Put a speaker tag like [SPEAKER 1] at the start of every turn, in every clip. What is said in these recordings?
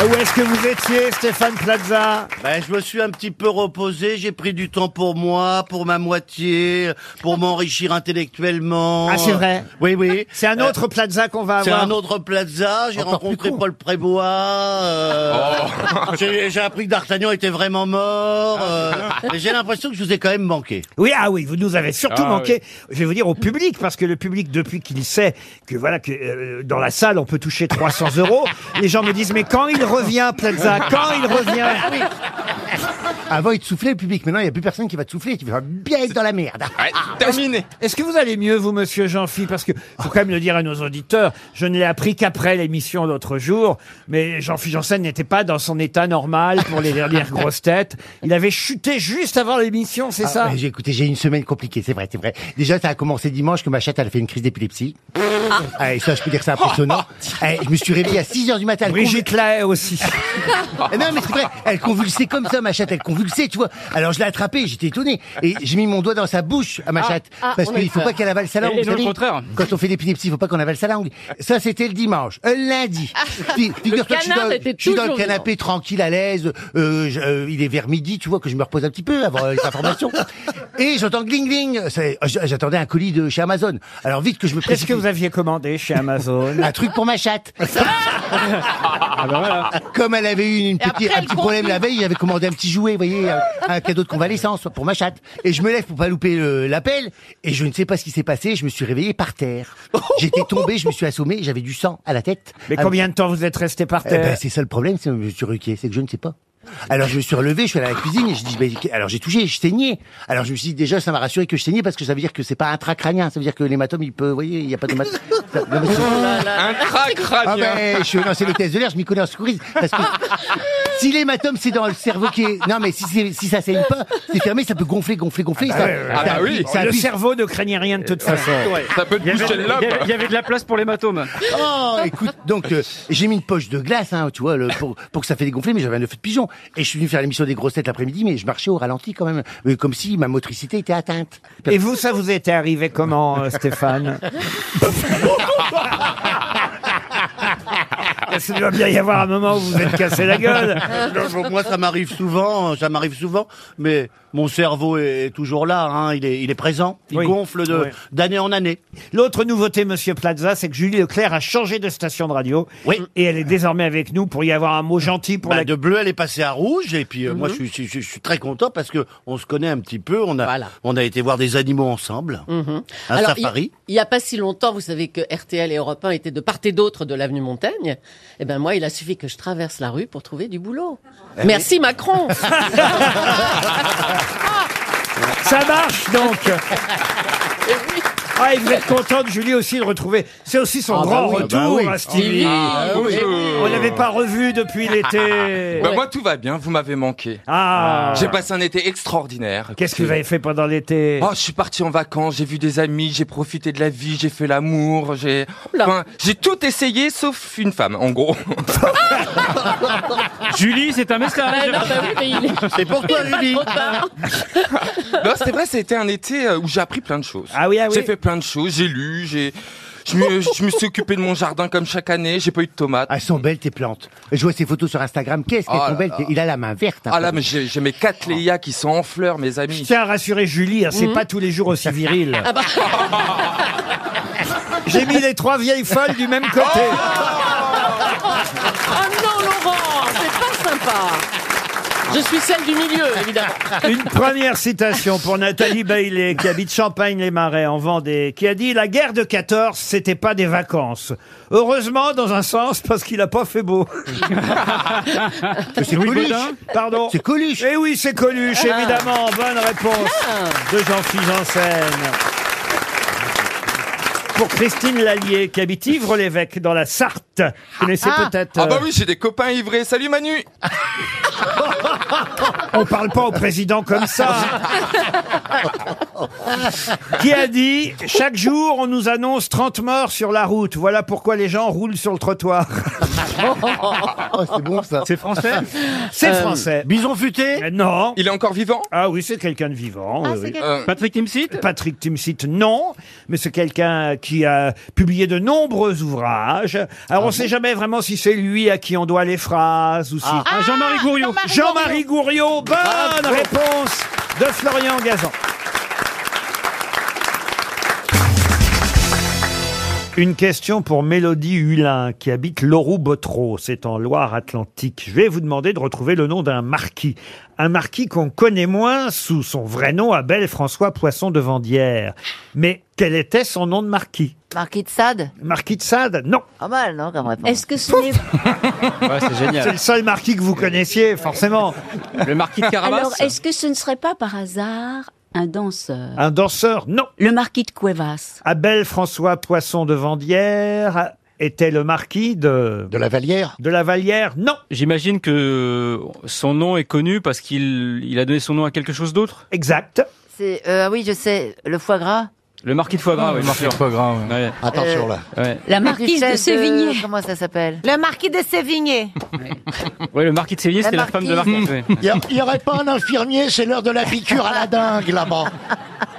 [SPEAKER 1] Ah, Où est-ce que vous étiez, Stéphane Plaza
[SPEAKER 2] Ben, je me suis un petit peu reposé, j'ai pris du temps pour moi, pour ma moitié, pour m'enrichir intellectuellement.
[SPEAKER 1] Ah, c'est vrai
[SPEAKER 2] Oui, oui. Euh,
[SPEAKER 1] C'est un autre Plaza qu'on va
[SPEAKER 2] C'est
[SPEAKER 1] avoir.
[SPEAKER 2] un autre plaza, j'ai rencontré Paul Prébois, euh, j'ai j'ai appris que D'Artagnan était vraiment mort, euh, et j'ai l'impression que je vous ai quand même manqué.
[SPEAKER 1] Oui, ah oui, vous nous avez surtout
[SPEAKER 3] Ah
[SPEAKER 1] manqué, je vais vous dire, au public, parce que le public, depuis qu'il sait que voilà, que euh, dans la salle, on peut toucher 300 euros, les gens me disent, mais quand il revient, Plaza, quand il
[SPEAKER 4] Ah
[SPEAKER 1] revient
[SPEAKER 5] Avant, il te soufflait le public. Maintenant, il n'y a plus personne qui va te souffler. Tu vas bien être dans la merde.
[SPEAKER 3] Ouais, Eh, terminé.
[SPEAKER 1] Est-ce que vous allez mieux, vous, monsieur Jean-Phi Parce que faut quand même le dire à nos auditeurs, je ne l'ai appris qu'apès l'émission l'autre jour, mais Jean-Phi Janssen n'était pas dans son état normal pour les dernières grosses têtes. Il avait chuté juste avant l'émission, c'est ça
[SPEAKER 5] Ah, J'ai écouté, j'ai une semaine compliquée, c'est vrai, c'est vrai. Déjà, ça a commencé dimanche que ma chatte, elle a fait une crise d'épilepsie. Ah, et ça, je peux dire que c'est impressionnant. Eh, je me suis réveillé à 6 heures du matin. elle
[SPEAKER 1] Brigitte Lahaye aussi.
[SPEAKER 5] convul- Eh Non, mais c'est vrai, elle convulsait comme ça, ma chatte, elle convulsait, tu vois. Alors, je l'ai attrapée, j'étais étonné. Et j'ai mis mon doigt dans sa bouche à ma
[SPEAKER 1] Ah.
[SPEAKER 5] chatte. parce qu'il faut pas qu'elle avale sa langue.
[SPEAKER 3] Et
[SPEAKER 5] vous
[SPEAKER 3] non, le
[SPEAKER 5] savez.
[SPEAKER 3] contraire.
[SPEAKER 5] Quand on fait l'épilepsie, il faut pas qu'on avale sa langue. Ça, c'était le dimanche. Euh, lundi. Fi- Figure-toi que je suis
[SPEAKER 4] Ah. canard
[SPEAKER 5] dans,
[SPEAKER 4] était
[SPEAKER 5] je suis dans le
[SPEAKER 4] toujours
[SPEAKER 5] canapé, tranquille, à l'aise. Euh, je- euh, il est vers midi, tu vois, que je me repose un petit peu avant euh, les informations. Et j'entends gling gling. C'est- euh, j- J'attendais un colis de chez Amazon. Alors, vite que je me
[SPEAKER 1] Qu'est-ce
[SPEAKER 5] précipite.
[SPEAKER 1] que vous aviez commandé chez Amazon
[SPEAKER 5] Un truc pour ma chatte.
[SPEAKER 1] Ah bah
[SPEAKER 5] Comme elle avait eu une, petite-
[SPEAKER 4] après,
[SPEAKER 5] un
[SPEAKER 4] elle
[SPEAKER 5] petit problème
[SPEAKER 4] confie.
[SPEAKER 5] la veille, j'avais commandé un petit jouet, vous voyez, un, un cadeau de convalescence pour ma chatte. Et je me lève pour pas louper euh, l'appel. Et je ne sais pas ce qui s'est passé. Je me suis réveillé par terre. J'étais tombé, je me suis assommé, j'avais du sang à la tête.
[SPEAKER 1] Mais
[SPEAKER 5] Ah,
[SPEAKER 1] combien de temps vous êtes resté par
[SPEAKER 5] eh
[SPEAKER 2] Euh,
[SPEAKER 5] ben,
[SPEAKER 1] terre
[SPEAKER 5] c'est ça le problème, c'est Monsieur Ruquier, c'est que je ne sais pas. Alors je me suis relevé, je suis allé à la cuisine et je dis, ben, alors j'ai touché, je saignais. Alors je me suis dit déjà, ça m'a rassuré que je saignais parce que ça veut dire que c'est pas intracrânien, ça veut dire que l'hématome il peut, vous voyez, il n'y a pas de
[SPEAKER 3] Un crack
[SPEAKER 5] Ah
[SPEAKER 3] radien.
[SPEAKER 5] ben, je suis lancé le test de l'air, je m'y connais en secourisme. Parce que si l'hématome c'est dans le cerveau qui est, non mais si, c'est- si ça saigne pas, c'est fermé, ça peut gonfler, gonfler, gonfler. ça,
[SPEAKER 3] Ah
[SPEAKER 5] ça
[SPEAKER 3] bah oui.
[SPEAKER 5] ça
[SPEAKER 1] Le
[SPEAKER 5] appuie-
[SPEAKER 1] cerveau ne craignait rien de toute façon.
[SPEAKER 3] Ça peut te booster le lobe.
[SPEAKER 6] de la place pour l'hématome.
[SPEAKER 5] Oh, écoute, donc euh, j'ai mis une poche de glace, hein, tu vois, le- pour, pour que ça fait dégonfler, mais j'avais un œuf de pigeon. Et je suis venu faire l'émission des grosses têtes l'après-midi, mais je marchais au ralenti quand même, euh, comme si ma motricité était atteinte.
[SPEAKER 1] Et vous, ça vous était arrivé comment, euh, Stéphane Il doit bien y avoir un moment où vous vous êtes cassé la gueule.
[SPEAKER 2] Non, Moi, ça m'arrive souvent, ça m'arrive souvent, mais mon cerveau est toujours là, hein, il, est, il est présent, il
[SPEAKER 1] Oui.
[SPEAKER 2] gonfle de-
[SPEAKER 1] Ouais.
[SPEAKER 2] d'année en année.
[SPEAKER 1] L'autre nouveauté, Monsieur Plaza, c'est que Julie Leclerc a changé de station de radio.
[SPEAKER 2] Oui.
[SPEAKER 1] Et elle est désormais avec nous pour y avoir un mot gentil pour
[SPEAKER 2] Bah,
[SPEAKER 1] la... Mhm.
[SPEAKER 2] De bleu, elle est passée à rouge, et puis euh, moi, je suis, je suis- je suis très content parce que on se connaît un petit peu, on a,
[SPEAKER 4] Voilà. Mhm.
[SPEAKER 2] on a été voir des animaux ensemble, un
[SPEAKER 4] Alors, il-
[SPEAKER 2] safari.
[SPEAKER 4] Il n'y a pas si longtemps, vous savez que RTL et Europe 1 étaient de part et d'autre de l'avenue Montaigne. Eh ben moi, il a suffi que je traverse la rue pour trouver du boulot. Merci Macron.
[SPEAKER 1] Ça marche donc Ah, et vous êtes contente, Julie, aussi, de retrouver. C'est aussi son
[SPEAKER 4] Ah bah
[SPEAKER 1] grand
[SPEAKER 4] oui.
[SPEAKER 1] retour
[SPEAKER 5] Ah bah oui.
[SPEAKER 1] à Stevie.
[SPEAKER 3] Ah, bonjour.
[SPEAKER 1] On l'avait pas revu depuis l'été.
[SPEAKER 3] Bah, moi, tout va bien, vous m'avez manqué.
[SPEAKER 1] Ah
[SPEAKER 3] J'ai passé un été extraordinaire.
[SPEAKER 1] Qu'est-ce que vous avez fait pendant l'été
[SPEAKER 3] Oh, je suis parti en vacances, j'ai vu des amis, j'ai profité de la vie, j'ai fait l'amour, j'ai
[SPEAKER 4] Oula.
[SPEAKER 3] enfin, j'ai tout essayé sauf une femme, en gros.
[SPEAKER 6] Julie, c'est un mesclin.
[SPEAKER 4] Ah non, bah oui, mais il est-
[SPEAKER 2] C'est pour toi, Julie.
[SPEAKER 4] Trop tard.
[SPEAKER 3] non, c'est vrai, c'était un été euh, où j'ai appris plein de choses.
[SPEAKER 1] Ah oui, ah oui.
[SPEAKER 3] J'ai fait plein de choses, j'ai lu, j'ai je me, je me suis occupé de mon jardin comme chaque année, j'ai pas eu de
[SPEAKER 1] Ah,
[SPEAKER 3] tomates.
[SPEAKER 5] Elles sont belles tes plantes. Je vois ses photos sur Instagram, qu'est-ce qu'elles
[SPEAKER 3] Oh
[SPEAKER 5] sont
[SPEAKER 3] là
[SPEAKER 5] belles.
[SPEAKER 3] là.
[SPEAKER 5] t'es- Il a la main verte. hein.
[SPEAKER 3] Ah là, mais j'ai j'ai mes quatre Léa qui sont en fleurs, mes
[SPEAKER 1] Ah. Je
[SPEAKER 3] amis.
[SPEAKER 1] tiens à rassurer Julie, hein, c'est
[SPEAKER 7] Mhm.
[SPEAKER 1] pas tous les jours aussi viril.
[SPEAKER 7] Ah bah.
[SPEAKER 1] J'ai mis les trois vieilles folles du même côté.
[SPEAKER 4] Ah non, Laurent, c'est pas sympa. Je suis celle du milieu, évidemment.
[SPEAKER 1] Oh Une première citation pour Nathalie Bailey, qui habite Champagne-les-Marais, en Vendée, qui a dit « La guerre de 14, c'était pas des vacances. Heureusement, dans un sens, parce qu'il a pas fait beau.
[SPEAKER 5] Mais c'est Coluche. »
[SPEAKER 1] Pardon
[SPEAKER 5] C'est Coluche.
[SPEAKER 1] Eh oui, c'est Coluche,
[SPEAKER 3] Ah.
[SPEAKER 1] évidemment. Bonne réponse de Jean-Philippe Janssen. Pour Christine Lallier, qui habite Ivre-l'Évêque, dans la Sarthe. Vous connaissez peut-être...
[SPEAKER 3] Ah bah
[SPEAKER 1] euh,
[SPEAKER 3] oui, j'ai des copains ivrés. Salut Manu.
[SPEAKER 1] On parle pas au président comme ça. Qui a dit chaque jour on nous annonce 30 morts sur la route. Voilà pourquoi les gens roulent sur le trottoir.
[SPEAKER 5] Oh, c'est bon ça.
[SPEAKER 8] C'est français
[SPEAKER 1] C'est
[SPEAKER 6] Euh,
[SPEAKER 1] français.
[SPEAKER 9] Bison futé
[SPEAKER 1] Mais Non.
[SPEAKER 10] Il est encore vivant
[SPEAKER 1] Ah oui, c'est quelqu'un de vivant. oui, oui.
[SPEAKER 10] Euh,
[SPEAKER 8] Patrick Timsit
[SPEAKER 1] Patrick Timsit, non, mais c'est quelqu'un qui a publié de nombreux ouvrages. Alors on
[SPEAKER 8] Ah
[SPEAKER 1] ne sait jamais vraiment si c'est lui à qui on doit les phrases ou si.
[SPEAKER 8] Ah, Jean-Marie Gouriot.
[SPEAKER 1] Jean-Marie Gouriot, bonne réponse de Florian Gazan. Une question pour Mélodie Hulin, qui habite Loroux-Bottereau, c'est en Loire-Atlantique. Je vais vous demander de retrouver le nom d'un marquis. Un marquis qu'on connaît moins sous son vrai nom, Abel François Poisson de Vandière. Mais quel était son nom de marquis
[SPEAKER 11] Marquis de Sade
[SPEAKER 1] Marquis de Sade Non,
[SPEAKER 11] Pas mal, non, comme réponse.
[SPEAKER 3] Est-ce que ce n'est
[SPEAKER 8] c'est
[SPEAKER 1] c'est
[SPEAKER 8] génial.
[SPEAKER 1] le seul marquis que vous connaissiez, forcément.
[SPEAKER 8] Le marquis de
[SPEAKER 3] alors est-ce que ce ne serait pas par hasard un danseur
[SPEAKER 1] Un danseur Non.
[SPEAKER 3] Le marquis de Cuevas.
[SPEAKER 1] Abel François Poisson de Vandière était le marquis de
[SPEAKER 5] De la Vallière
[SPEAKER 1] de la Vallière. Non,
[SPEAKER 8] J'imagine que son nom est connu parce qu'il il a donné son nom à quelque chose d'autre.
[SPEAKER 1] exact.
[SPEAKER 11] C'est, euh, oui, je sais, le foie gras.
[SPEAKER 8] Le marquis de foie gras, oui, bien sûr. Ouais,
[SPEAKER 5] Attention
[SPEAKER 11] Euh,
[SPEAKER 5] là.
[SPEAKER 8] ouais.
[SPEAKER 12] La
[SPEAKER 11] La
[SPEAKER 12] marquise de
[SPEAKER 11] duchesse
[SPEAKER 12] Sévigné.
[SPEAKER 11] Comment ça s'appelle
[SPEAKER 13] Le marquis de Sévigné.
[SPEAKER 8] Ouais, le marquis de Sévigné, c'était la, femme de Marquis. ouais.
[SPEAKER 5] Il n'y aurait pas un infirmier, c'est l'heure de la piqûre à la dingue là-bas.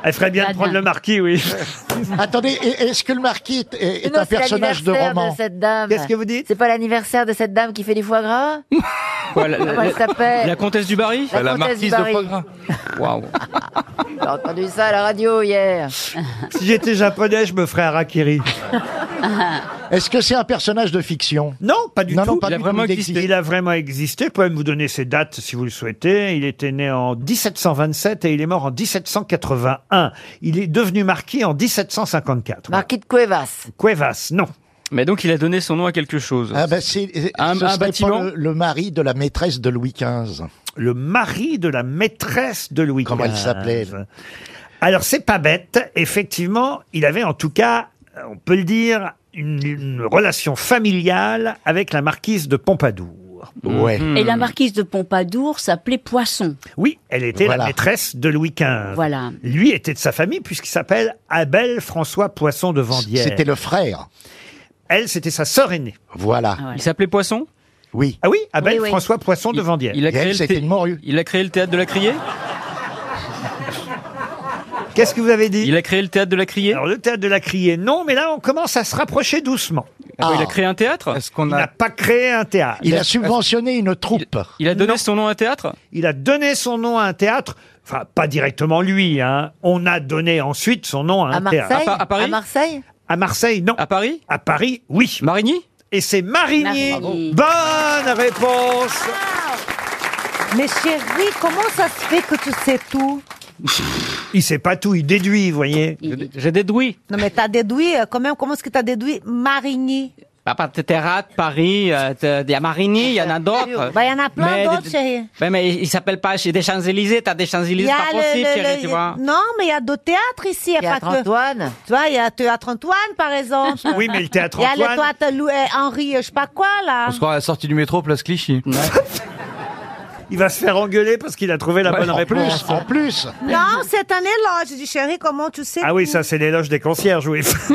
[SPEAKER 1] Elle ferait bien de
[SPEAKER 3] Ah,
[SPEAKER 1] prendre
[SPEAKER 3] non.
[SPEAKER 1] le marquis, oui.
[SPEAKER 5] Attendez, est-ce que le marquis est,
[SPEAKER 11] Non, c'est l'anniversaire de cette dame.
[SPEAKER 1] Qu'est-ce que vous dites
[SPEAKER 11] C'est pas l'anniversaire de cette dame qui fait du foie gras
[SPEAKER 8] Ouais, la,
[SPEAKER 11] Comment
[SPEAKER 8] la-
[SPEAKER 11] elle s'appelle
[SPEAKER 8] la comtesse du Barry
[SPEAKER 11] La
[SPEAKER 10] La
[SPEAKER 11] comtesse
[SPEAKER 10] marquise de
[SPEAKER 11] Barry.
[SPEAKER 10] foie gras.
[SPEAKER 8] Waouh.
[SPEAKER 11] J'ai entendu ça à la radio hier.
[SPEAKER 1] Si j'étais japonais, je me ferais harakiri.
[SPEAKER 5] Est-ce que c'est un personnage de fiction
[SPEAKER 1] Non, pas du
[SPEAKER 5] Non,
[SPEAKER 1] tout.
[SPEAKER 5] non, pas
[SPEAKER 8] Il a
[SPEAKER 5] du
[SPEAKER 8] vraiment
[SPEAKER 5] tout,
[SPEAKER 8] existé.
[SPEAKER 1] Il a vraiment existé. Je peux même vous donner ses dates si vous le souhaitez. Il était né en 1727 et il est mort en 1781. Il est devenu marquis en 1754.
[SPEAKER 11] Marquis de Cuevas.
[SPEAKER 1] Cuevas, non.
[SPEAKER 8] Mais donc il a donné son nom à quelque chose.
[SPEAKER 5] Ah bah c'est,
[SPEAKER 8] Un-
[SPEAKER 5] ce
[SPEAKER 8] un
[SPEAKER 5] serait
[SPEAKER 8] bâtiment
[SPEAKER 5] pas le, le mari de la maîtresse de Louis XV.
[SPEAKER 1] Le mari de la maîtresse de Louis
[SPEAKER 5] Comment elle
[SPEAKER 1] XV.
[SPEAKER 5] s'appelait,
[SPEAKER 1] Alors c'est pas bête. Effectivement, il avait en tout cas, euh, on peut le dire, une, une relation familiale avec la marquise de Pompadour.
[SPEAKER 5] Ouais.
[SPEAKER 3] Et la marquise de Pompadour s'appelait Poisson.
[SPEAKER 1] Oui, elle était
[SPEAKER 5] Voilà.
[SPEAKER 1] la maîtresse de Louis XV.
[SPEAKER 3] Voilà.
[SPEAKER 1] Lui était de sa famille puisqu'il s'appelle Abel François Poisson de Vandière.
[SPEAKER 5] C'était le frère.
[SPEAKER 1] Elle, c'était sa sœur aînée.
[SPEAKER 5] Voilà.
[SPEAKER 3] Ah,
[SPEAKER 8] Il
[SPEAKER 3] voilà.
[SPEAKER 8] s'appelait Poisson
[SPEAKER 5] Oui.
[SPEAKER 1] Ah oui, Abel
[SPEAKER 3] Oui, oui.
[SPEAKER 1] François Poisson de Vandière.
[SPEAKER 8] il a,
[SPEAKER 5] Et elle,
[SPEAKER 8] créé le
[SPEAKER 5] c'était
[SPEAKER 8] thé-
[SPEAKER 5] une morue.
[SPEAKER 8] il a créé le théâtre de la Criée
[SPEAKER 1] Qu'est-ce que vous avez dit
[SPEAKER 8] Il a créé le théâtre de la Criée
[SPEAKER 1] Alors le théâtre de la criée, non, mais là on commence à se rapprocher doucement.
[SPEAKER 8] Ah, Il a créé un théâtre
[SPEAKER 10] Est-ce qu'on
[SPEAKER 1] Il n'a pas créé un théâtre.
[SPEAKER 5] Il a subventionné une troupe.
[SPEAKER 8] Il a donné
[SPEAKER 1] Non.
[SPEAKER 8] son nom à un théâtre
[SPEAKER 1] Il a donné son nom à un théâtre, enfin pas directement lui, hein. on a donné ensuite son nom à un
[SPEAKER 11] À
[SPEAKER 1] théâtre.
[SPEAKER 11] Marseille
[SPEAKER 8] À Pa- à Paris
[SPEAKER 11] Marseille
[SPEAKER 1] À Marseille, non.
[SPEAKER 8] À Paris
[SPEAKER 1] À Paris, oui.
[SPEAKER 8] Marigny
[SPEAKER 1] Et c'est Marigny.
[SPEAKER 3] Marigny.
[SPEAKER 1] Bonne réponse
[SPEAKER 13] Mais chérie, comment ça se fait que tu sais tout
[SPEAKER 1] Il sait pas tout, il déduit, vous voyez.
[SPEAKER 8] J'ai déduit.
[SPEAKER 13] Non, mais t'as déduit euh, quand même. Comment est-ce que t'as déduit Marigny
[SPEAKER 8] À part de théâtre, Paris, euh, de- il y a Marigny, il y en a d'autres.
[SPEAKER 13] Bah, il y en a plein
[SPEAKER 8] Mais-
[SPEAKER 13] d'autres, chérie.
[SPEAKER 8] Ouais, mais il s'appelle pas chez des Champs-Élysées, t'as des
[SPEAKER 13] Il
[SPEAKER 8] Champs-Élysées, pas possible, chérie, tu vois.
[SPEAKER 13] Non, mais il y a d'autres théâtres ici. Il y a
[SPEAKER 11] Théâtre
[SPEAKER 13] pas que...
[SPEAKER 11] Antoine
[SPEAKER 13] Tu vois, il y a Théâtre Antoine, par exemple.
[SPEAKER 1] Oui, mais le théâtre
[SPEAKER 13] Il y a le
[SPEAKER 1] Antoine.
[SPEAKER 13] Théâtre Lou- euh, Henri, euh, je sais pas quoi, là.
[SPEAKER 10] croit à la sortie du métro, place Clichy.
[SPEAKER 1] Il va se faire engueuler parce qu'il a trouvé la bonne
[SPEAKER 5] En
[SPEAKER 1] réponse.
[SPEAKER 5] plus, en plus.
[SPEAKER 13] Non, c'est un éloge. Je dis, chérie, comment tu sais
[SPEAKER 1] Ah oui,
[SPEAKER 13] tout
[SPEAKER 1] ça c'est l'éloge des concierges, oui.
[SPEAKER 13] C'est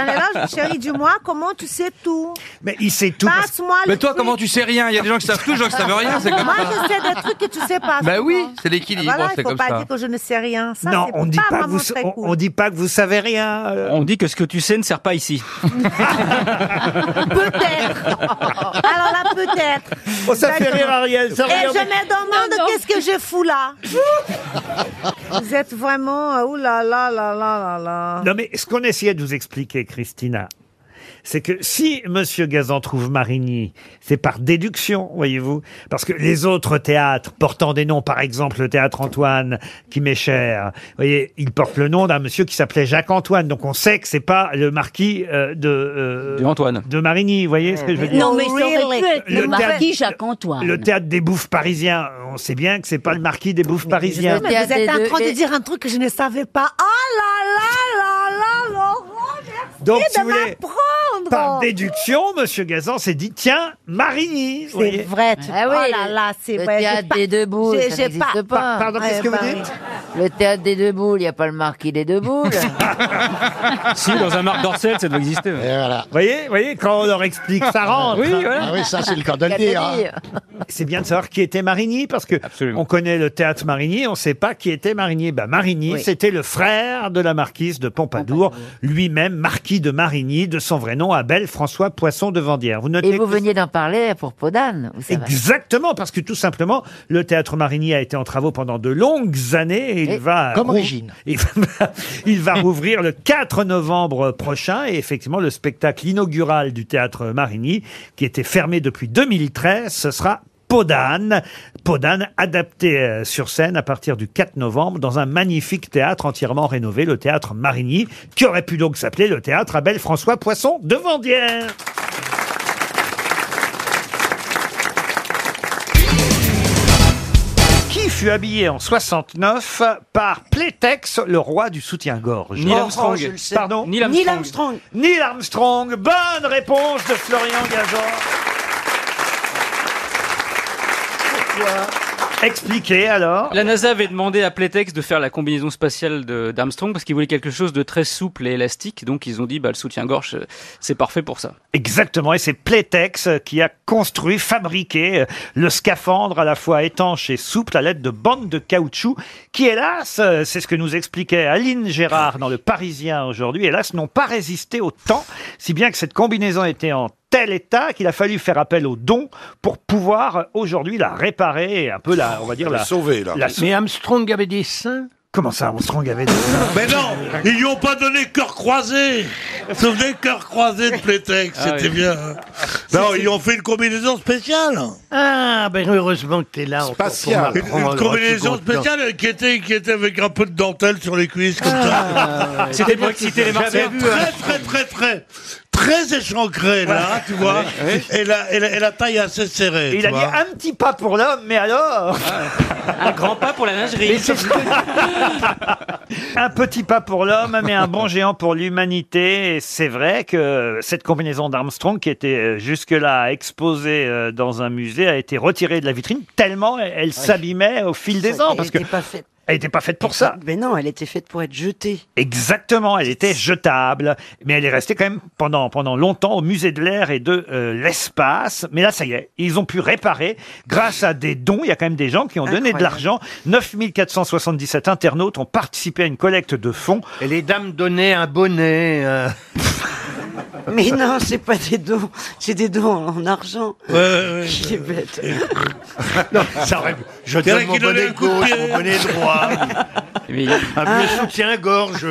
[SPEAKER 13] un éloge, chérie, dis-moi comment tu sais tout.
[SPEAKER 1] Mais il sait tout. parce-
[SPEAKER 13] Passe-moi le
[SPEAKER 10] Mais toi,
[SPEAKER 13] truc.
[SPEAKER 10] comment tu sais rien Il y a des gens qui savent tout, des gens qui savent rien, c'est comme
[SPEAKER 13] Moi,
[SPEAKER 10] ça.
[SPEAKER 13] je sais des trucs que tu sais pas.
[SPEAKER 10] Bah
[SPEAKER 13] souvent.
[SPEAKER 10] oui, c'est l'équilibre,
[SPEAKER 13] Voilà,
[SPEAKER 10] c'est
[SPEAKER 13] il faut
[SPEAKER 10] comme
[SPEAKER 13] pas
[SPEAKER 10] ça.
[SPEAKER 13] dire que je ne sais rien. Ça,
[SPEAKER 1] non,
[SPEAKER 13] c'est
[SPEAKER 1] on dit pas que
[SPEAKER 13] vraiment
[SPEAKER 1] vous,
[SPEAKER 13] très
[SPEAKER 1] on,
[SPEAKER 13] cool.
[SPEAKER 1] on dit pas que vous savez rien. euh.
[SPEAKER 8] On dit que ce que tu sais ne sert pas ici.
[SPEAKER 13] Peut-être. Oh, Alors là, peut-être.
[SPEAKER 1] Oh, ça fait rire Ariel. Ça
[SPEAKER 13] Et
[SPEAKER 1] fait rire.
[SPEAKER 13] je me demande
[SPEAKER 3] Non, non.
[SPEAKER 13] qu'est-ce que je fous là. Vous êtes vraiment. euh, Ouh là là là là là là.
[SPEAKER 1] Non, mais ce qu'on essayait de vous expliquer, Christina, c'est que si Monsieur Gazan trouve Marigny, c'est par déduction, voyez-vous, parce que les autres théâtres portant des noms, par exemple le théâtre Antoine, qui m'est cher, voyez, il porte le nom d'un monsieur qui s'appelait Jacques Antoine, donc on sait que c'est pas le marquis euh, de euh,
[SPEAKER 8] De Antoine.
[SPEAKER 1] de Marigny, vous voyez ce que je veux dire
[SPEAKER 3] Non, mais ça aurait pu être
[SPEAKER 1] Le
[SPEAKER 3] le
[SPEAKER 1] théâtre-
[SPEAKER 3] marquis Jacques-Antoine.
[SPEAKER 1] Le théâtre des bouffes parisiens, on sait bien que c'est pas le marquis des bouffes parisiens.
[SPEAKER 13] Mais vous
[SPEAKER 11] Théâtre
[SPEAKER 13] êtes en
[SPEAKER 11] des
[SPEAKER 13] train de
[SPEAKER 11] deux-
[SPEAKER 13] dire un truc que je ne savais pas. Oh là là là là Laurent, merci
[SPEAKER 1] Donc, si
[SPEAKER 13] de
[SPEAKER 1] vous voulez, par
[SPEAKER 13] m'apprendre.
[SPEAKER 1] déduction, Monsieur Gazan s'est dit tiens, Marigny. vous
[SPEAKER 13] C'est
[SPEAKER 1] voyez.
[SPEAKER 13] vrai. tu-
[SPEAKER 11] Ah oui,
[SPEAKER 13] oh là là, c'est
[SPEAKER 11] le
[SPEAKER 13] vrai. j'ai
[SPEAKER 11] théâtre
[SPEAKER 13] pas-
[SPEAKER 11] des deux bouts,
[SPEAKER 13] j'ai-
[SPEAKER 11] ça
[SPEAKER 13] j'ai
[SPEAKER 11] n'existe
[SPEAKER 13] pas-
[SPEAKER 11] pas.
[SPEAKER 1] Pardon, qu'est-ce
[SPEAKER 13] Ouais,
[SPEAKER 1] que vous
[SPEAKER 13] pareil.
[SPEAKER 1] dites
[SPEAKER 11] Le théâtre des deux boules, il n'y a pas le marquis des deux boules.
[SPEAKER 8] Si, dans un marc d'Orsel, ça doit exister.
[SPEAKER 1] Vous voyez, vous voyez, quand on leur explique, ça rentre. hein.
[SPEAKER 8] Oui, voilà.
[SPEAKER 5] Ah oui, ça, c'est le cordonnier. hein.
[SPEAKER 1] C'est bien de savoir qui était Marigny, parce que
[SPEAKER 8] Absolument.
[SPEAKER 1] on connaît le théâtre Marigny, on ne sait pas qui était Marigny. Bah, Marigny,
[SPEAKER 11] Oui.
[SPEAKER 1] c'était le frère de la marquise de Pompadour, lui-même marquis de Marigny, de son vrai nom, Abel François Poisson de Vandière. Vous notez
[SPEAKER 11] Et vous
[SPEAKER 1] que-
[SPEAKER 11] veniez d'en parler pour Podane. où ça va.
[SPEAKER 1] Exactement, parce que tout simplement, le théâtre Marigny a été en travaux pendant de longues années et, il
[SPEAKER 11] Et
[SPEAKER 1] va.
[SPEAKER 5] comme
[SPEAKER 1] rou-
[SPEAKER 5] Régine.
[SPEAKER 1] Il va, il va rouvrir le 4 novembre prochain et effectivement, le spectacle inaugural du théâtre Marigny, qui était fermé depuis 2013, ce sera Podane, Podane adapté euh, sur scène à partir du 4 novembre dans un magnifique théâtre entièrement rénové, le théâtre Marigny, qui aurait pu donc s'appeler le théâtre Abel François Poisson de Vandière. Qui fut habillé en 69 par Plétex, le roi du soutien-gorge
[SPEAKER 8] Neil Armstrong.
[SPEAKER 1] Pardon
[SPEAKER 8] Neil Armstrong.
[SPEAKER 13] Neil Armstrong.
[SPEAKER 1] Neil Armstrong. Bonne réponse de Florian Gazan. Expliquez alors.
[SPEAKER 8] La NASA avait demandé à Playtex de faire la combinaison spatiale de- d'Armstrong parce qu'ils voulaient quelque chose de très souple et élastique. Donc ils ont dit, bah, le soutien-gorge, euh, c'est parfait pour ça.
[SPEAKER 1] Exactement, et c'est Playtex qui a construit, fabriqué euh, le scaphandre à la fois étanche et souple à l'aide de bandes de caoutchouc qui, hélas, euh, c'est ce que nous expliquait Aline Gérard dans Le Parisien aujourd'hui, hélas, n'ont pas résisté au temps, si bien que cette combinaison était en tel état qu'il a fallu faire appel aux dons pour pouvoir euh, aujourd'hui la réparer, et un peu la, on va dire la...
[SPEAKER 12] Sauvé, là.
[SPEAKER 1] la
[SPEAKER 14] Mais Armstrong avait des seins.
[SPEAKER 1] Comment ça, Armstrong avait des...
[SPEAKER 12] Mais non, ils lui ont pas donné cœur croisé. Vous vous Souvenez cœur croisé de Plétex,
[SPEAKER 8] Ah
[SPEAKER 12] c'était
[SPEAKER 8] oui.
[SPEAKER 12] bien. hein. Non, ils ont fait une combinaison spéciale.
[SPEAKER 14] Ah, ben heureusement que t'es là. encore pour
[SPEAKER 12] Spatial. Une, une
[SPEAKER 14] m'apprendre
[SPEAKER 12] combinaison
[SPEAKER 14] ce qu'on entend.
[SPEAKER 12] spéciale qui était, qui était avec un peu de dentelle sur les cuisses, comme
[SPEAKER 8] Ah, C'était pour exciter les
[SPEAKER 12] ça.
[SPEAKER 8] Martiens.
[SPEAKER 12] Très, très, très, très, très échancré, là, tu vois. Et la, et la- et la taille assez serrée.
[SPEAKER 1] Et il
[SPEAKER 12] tu
[SPEAKER 1] a dit
[SPEAKER 12] vois.
[SPEAKER 1] un petit pas pour l'homme, mais alors
[SPEAKER 8] Un grand pas pour la lingerie.
[SPEAKER 1] Un petit pas pour l'homme, mais un bon géant pour l'humanité. Et c'est vrai que cette combinaison d'Armstrong, qui était euh, jusque-là exposée euh, dans un musée, a été retirée de la vitrine tellement elle elle s'abîmait au fil des ans. Parce que
[SPEAKER 14] pas faite.
[SPEAKER 1] elle n'était pas faite pour ça.
[SPEAKER 14] Mais non, elle était faite pour être jetée.
[SPEAKER 1] Exactement, elle était jetable, mais elle est restée quand même pendant, pendant longtemps au musée de l'air et de euh, l'espace. Mais là, ça y est, ils ont pu réparer grâce à des dons. Il y a quand même des gens qui ont donné de
[SPEAKER 14] Incroyable.
[SPEAKER 1] l'argent. 9477 internautes ont participé à une collecte de fonds.
[SPEAKER 14] Et les dames donnaient un bonnet. euh. Mais non, c'est pas des dons, c'est des dons en argent.
[SPEAKER 12] Ouais, ouais, ouais.
[SPEAKER 14] Qui est bête.
[SPEAKER 1] Ça aurait-
[SPEAKER 14] Je
[SPEAKER 12] donne mon bonnet gauche, mon bonnet
[SPEAKER 14] droit,
[SPEAKER 8] Mais il-
[SPEAKER 14] un
[SPEAKER 1] Ah.
[SPEAKER 14] vieux soutien-gorge.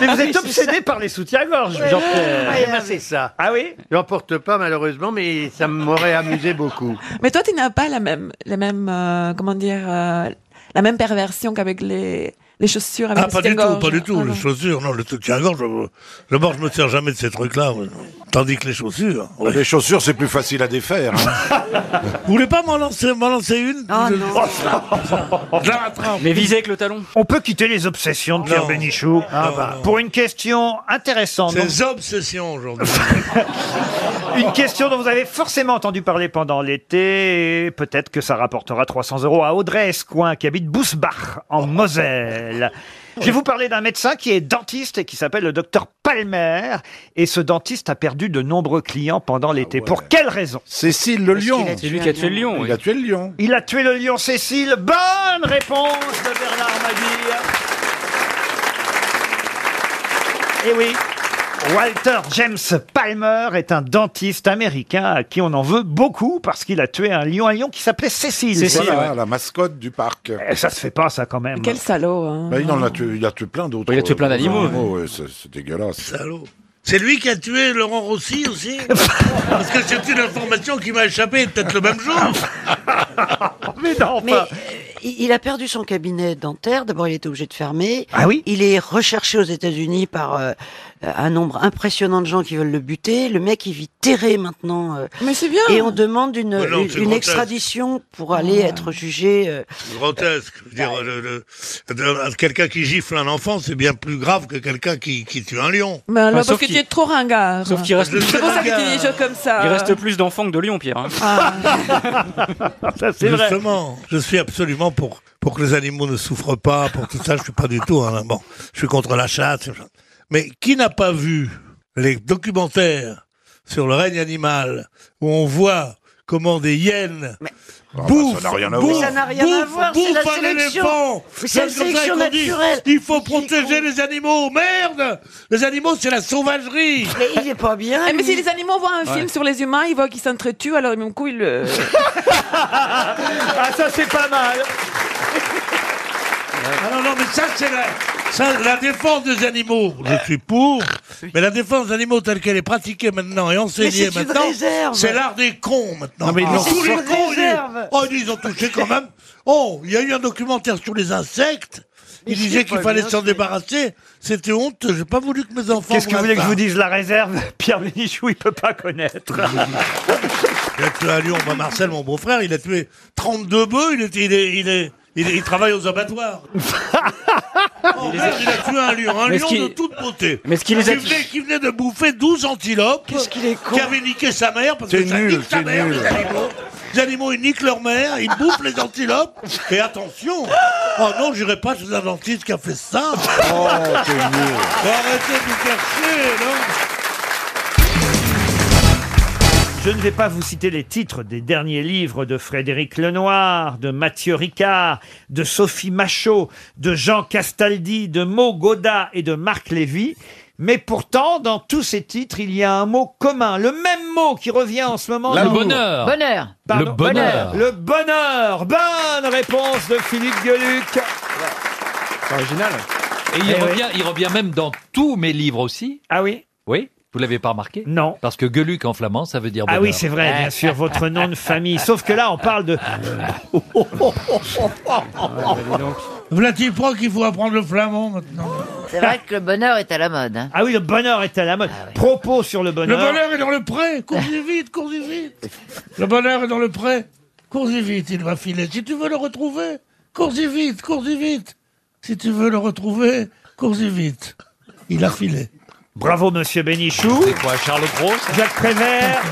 [SPEAKER 1] Mais vous êtes obsédé par les soutiens-gorge, Jean-Pierre.
[SPEAKER 14] c'est ça.
[SPEAKER 1] Ah oui
[SPEAKER 14] J'en porte pas malheureusement, mais ça m'aurait amusé beaucoup.
[SPEAKER 15] Mais toi, tu n'as pas la même, la même, euh, comment dire, euh, la même perversion qu'avec les, les chaussures. Avec
[SPEAKER 12] Ah,
[SPEAKER 15] le
[SPEAKER 12] pas du tout,
[SPEAKER 15] soutien-gorge.
[SPEAKER 12] pas du tout.
[SPEAKER 15] Ah,
[SPEAKER 12] les
[SPEAKER 15] non.
[SPEAKER 12] chaussures, non, le soutien-gorge, euh, d'abord, je me sers jamais de ces trucs-là. ouais. Tandis que les chaussures. ouais.
[SPEAKER 14] Oh, Les chaussures, c'est plus facile à défaire.
[SPEAKER 12] Vous voulez pas m'en lancer, m'en lancer une
[SPEAKER 14] Ah,
[SPEAKER 13] Oh non.
[SPEAKER 12] Je la rattrape.
[SPEAKER 8] Mais visez avec le talon.
[SPEAKER 1] On peut quitter les obsessions de Pierre
[SPEAKER 12] Non.
[SPEAKER 1] Bénichou
[SPEAKER 12] Ah, bah.
[SPEAKER 1] pour une question intéressante.
[SPEAKER 12] Ces obsessions aujourd'hui.
[SPEAKER 1] Une question dont vous avez forcément entendu parler pendant l'été, et peut-être que ça rapportera 300 euros à Audrey Escoing, qui habite Bousbach, en Moselle. Je vais vous parler d'un médecin qui est dentiste et qui s'appelle le docteur Palmer. Et ce dentiste a perdu de nombreux clients pendant l'été. Pour quelle raison
[SPEAKER 12] Ah Cécile Le Lion.
[SPEAKER 8] C'est lui qui a tué le lion. oui.
[SPEAKER 12] tué le lion.
[SPEAKER 1] Il a tué le lion Cécile. Bonne réponse de Bernard Mabille. Et Eh oui. Walter James Palmer est un dentiste américain à qui on en veut beaucoup parce qu'il a tué un lion, un lion qui s'appelait Cécile.
[SPEAKER 8] Cécile, ouais.
[SPEAKER 12] la mascotte du parc. Ben,
[SPEAKER 1] Eh, Ça se fait pas, ça, quand même.
[SPEAKER 15] Quel salaud. hein.
[SPEAKER 12] il en a tué, il a tué plein d'autres. Oh,
[SPEAKER 8] Il a tué plein d'animaux.
[SPEAKER 12] c'est dégueulasse. C'est lui qui a tué Laurent Rossi aussi Parce que c'est une information qui m'a échappé peut-être le même jour.
[SPEAKER 1] Mais non,
[SPEAKER 14] Mais
[SPEAKER 1] enfin.
[SPEAKER 14] euh, il il a perdu son cabinet dentaire. D'abord, il était obligé de fermer.
[SPEAKER 1] Ah oui
[SPEAKER 14] Il est recherché aux États-Unis par euh,
[SPEAKER 16] euh, un nombre impressionnant de gens qui veulent le buter. Le mec, il vit terré maintenant. euh,
[SPEAKER 15] Mais c'est bien.
[SPEAKER 16] Et on demande une,
[SPEAKER 12] Ouais, non,
[SPEAKER 16] une-
[SPEAKER 12] c'est
[SPEAKER 16] une
[SPEAKER 12] grotesque.
[SPEAKER 16] extradition pour aller
[SPEAKER 12] Oh.
[SPEAKER 16] être jugé. euh,
[SPEAKER 12] Grotesque. Je veux dire, le- le- de- quelqu'un qui gifle un enfant, c'est bien plus grave que quelqu'un qui, qui tue un lion.
[SPEAKER 15] Mais alors, Ben, parce que tu es trop ringard.
[SPEAKER 8] sauf qu'il reste-
[SPEAKER 15] C'est pour ça que tu dis des choses comme ça.
[SPEAKER 8] Il reste plus d'enfants que de lions, Pierre. hein.
[SPEAKER 17] Ah.
[SPEAKER 15] c'est vrai.
[SPEAKER 12] Justement, je suis absolument pour, pour que les animaux ne souffrent pas, pour tout ça, je suis pas du tout, hein, bon, je suis contre la chasse. Mais qui n'a pas vu les documentaires sur le règne animal, où on voit comment des hyènes bouffent,
[SPEAKER 6] Ah bah, ça n'a rien à
[SPEAKER 12] bouffent,
[SPEAKER 6] voir.
[SPEAKER 17] Ça n'a rien à
[SPEAKER 12] bouffent,
[SPEAKER 17] voir, c'est la
[SPEAKER 12] bouffent un
[SPEAKER 17] sélection.
[SPEAKER 12] éléphant.
[SPEAKER 17] Mais c'est la
[SPEAKER 12] Comme ça, ils
[SPEAKER 17] sélection
[SPEAKER 12] ont dit,
[SPEAKER 17] naturelle.
[SPEAKER 12] Il faut protéger les animaux, merde Les animaux, c'est la sauvagerie
[SPEAKER 17] Mais il est pas bien.
[SPEAKER 15] Eh, mais si les animaux voient un
[SPEAKER 12] Ouais.
[SPEAKER 15] film sur les humains, ils voient qu'ils s'entretuent, alors même coup, ils le.
[SPEAKER 1] ah, ça, c'est pas mal.
[SPEAKER 12] Ah non, non, mais ça, c'est la, ça, la défense des animaux. Je suis pour, mais la défense des animaux telle qu'elle est pratiquée maintenant et enseignée
[SPEAKER 17] c'est une
[SPEAKER 12] maintenant,
[SPEAKER 17] réserve.
[SPEAKER 12] c'est l'art des cons maintenant. Ah.
[SPEAKER 17] Non, mais ils l'ont
[SPEAKER 12] tous les
[SPEAKER 17] sur-
[SPEAKER 12] cons, ils-
[SPEAKER 17] réserve.
[SPEAKER 12] oh, ils ont touché quand même. Oh, il y a eu un documentaire sur les insectes.
[SPEAKER 17] Mais
[SPEAKER 12] Il
[SPEAKER 17] c'est
[SPEAKER 12] disait qu'il
[SPEAKER 17] pas
[SPEAKER 12] fallait
[SPEAKER 17] bien,
[SPEAKER 12] s'en
[SPEAKER 17] c'est-
[SPEAKER 12] débarrasser. C'était honteux. J'ai pas voulu que mes enfants.
[SPEAKER 1] Qu'est-ce que vous
[SPEAKER 12] voient
[SPEAKER 1] voulez que je
[SPEAKER 12] ça.
[SPEAKER 1] vous dise La réserve, Pierre Bénichou, il peut pas connaître.
[SPEAKER 12] Il a tué à Lyon, moi, Marcel, mon beau-frère, il a tué 32 bœufs, il, est, il, est, il, est, il, est- il travaille aux abattoirs. Oh, merde, il a tué un lion, un
[SPEAKER 8] Mais
[SPEAKER 12] lion
[SPEAKER 8] ce qui-
[SPEAKER 12] de toute beauté.
[SPEAKER 8] mais ce qui les a-
[SPEAKER 12] venait, qui venait de bouffer 12 antilopes, qui avait niqué sa mère, parce que
[SPEAKER 6] T'es
[SPEAKER 12] ça
[SPEAKER 6] nul,
[SPEAKER 12] nique sa
[SPEAKER 6] t'es
[SPEAKER 12] mère,
[SPEAKER 6] nul.
[SPEAKER 12] les animaux. Les animaux, ils niquent leur mère, ils bouffent les antilopes, et attention Oh non, j'irai pas chez un dentiste qui a fait ça
[SPEAKER 6] Oh, t'es nul.
[SPEAKER 12] Arrêtez de vous cacher, non
[SPEAKER 1] Je ne vais pas vous citer les titres des derniers livres de Frédéric Lenoir, de Mathieu Ricard, de Sophie Machaut, de Jean Castaldi, de Mo Goda et de Marc Lévy. Mais pourtant, dans tous ces titres, il y a un mot commun, le même mot qui revient en ce moment.
[SPEAKER 18] Le
[SPEAKER 1] dans-
[SPEAKER 18] bonheur. Bonheur.
[SPEAKER 1] Pardon,
[SPEAKER 18] Le bonheur.
[SPEAKER 1] Le bonheur. Bonne réponse de Philippe Gueluc.
[SPEAKER 18] C'est original. Et il,
[SPEAKER 1] Bah, Eh oui.
[SPEAKER 18] revient, il revient même dans tous mes livres aussi.
[SPEAKER 1] Ah oui
[SPEAKER 18] Oui Vous l'avez pas remarqué
[SPEAKER 1] Non.
[SPEAKER 18] Parce que Gueluc en flamand, ça veut dire
[SPEAKER 1] Ah
[SPEAKER 18] bonheur.
[SPEAKER 1] oui, c'est vrai, bien sûr, votre nom de famille. Sauf que là, on parle de... Ah, bah,
[SPEAKER 12] Vladi Pro qu'il faut apprendre le flamand maintenant.
[SPEAKER 11] C'est vrai que le bonheur est à la mode. hein.
[SPEAKER 1] Ah oui, le bonheur est à la mode. Propos sur le
[SPEAKER 12] Le
[SPEAKER 1] bonheur.
[SPEAKER 12] bonheur est dans le pré, cours-y vite, cours-y vite. Le bonheur est dans le pré, cours-y vite, il va filer. Si tu veux le retrouver, cours-y vite, cours-y vite. Si tu veux le retrouver, cours-y vite. Il a filé.
[SPEAKER 1] Bravo, monsieur Bénichou.
[SPEAKER 18] C'est quoi, Charles Gros
[SPEAKER 1] Jacques Prévert.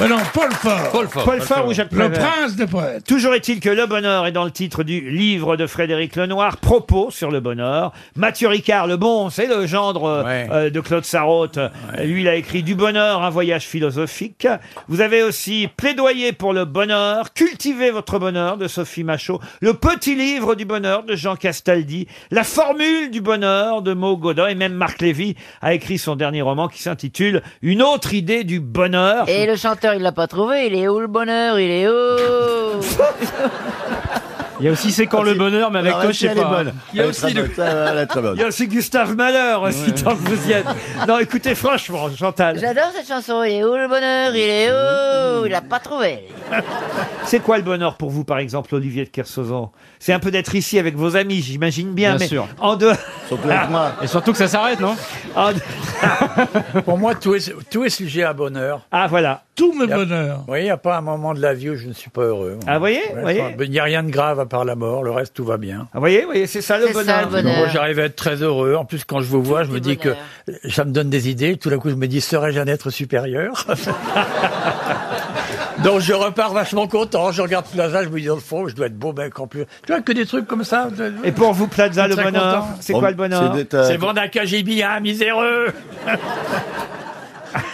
[SPEAKER 12] Mais non, Paul Fort.
[SPEAKER 18] Paul Fort.
[SPEAKER 1] Paul Fort ou Jacques
[SPEAKER 12] Le
[SPEAKER 1] Prévert
[SPEAKER 12] prince des poètes.
[SPEAKER 1] Toujours est-il que le bonheur est dans le titre du livre de Frédéric Lenoir, Propos sur le bonheur. Mathieu Ricard, le bon, c'est le gendre euh, euh, de Claude Sarraute. Lui, il a écrit Du bonheur, un voyage philosophique. Vous avez aussi Plaidoyer pour le bonheur, Cultiver votre bonheur de Sophie Machaut, Le petit livre du bonheur de Jean Castaldi, La formule du bonheur de Mo Godin et même Marc Lévy a écrit son dernier roman qui s'intitule Une autre idée du bonheur.
[SPEAKER 11] Et le chanteur, il l'a pas trouvé. Il est où le bonheur Il est où
[SPEAKER 1] Il y a aussi C'est quand le bonheur, mais avec
[SPEAKER 18] Ah,
[SPEAKER 1] toi,
[SPEAKER 18] Alors,
[SPEAKER 1] je sais
[SPEAKER 18] elle aussi, elle est
[SPEAKER 1] pas.
[SPEAKER 18] bonne.
[SPEAKER 1] Il y a
[SPEAKER 18] Elle est
[SPEAKER 1] aussi
[SPEAKER 18] très
[SPEAKER 1] le-
[SPEAKER 18] bonne. Ça, elle est très bonne.
[SPEAKER 1] Il y a aussi Gustave Malheur, si tant que vous y êtes. Non, écoutez, franchement, Chantal,
[SPEAKER 11] J'adore cette chanson. Il est où le bonheur Il est où Il l'a pas trouvé.
[SPEAKER 1] c'est quoi le bonheur pour vous, par exemple, Olivier de Kersauzon C'est un peu d'être ici avec vos amis, j'imagine bien,
[SPEAKER 18] Bien
[SPEAKER 1] mais
[SPEAKER 18] sûr.
[SPEAKER 1] en deux.
[SPEAKER 18] Surtout avec moi. Et surtout que ça s'arrête, non
[SPEAKER 9] Pour moi, tout est, tout est sujet à bonheur.
[SPEAKER 1] Ah, voilà.
[SPEAKER 12] Tout me
[SPEAKER 9] bonheur. Oui, il n'y a pas un moment de la vie où je ne suis pas heureux.
[SPEAKER 1] Ah, voyez,
[SPEAKER 9] Ouais,
[SPEAKER 1] voyez. Ah,
[SPEAKER 9] enfin, Il n'y a rien de grave à part la mort, le reste, tout va bien.
[SPEAKER 1] Vous voyez, voyez, c'est ça le bonheur.
[SPEAKER 9] Moi, j'arrive à être très heureux. En plus, quand je vous vois, je me dis que ça me donne des idées. Tout d'un coup, je me dis, serais-je un être supérieur Donc, je repars vachement content. Je regarde Plaza, je me dis, dans le fond, je dois être beau mec en plus. Tu vois, que des trucs comme ça.
[SPEAKER 1] Et pour vous, Plaza, le bonheur, c'est quoi le bonheur
[SPEAKER 9] C'est vendre un KGB à un miséreux.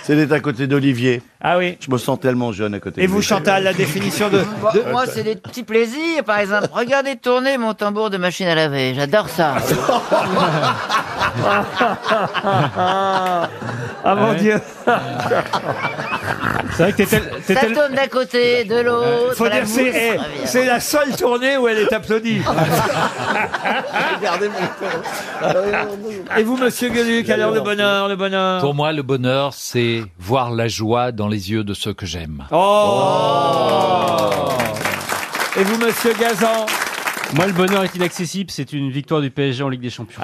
[SPEAKER 2] C'est d'être à côté d'Olivier.
[SPEAKER 1] Ah oui.
[SPEAKER 2] Je me sens tellement jeune à côté.
[SPEAKER 1] Et
[SPEAKER 2] de
[SPEAKER 1] vous,
[SPEAKER 2] lui.
[SPEAKER 1] Chantal, la définition de.
[SPEAKER 11] Moi- Moi, c'est des petits plaisirs. Par exemple, regardez tourner mon tambour de machine à laver. J'adore ça.
[SPEAKER 1] ah mon Dieu
[SPEAKER 18] C'est vrai que t'es tel- t'es
[SPEAKER 11] Ça
[SPEAKER 18] tel-
[SPEAKER 11] tourne d'un côté, de l'autre.
[SPEAKER 1] Faut
[SPEAKER 11] la
[SPEAKER 1] dire, c'est,
[SPEAKER 11] mousse
[SPEAKER 1] eh,
[SPEAKER 11] revient.
[SPEAKER 1] c'est la seule tournée où elle est applaudie.
[SPEAKER 6] Regardez mon
[SPEAKER 1] Et vous, monsieur Gueluc, alors le bonheur, le bonheur
[SPEAKER 18] Pour moi, le bonheur, c'est voir la joie dans les yeux de ceux que j'aime.
[SPEAKER 8] Oh.
[SPEAKER 1] Et vous, monsieur Gazan
[SPEAKER 8] Ah. Moi, le bonheur est inaccessible, c'est une victoire du PSG en Ligue des Champions.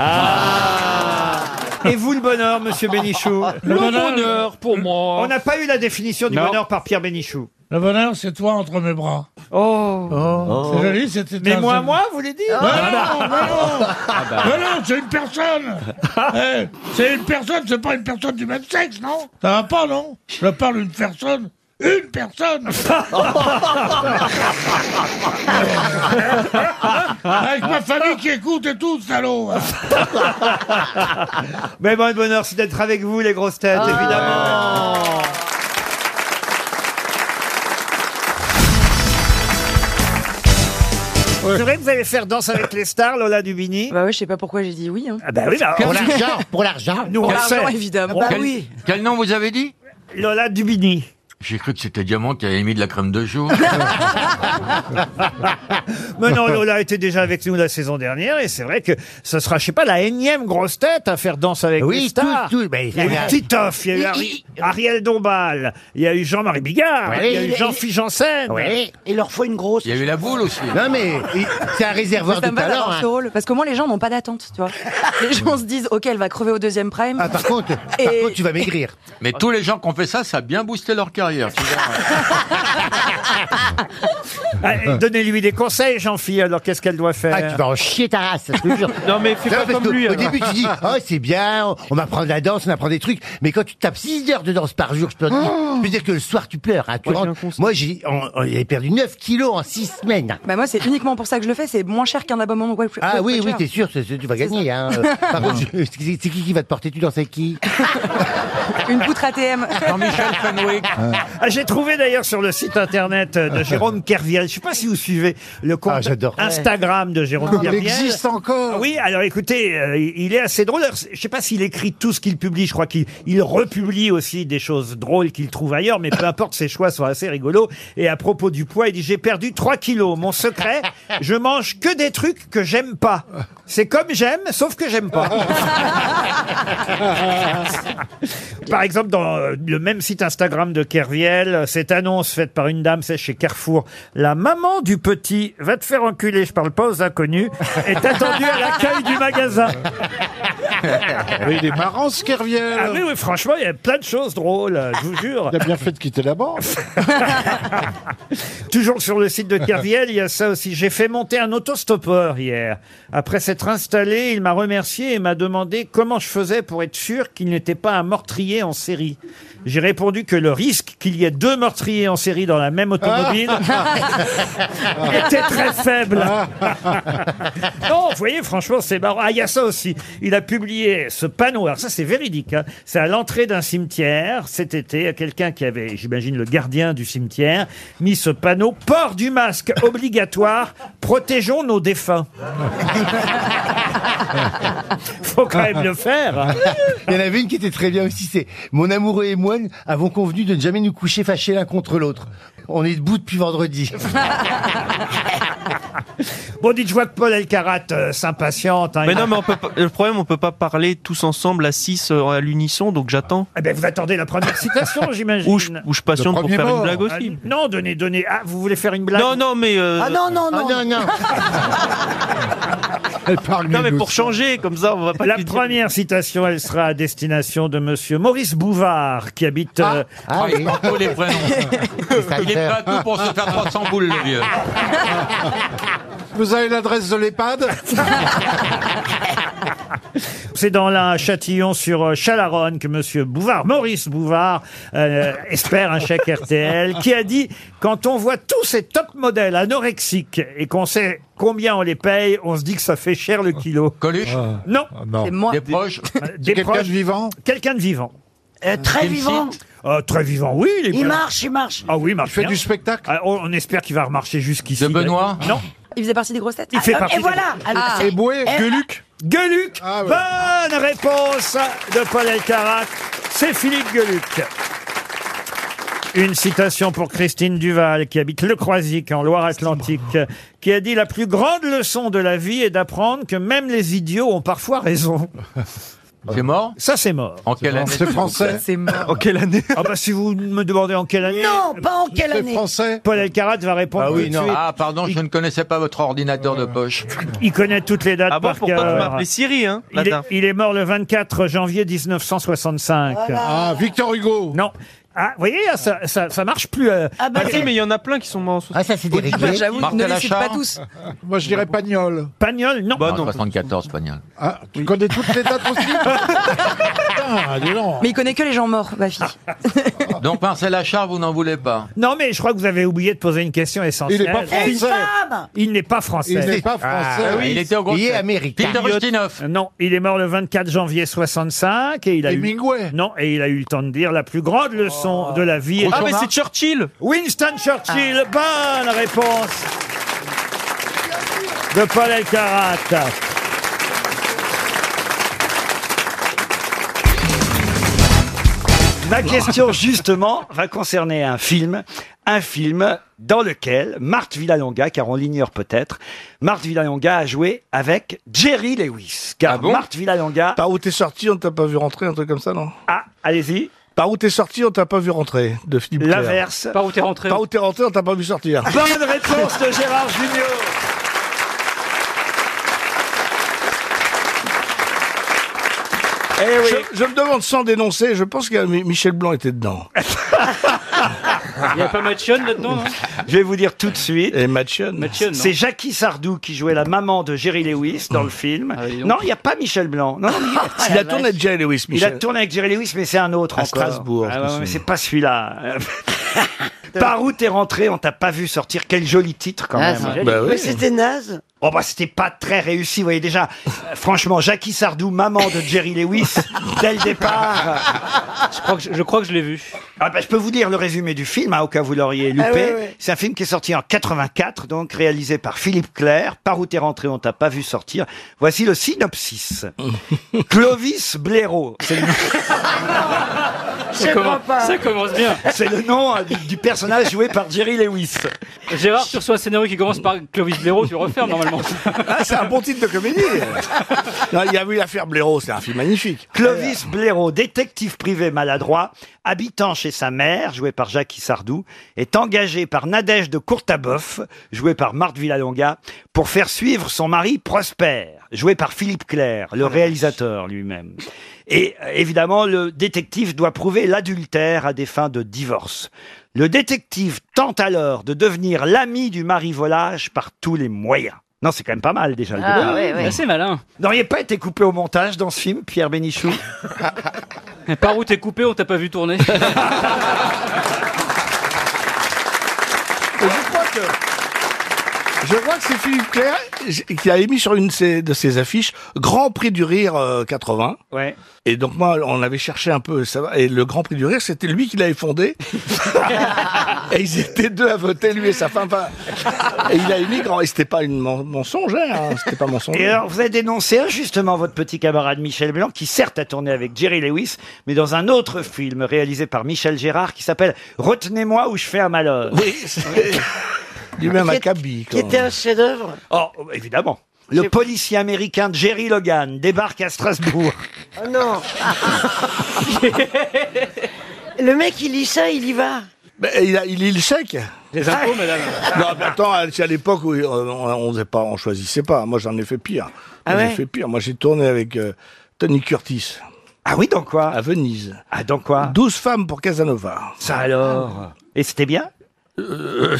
[SPEAKER 1] Et vous, le bonheur, monsieur Bénichou
[SPEAKER 19] Le bonheur,
[SPEAKER 1] pour moi. On n'a pas eu la définition du
[SPEAKER 19] Non.
[SPEAKER 1] bonheur par Pierre Bénichou.
[SPEAKER 19] Le bonheur, c'est toi entre mes bras.
[SPEAKER 1] Oh,
[SPEAKER 19] C'est joli, c'était
[SPEAKER 1] Mais
[SPEAKER 19] un-
[SPEAKER 1] moi, à moi, vous voulez dire
[SPEAKER 19] Ah, non, mais non
[SPEAKER 1] bah.
[SPEAKER 19] Mais non, c'est une personne Eh, C'est une personne, c'est pas une personne du même sexe, non Ça va pas, non Je parle d'une personne. Une personne Avec ma famille qui écoute et tout, salaud hein.
[SPEAKER 1] Mais bon, le bonheur, c'est d'être avec vous, les grosses têtes, évidemment. C'est vrai que vous allez faire danse avec les stars, Lola Dubini
[SPEAKER 15] Bah ouais, je sais pas pourquoi j'ai dit oui. hein.
[SPEAKER 1] Ah bah oui, bah, on-
[SPEAKER 5] pour l'argent.
[SPEAKER 1] Nous, on
[SPEAKER 15] Pour
[SPEAKER 1] le
[SPEAKER 15] l'argent,
[SPEAKER 1] sait. Ah
[SPEAKER 15] évidemment. Bah
[SPEAKER 17] quel,
[SPEAKER 15] oui.
[SPEAKER 17] Quel nom vous avez dit
[SPEAKER 1] Lola Dubini.
[SPEAKER 17] J'ai cru que c'était Diamant qui avait mis de la crème de jour.
[SPEAKER 5] Ah,
[SPEAKER 1] Mais non, Lola était déjà avec nous la saison dernière et c'est vrai que ce sera, je sais pas, la énième grosse tête à faire danse avec
[SPEAKER 5] Oui,
[SPEAKER 1] les stars.
[SPEAKER 5] tout, tout, mais-
[SPEAKER 1] il y a eu Titoff, il y a eu
[SPEAKER 5] Il-
[SPEAKER 1] Ari- Ariel Dombal, il y a eu Jean-Marie Bigard,
[SPEAKER 5] Ouais.
[SPEAKER 1] il y a
[SPEAKER 5] Il-
[SPEAKER 1] eu Jean-Philippe Janssen.
[SPEAKER 5] Ouais. Il leur faut une grosse.
[SPEAKER 17] Il y a eu la boule aussi.
[SPEAKER 5] Non, mais il- c'est un réservoir
[SPEAKER 15] Ça
[SPEAKER 5] de
[SPEAKER 15] me va
[SPEAKER 5] talent.
[SPEAKER 15] d'avoir
[SPEAKER 5] hein.
[SPEAKER 15] ce rôle, parce que moi les gens n'ont pas d'attente, tu vois. Les gens se disent, ok, elle va crever au deuxième prime.
[SPEAKER 5] Ah, par contre,
[SPEAKER 15] Et-
[SPEAKER 5] par contre, tu vas maigrir.
[SPEAKER 17] Mais tous les gens qui ont fait ça, ça a bien boosté leur carrière. tu vois.
[SPEAKER 1] Ah, Donnez-lui des conseils, Jean-Philippe, alors qu'est-ce qu'elle doit faire
[SPEAKER 5] Ah, tu vas en chier ta race, ça, je te jure.
[SPEAKER 1] Non, mais fais pas
[SPEAKER 5] parce
[SPEAKER 1] comme
[SPEAKER 5] que
[SPEAKER 1] lui,
[SPEAKER 5] Au
[SPEAKER 1] alors.
[SPEAKER 5] début, tu dis, oh, c'est bien, on- on m'apprend de la danse, on apprend des trucs. Mais quand tu tapes 6 heures de danse par jour, je peux, te dire,
[SPEAKER 1] Oh.
[SPEAKER 5] je peux dire que le soir, tu pleures. hein, tu
[SPEAKER 15] Ouais, j'ai
[SPEAKER 5] rentres.
[SPEAKER 15] un constat.
[SPEAKER 5] Moi, j'ai en- en- j'avais perdu 9 kilos en 6 semaines.
[SPEAKER 15] Bah moi c'est uniquement pour ça que je le fais, c'est moins cher qu'un abonnement de Watch-
[SPEAKER 5] Ah oui,
[SPEAKER 15] Watcher.
[SPEAKER 5] oui, t'es sûr, c'est- c'est- tu vas gagner. Hein. Euh, Par contre, je- c'est c'est qui qui va te porter Tu danses avec qui
[SPEAKER 15] Une poutre ATM.
[SPEAKER 1] Jean-Michel Fenwick. Ah, J'ai trouvé d'ailleurs sur le site internet de Jérôme Kerviel, je sais pas si vous suivez le compte
[SPEAKER 5] Ah, j'adore.
[SPEAKER 1] Instagram de Jérôme
[SPEAKER 5] Non, il
[SPEAKER 1] Kerviel.
[SPEAKER 5] existe
[SPEAKER 1] encore. Oui, alors écoutez, euh, il- il est assez drôle. Alors, Je sais pas s'il écrit tout ce qu'il publie, je crois qu'il il republie aussi des choses drôles qu'il trouve ailleurs, mais peu importe, ses choix sont assez rigolos. Et à propos du poids, il dit « J'ai perdu 3 kilos. Mon secret, je mange que des trucs que j'aime pas. C'est comme j'aime, sauf que j'aime pas. » Par exemple, dans euh, le même site Instagram de Kerviel, euh, cette annonce faite par une dame, c'est chez Carrefour. La maman du petit va te faire enculer, je parle pas aux inconnus, est attendue à l'accueil du magasin.
[SPEAKER 20] Ah Oui, il est marrant, ce Kerviel.
[SPEAKER 1] Ah oui, oui, franchement, il y a plein de choses drôles, euh, je vous jure.
[SPEAKER 20] Il a bien fait de quitter la banque.
[SPEAKER 1] Toujours sur le site de Kerviel, il y a ça aussi. J'ai fait monter un autostoppeur hier. Après s'être installé, il m'a remercié et m'a demandé comment je faisais pour être sûr qu'il n'était pas un meurtrier en série. J'ai répondu que le risque qu'il y ait deux meurtriers en série dans la même automobile était très faible. non, vous voyez, franchement, c'est marrant. Ah, il y a ça aussi. Il a publié ce panneau. Alors ça, c'est véridique. hein. C'est à l'entrée d'un cimetière cet été. Il y a Quelqu'un qui avait, j'imagine, le gardien du cimetière, mis ce panneau. Port du masque obligatoire. Protégeons nos défunts. Faut quand même le faire.
[SPEAKER 5] Il y en avait une qui était très bien aussi, c'est mon amoureux et moi avons convenu de ne jamais nous coucher fâchés l'un contre l'autre. On est debout depuis vendredi.
[SPEAKER 1] Bon, dites, je vois que Paul Elkarat euh, s'impatiente. hein.
[SPEAKER 21] Mais non, mais on peut pas- le problème, on peut pas parler tous ensemble à 6 à l'unisson, donc j'attends.
[SPEAKER 1] Eh ben, vous attendez la première citation, j'imagine.
[SPEAKER 21] Ou je- ou je patiente Le pour premier faire une mort. blague aussi.
[SPEAKER 1] Ah, non, donnez, donnez. Ah, vous voulez faire une blague
[SPEAKER 21] Non, non, mais. euh,
[SPEAKER 5] non, non, non.
[SPEAKER 21] Non, mais pour changer, comme ça, on va pas.
[SPEAKER 1] La
[SPEAKER 21] lui dire.
[SPEAKER 1] première citation, elle sera à destination de monsieur Maurice Bouvard, qui habite. euh,
[SPEAKER 17] Ah, il prend tous les prénoms. Il est prêt à tout pour se faire 300 boules, le vieux.
[SPEAKER 20] Vous avez l'adresse de l'EHPAD
[SPEAKER 1] C'est dans la Châtillon sur euh, Chalaronne que monsieur Bouvard, Maurice Bouvard, euh, espère un chèque RTL, qui a dit quand on voit tous ces top modèles anorexiques et qu'on sait combien on les paye, on se dit que ça fait cher le kilo.
[SPEAKER 17] Coluche
[SPEAKER 1] Non. Euh,
[SPEAKER 20] non. C'est moi. Des proches C'est quelqu'un de vivant
[SPEAKER 1] Quelqu'un de vivant.
[SPEAKER 2] Euh, très
[SPEAKER 1] Kim
[SPEAKER 2] vivant.
[SPEAKER 1] Sit Euh, très vivant, oui. est
[SPEAKER 2] Il
[SPEAKER 1] bien.
[SPEAKER 2] marche, il marche.
[SPEAKER 1] Ah oui, il marche.
[SPEAKER 20] Il fait
[SPEAKER 1] bien.
[SPEAKER 20] du spectacle
[SPEAKER 1] Ah, on, on espère qu'il va remarcher jusqu'ici.
[SPEAKER 17] De Benoît
[SPEAKER 1] Non.
[SPEAKER 15] Il faisait partie des grosses têtes.
[SPEAKER 1] Il fait partie
[SPEAKER 15] Et
[SPEAKER 1] des-
[SPEAKER 15] voilà.
[SPEAKER 1] Ah.
[SPEAKER 15] c'est-
[SPEAKER 1] Gueluc Gueluc Bonne réponse de Paul Elkarat. C'est Philippe Gueluc. Une citation pour Christine Duval, qui habite Le Croisic, en Loire-Atlantique, qui a dit « La plus grande leçon de la vie est d'apprendre que même les idiots ont parfois raison. »
[SPEAKER 6] C'est mort Ça, c'est mort. En
[SPEAKER 10] quelle année C'est français C'est mort.
[SPEAKER 6] En quelle année Ah bah si vous me demandez en quelle année
[SPEAKER 10] Non, pas en quelle C'est année.
[SPEAKER 6] français Paul Elkarat va répondre
[SPEAKER 10] Ah
[SPEAKER 6] tout
[SPEAKER 10] oui,
[SPEAKER 6] de
[SPEAKER 10] non.
[SPEAKER 6] suite.
[SPEAKER 10] Ah, pardon, je ne connaissais pas votre ordinateur de poche.
[SPEAKER 6] Il connaît toutes les dates
[SPEAKER 10] Ah bon,
[SPEAKER 6] par
[SPEAKER 10] pourquoi tu
[SPEAKER 6] cœur.
[SPEAKER 10] m'as appelé
[SPEAKER 22] Siri, hein,
[SPEAKER 6] il est,
[SPEAKER 10] Latin.
[SPEAKER 6] il est mort le 24 janvier 1965. Ah, Victor Hugo Non. Ah, vous voyez, ah, ça, ça, ça marche plus. euh,
[SPEAKER 22] Ah, bah,
[SPEAKER 6] parce-
[SPEAKER 22] si, mais il y en a plein qui sont morts en 60.
[SPEAKER 6] Ah, ça, c'est des
[SPEAKER 22] Ah, bah,
[SPEAKER 6] réglés.
[SPEAKER 22] j'avoue,
[SPEAKER 6] Martel
[SPEAKER 22] ne les cite
[SPEAKER 6] Achard.
[SPEAKER 22] pas tous.
[SPEAKER 17] Moi, je dirais Pagnol.
[SPEAKER 6] Pagnol, non.
[SPEAKER 1] Ah,
[SPEAKER 17] Bah,
[SPEAKER 10] En 74, espagnol.
[SPEAKER 17] Ah, tu connais toutes les dates aussi Putain, dis donc.
[SPEAKER 23] Mais il connaît que les gens morts, ma fille.
[SPEAKER 10] Donc, Marcel Achard, vous n'en voulez pas
[SPEAKER 6] Non, mais je crois que vous avez oublié de poser une question essentielle.
[SPEAKER 10] Il
[SPEAKER 1] Ah,
[SPEAKER 10] n'est pas français. Une femme
[SPEAKER 6] Il n'est pas français.
[SPEAKER 10] Il n'est pas français. Ah oui, il était au Grand Il est Chef. américain. Peter Ustinov.
[SPEAKER 6] Non, il est mort le 24 janvier 65 et il a eu Non, et il a eu le temps de dire la plus grande leçon
[SPEAKER 10] Oh.
[SPEAKER 6] de la vie.
[SPEAKER 22] Ah, mais c'est Churchill
[SPEAKER 6] Winston Churchill.
[SPEAKER 10] Ah.
[SPEAKER 6] Bonne réponse de Paul Elkarat.
[SPEAKER 1] Ma question, justement, va concerner un film. Un film dans lequel Marthe Villalonga, car on l'ignore peut-être, Marthe Villalonga a joué avec Jerry Lewis.
[SPEAKER 10] Ah
[SPEAKER 1] Car Marthe Villalonga...
[SPEAKER 12] Par où t'es sorti, on t'a pas vu rentrer, un truc comme ça, non
[SPEAKER 1] Ah, allez-y.
[SPEAKER 12] Par où t'es sorti, on t'a pas vu rentrer, de Philippe Clair.
[SPEAKER 1] L'inverse. Par où t'es rentré,
[SPEAKER 12] Par où t'es rentré, on t'a pas vu sortir.
[SPEAKER 1] Bonne réponse de Gérard Junior.
[SPEAKER 12] je, je me demande sans dénoncer, je pense que Mi- Michel Blanc était dedans.
[SPEAKER 1] Il n'y a pas Matchion là-dedans Je vais vous dire tout de suite.
[SPEAKER 12] Et Matchion.
[SPEAKER 1] non. C'est Jackie Sardou qui jouait la maman de Jerry Lewis dans le film. non, il n'y a pas Michel Blanc. Non, non, mais-
[SPEAKER 12] Il a tourné avec Jerry Lewis,
[SPEAKER 1] Ah, Il a
[SPEAKER 12] Michel.
[SPEAKER 1] tourné avec Jerry Lewis, mais c'est un autre
[SPEAKER 12] À
[SPEAKER 1] encore.
[SPEAKER 12] Strasbourg,
[SPEAKER 1] Ah
[SPEAKER 12] je me
[SPEAKER 1] ouais,
[SPEAKER 12] souviens.
[SPEAKER 1] mais c'est pas celui-là. Par où t'es rentré On t'a pas vu sortir. Quel joli titre quand
[SPEAKER 12] Ah,
[SPEAKER 1] même.
[SPEAKER 12] c'est joli. Bah oui. Mais c'était
[SPEAKER 1] naze. Oh bah c'était pas très réussi, vous voyez déjà. euh, Franchement, Jackie Sardou, maman de Jerry Lewis, dès le départ. Je crois que je, crois que je l'ai vu. Ah bah, je peux vous dire le résumé du film, hein, au cas où vous l'auriez loupé.
[SPEAKER 16] Ah ouais, ouais.
[SPEAKER 1] C'est un film qui est sorti en 84, donc réalisé par Philippe Clair. Par où t'es rentré, on t'a pas vu sortir. Voici le synopsis. Clovis Blaireau. C'est le...
[SPEAKER 16] Je Ça commence- crois pas. ça
[SPEAKER 1] commence bien. C'est le nom euh, du, du personnage joué par Jerry Lewis.
[SPEAKER 8] Gérard, tu reçois un scénario qui commence par Clovis Blaireau, tu le refermes normalement.
[SPEAKER 12] Ah, c'est un bon titre de comédie. Non, il y a eu l'affaire Blaireau, c'est un film magnifique.
[SPEAKER 1] Clovis Blaireau, détective privé maladroit, habitant chez sa mère, joué par Jackie Sardou, est engagé par Nadège de Courtaboff, joué par Marthe Villalonga, pour faire suivre son mari Prosper, joué par Philippe Clair,
[SPEAKER 12] Ah,
[SPEAKER 1] le réalisateur lui-même. Et euh, évidemment, le détective doit prouver l'adultère à des fins de divorce. Le détective tente alors de devenir l'ami du mari volage par tous les moyens. Non, c'est quand même pas mal déjà. le
[SPEAKER 8] Ah,
[SPEAKER 1] début.
[SPEAKER 8] ouais, ouais. Mais c'est malin.
[SPEAKER 1] N'auriez pas été coupé au montage dans ce film, Pierre Bénichou
[SPEAKER 8] Par où t'es coupé, on t'a pas vu tourner.
[SPEAKER 12] Et je crois que. Je crois que c'est Philippe Clair qui avait mis sur une de ses- de ses affiches Grand Prix du Rire euh, 80.
[SPEAKER 1] Ouais.
[SPEAKER 12] Et donc moi, on avait cherché un peu, ça va. Et le Grand Prix du Rire, c'était lui qui l'avait fondé. et ils étaient deux à voter, lui et sa femme. Enfin, et il avait mis Grand. Et c'était pas une men- mensonge, hein, C'était pas mensonge.
[SPEAKER 1] Et euh, alors, vous avez dénoncé injustement votre petit camarade Michel Blanc, qui certes a tourné avec Jerry Lewis, mais dans un autre film réalisé par Michel Gérard qui s'appelle Retenez-moi ou je fais un malheur.
[SPEAKER 12] Oui, du même acabit.
[SPEAKER 1] Qui était un chef-d'œuvre Oh, évidemment. Le policier américain Jerry Logan débarque à Strasbourg.
[SPEAKER 16] Oh non Le mec, il lit ça, il y va.
[SPEAKER 12] Ben, il, a- il lit le chèque.
[SPEAKER 8] Les impôts, madame.
[SPEAKER 12] Non, mais attends, c'est à l'époque où euh, on, on, faisait pas, on choisissait pas. Moi, j'en ai fait pire.
[SPEAKER 1] Ah
[SPEAKER 12] Moi,
[SPEAKER 1] ouais
[SPEAKER 12] J'ai fait pire. Moi, j'ai tourné avec euh, Tony Curtis.
[SPEAKER 1] Ah oui, dans quoi
[SPEAKER 12] À Venise.
[SPEAKER 1] Ah, dans quoi
[SPEAKER 12] 12 femmes pour Casanova.
[SPEAKER 1] Ça alors Et c'était bien
[SPEAKER 12] Euh.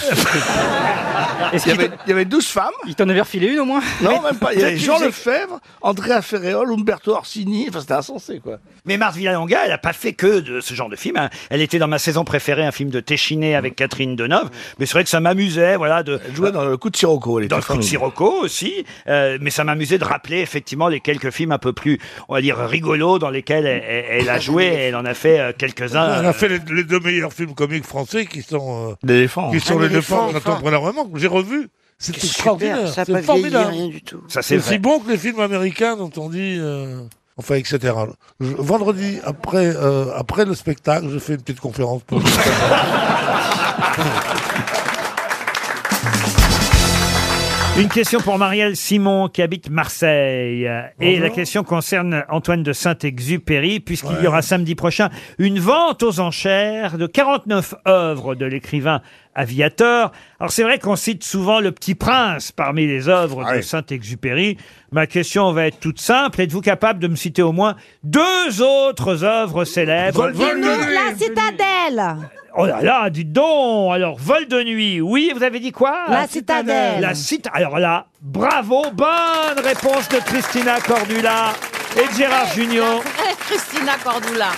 [SPEAKER 12] il, y avait, il y avait 12 femmes.
[SPEAKER 8] Il t'en avait refilé une au moins
[SPEAKER 12] Non, même pas. Il y avait
[SPEAKER 1] Mais-
[SPEAKER 12] Jean Lefebvre, Andrea Ferréol, Umberto Orsini. Enfin, c'était insensé, quoi.
[SPEAKER 1] Mais Marthe Villalonga, elle n'a pas fait que de ce genre de film. hein. Elle était dans ma saison préférée, un film de Téchiné avec Catherine Deneuve. Mais c'est vrai que ça m'amusait, voilà, de. Elle
[SPEAKER 12] jouait dans le coup de Sirocco. Elle
[SPEAKER 1] dans le coup de Sirocco aussi. Euh, mais ça m'amusait de rappeler effectivement les quelques films un peu plus, on va dire, rigolos dans lesquels elle, elle- elle a joué. et Elle en a fait euh, quelques-uns.
[SPEAKER 24] On a fait les, les deux meilleurs films comiques français qui sont, euh,
[SPEAKER 12] L'éléphant.
[SPEAKER 24] qui sont
[SPEAKER 12] Ah,
[SPEAKER 24] les deux
[SPEAKER 12] l'éléphant,
[SPEAKER 24] femmes
[SPEAKER 12] enfin.
[SPEAKER 24] contemporain roman que j'ai revu. C'est extraordinaire.
[SPEAKER 16] ça a
[SPEAKER 24] C'est
[SPEAKER 16] pas
[SPEAKER 24] formidable.
[SPEAKER 16] vieilli, rien du tout.
[SPEAKER 1] Ça,
[SPEAKER 24] c'est
[SPEAKER 1] c'est
[SPEAKER 24] aussi
[SPEAKER 1] vrai.
[SPEAKER 24] bon que les films américains dont on dit. euh, Enfin, etc. Je- vendredi, après, euh, après le spectacle, je fais une petite conférence pour.
[SPEAKER 1] Une question pour Marielle Simon qui habite Marseille. Et la question concerne Antoine de Saint-Exupéry puisqu'il y aura samedi prochain une vente aux enchères de 49 œuvres de l'écrivain aviateur. Alors c'est vrai qu'on cite souvent Le Petit Prince parmi les œuvres de Saint-Exupéry. Ma question va être toute simple. Êtes-vous capable de me citer au moins deux autres œuvres célèbres
[SPEAKER 13] la citadelle.
[SPEAKER 1] Oh là là, dites donc Alors, vol de nuit, oui, vous avez dit quoi
[SPEAKER 13] La citadelle.
[SPEAKER 1] La citadelle. Alors là, bravo, bonne réponse de Christina Cordula et de Gérard Junior.
[SPEAKER 9] Christina Cordula.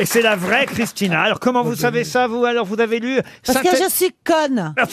[SPEAKER 1] Et c'est la vraie Christina. Alors, comment vous savez ça, vous Alors, vous avez lu
[SPEAKER 13] Parce que
[SPEAKER 1] Saint-
[SPEAKER 13] je suis conne.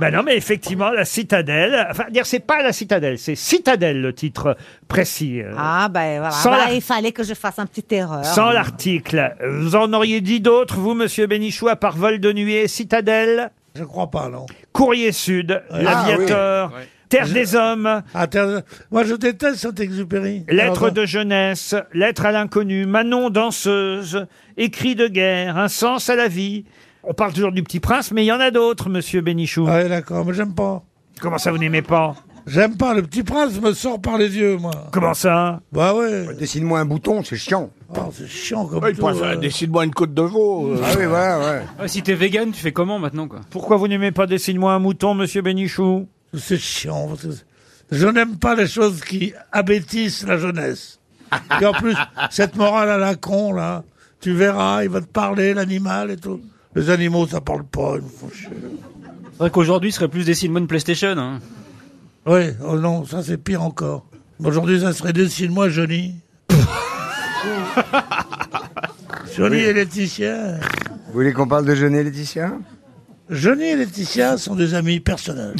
[SPEAKER 1] Ben non, mais effectivement, la citadelle... Enfin, dire, c'est pas la citadelle, c'est citadelle, le titre précis. euh,
[SPEAKER 13] Ah ben voilà,
[SPEAKER 1] Sans
[SPEAKER 13] Bah,
[SPEAKER 1] la-
[SPEAKER 13] il fallait que je fasse un petit erreur.
[SPEAKER 1] Sans l'article. Vous en auriez dit d'autres, vous, monsieur Bénichou, à part vol de nuit et citadelle Je crois
[SPEAKER 12] Ah,
[SPEAKER 1] pas, non. Courrier Sud,
[SPEAKER 12] Ouais.
[SPEAKER 1] l'aviateur,
[SPEAKER 12] Ah, oui. Ouais.
[SPEAKER 1] Terre
[SPEAKER 12] Je- Ah,
[SPEAKER 1] des Hommes.
[SPEAKER 12] Moi, je déteste Saint-Exupéry.
[SPEAKER 1] Lettre
[SPEAKER 12] Alors,
[SPEAKER 1] de jeunesse, lettre à l'inconnu, Manon danseuse, écrit de guerre, un sens à la vie. On parle toujours du petit prince, mais il y en a d'autres, monsieur Bénichou.
[SPEAKER 12] Ah,
[SPEAKER 1] Oui, d'accord, mais j'aime pas. Comment ça, vous n'aimez pas
[SPEAKER 12] J'aime pas, le petit prince me sort par les yeux, moi.
[SPEAKER 1] Comment ça hein
[SPEAKER 12] Bah ouais.
[SPEAKER 10] Dessine-moi un bouton, c'est chiant.
[SPEAKER 12] Oh, c'est chiant comme
[SPEAKER 10] Ouais, Ah, il
[SPEAKER 12] tout, euh,
[SPEAKER 10] pourrait faire-
[SPEAKER 12] Décide-moi une côte de veau.
[SPEAKER 10] Ah oui, voilà, ouais.
[SPEAKER 8] Ouais, si t'es vegan, tu fais comment maintenant quoi
[SPEAKER 1] Pourquoi vous n'aimez pas Dessine-moi un mouton, monsieur Bénichou
[SPEAKER 12] C'est chiant. parce que Je n'aime pas les choses qui abêtissent la jeunesse. Et en plus, cette morale à la con, là, tu verras, il va te parler, l'animal et tout. Les animaux, ça parle pas, ils me font chier.
[SPEAKER 8] C'est vrai qu'aujourd'hui, ce serait plus des Simon PlayStation. hein.
[SPEAKER 12] Oui, oh non, ça c'est pire encore. Aujourd'hui, ça serait dessine-moi Johnny. Johnny
[SPEAKER 10] Oui.
[SPEAKER 12] et Laetitia.
[SPEAKER 10] Vous voulez qu'on parle de Jeunet Laetitia
[SPEAKER 12] Johnny et Laetitia sont des amis personnels.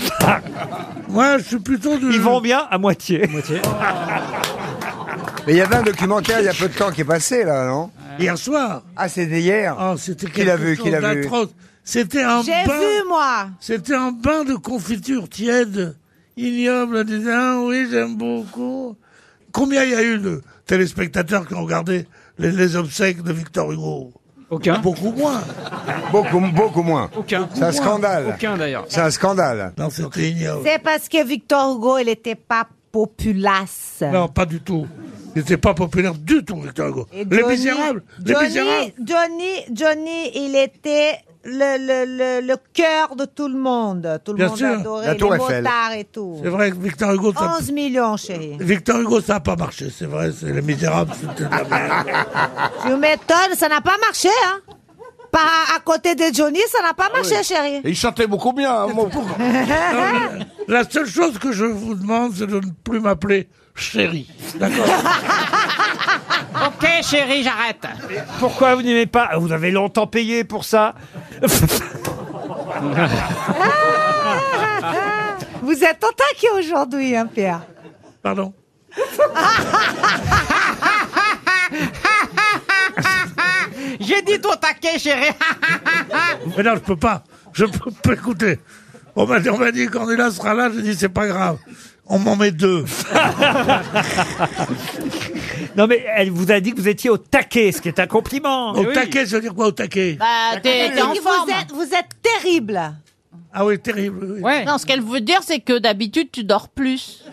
[SPEAKER 12] Moi, je suis plutôt du.
[SPEAKER 1] Ils vont bien à moitié.
[SPEAKER 10] Mais il y avait un documentaire il y a peu de temps qui est passé, là, non
[SPEAKER 12] Hier soir.
[SPEAKER 10] Ah, c'était hier.
[SPEAKER 1] Oh,
[SPEAKER 12] Ah, c'était
[SPEAKER 10] Qui l'a
[SPEAKER 12] quelque
[SPEAKER 10] vu,
[SPEAKER 12] chose
[SPEAKER 10] qui l'a vu
[SPEAKER 12] d'atroce. C'était un
[SPEAKER 13] J'ai
[SPEAKER 12] bain.
[SPEAKER 13] vu moi.
[SPEAKER 12] C'était un bain de confiture tiède, ignoble, en disant Ah oui, j'aime beaucoup. Combien il y a eu de téléspectateurs qui ont regardé les, les obsèques de Victor Hugo
[SPEAKER 8] Aucun.
[SPEAKER 12] Beaucoup moins.
[SPEAKER 10] beaucoup, beaucoup moins.
[SPEAKER 8] Aucun.
[SPEAKER 10] C'est un scandale.
[SPEAKER 8] Aucun d'ailleurs.
[SPEAKER 10] C'est un scandale.
[SPEAKER 12] Non, c'était ignoble.
[SPEAKER 13] C'est parce que Victor Hugo, il n'était pas populace.
[SPEAKER 12] Non, pas du tout. Il n'était pas populaire du tout, Victor Hugo.
[SPEAKER 13] Et
[SPEAKER 12] les
[SPEAKER 13] Johnny-
[SPEAKER 12] misérables.
[SPEAKER 13] Johnny-
[SPEAKER 12] les misérables.
[SPEAKER 13] Johnny, Johnny, il était le, le, le, le cœur de tout le monde. Tout le
[SPEAKER 12] Bien
[SPEAKER 13] monde
[SPEAKER 12] sûr.
[SPEAKER 13] adorait
[SPEAKER 12] La
[SPEAKER 13] les
[SPEAKER 12] Tour Eiffel.
[SPEAKER 13] motards et tout.
[SPEAKER 12] C'est vrai que Victor Hugo, ça,
[SPEAKER 13] 11 millions, chérie.
[SPEAKER 12] Victor Hugo, ça n'a pas marché, c'est vrai. c'est- Les misérables, c'était de la merde.
[SPEAKER 13] Tu m'étonnes, ça n'a pas marché, hein Pas à côté de Johnny, ça n'a
[SPEAKER 12] Ah
[SPEAKER 13] pas marché, chérie.
[SPEAKER 12] il chantait beaucoup bien. hein, La seule chose que je vous demande, c'est de ne plus m'appeler chérie. D'accord
[SPEAKER 9] Ok, chérie, j'arrête.
[SPEAKER 1] Pourquoi vous n'aimez pas Ah, Vous avez longtemps payé pour ça
[SPEAKER 13] Vous êtes au taquet aujourd'hui, hein, Pierre Ah,
[SPEAKER 12] Pardon
[SPEAKER 9] J'ai dit ton taquet, chérie.
[SPEAKER 12] Mais non, je peux pas. Je peux pas écouter. On m'a dit, on m'a dit Cornelia sera là, j'ai dit c'est pas grave. On m'en met deux.
[SPEAKER 1] Non, mais elle vous a dit que vous étiez au taquet, ce qui est un compliment.
[SPEAKER 12] Au taquet, ça veut dire quoi au taquet
[SPEAKER 9] Bah, t'es t'es en forme.
[SPEAKER 13] vous, êtes, vous êtes terrible.
[SPEAKER 12] Ah oui, terrible. oui, oui.
[SPEAKER 9] Non, ce qu'elle veut dire, c'est que d'habitude, tu dors plus.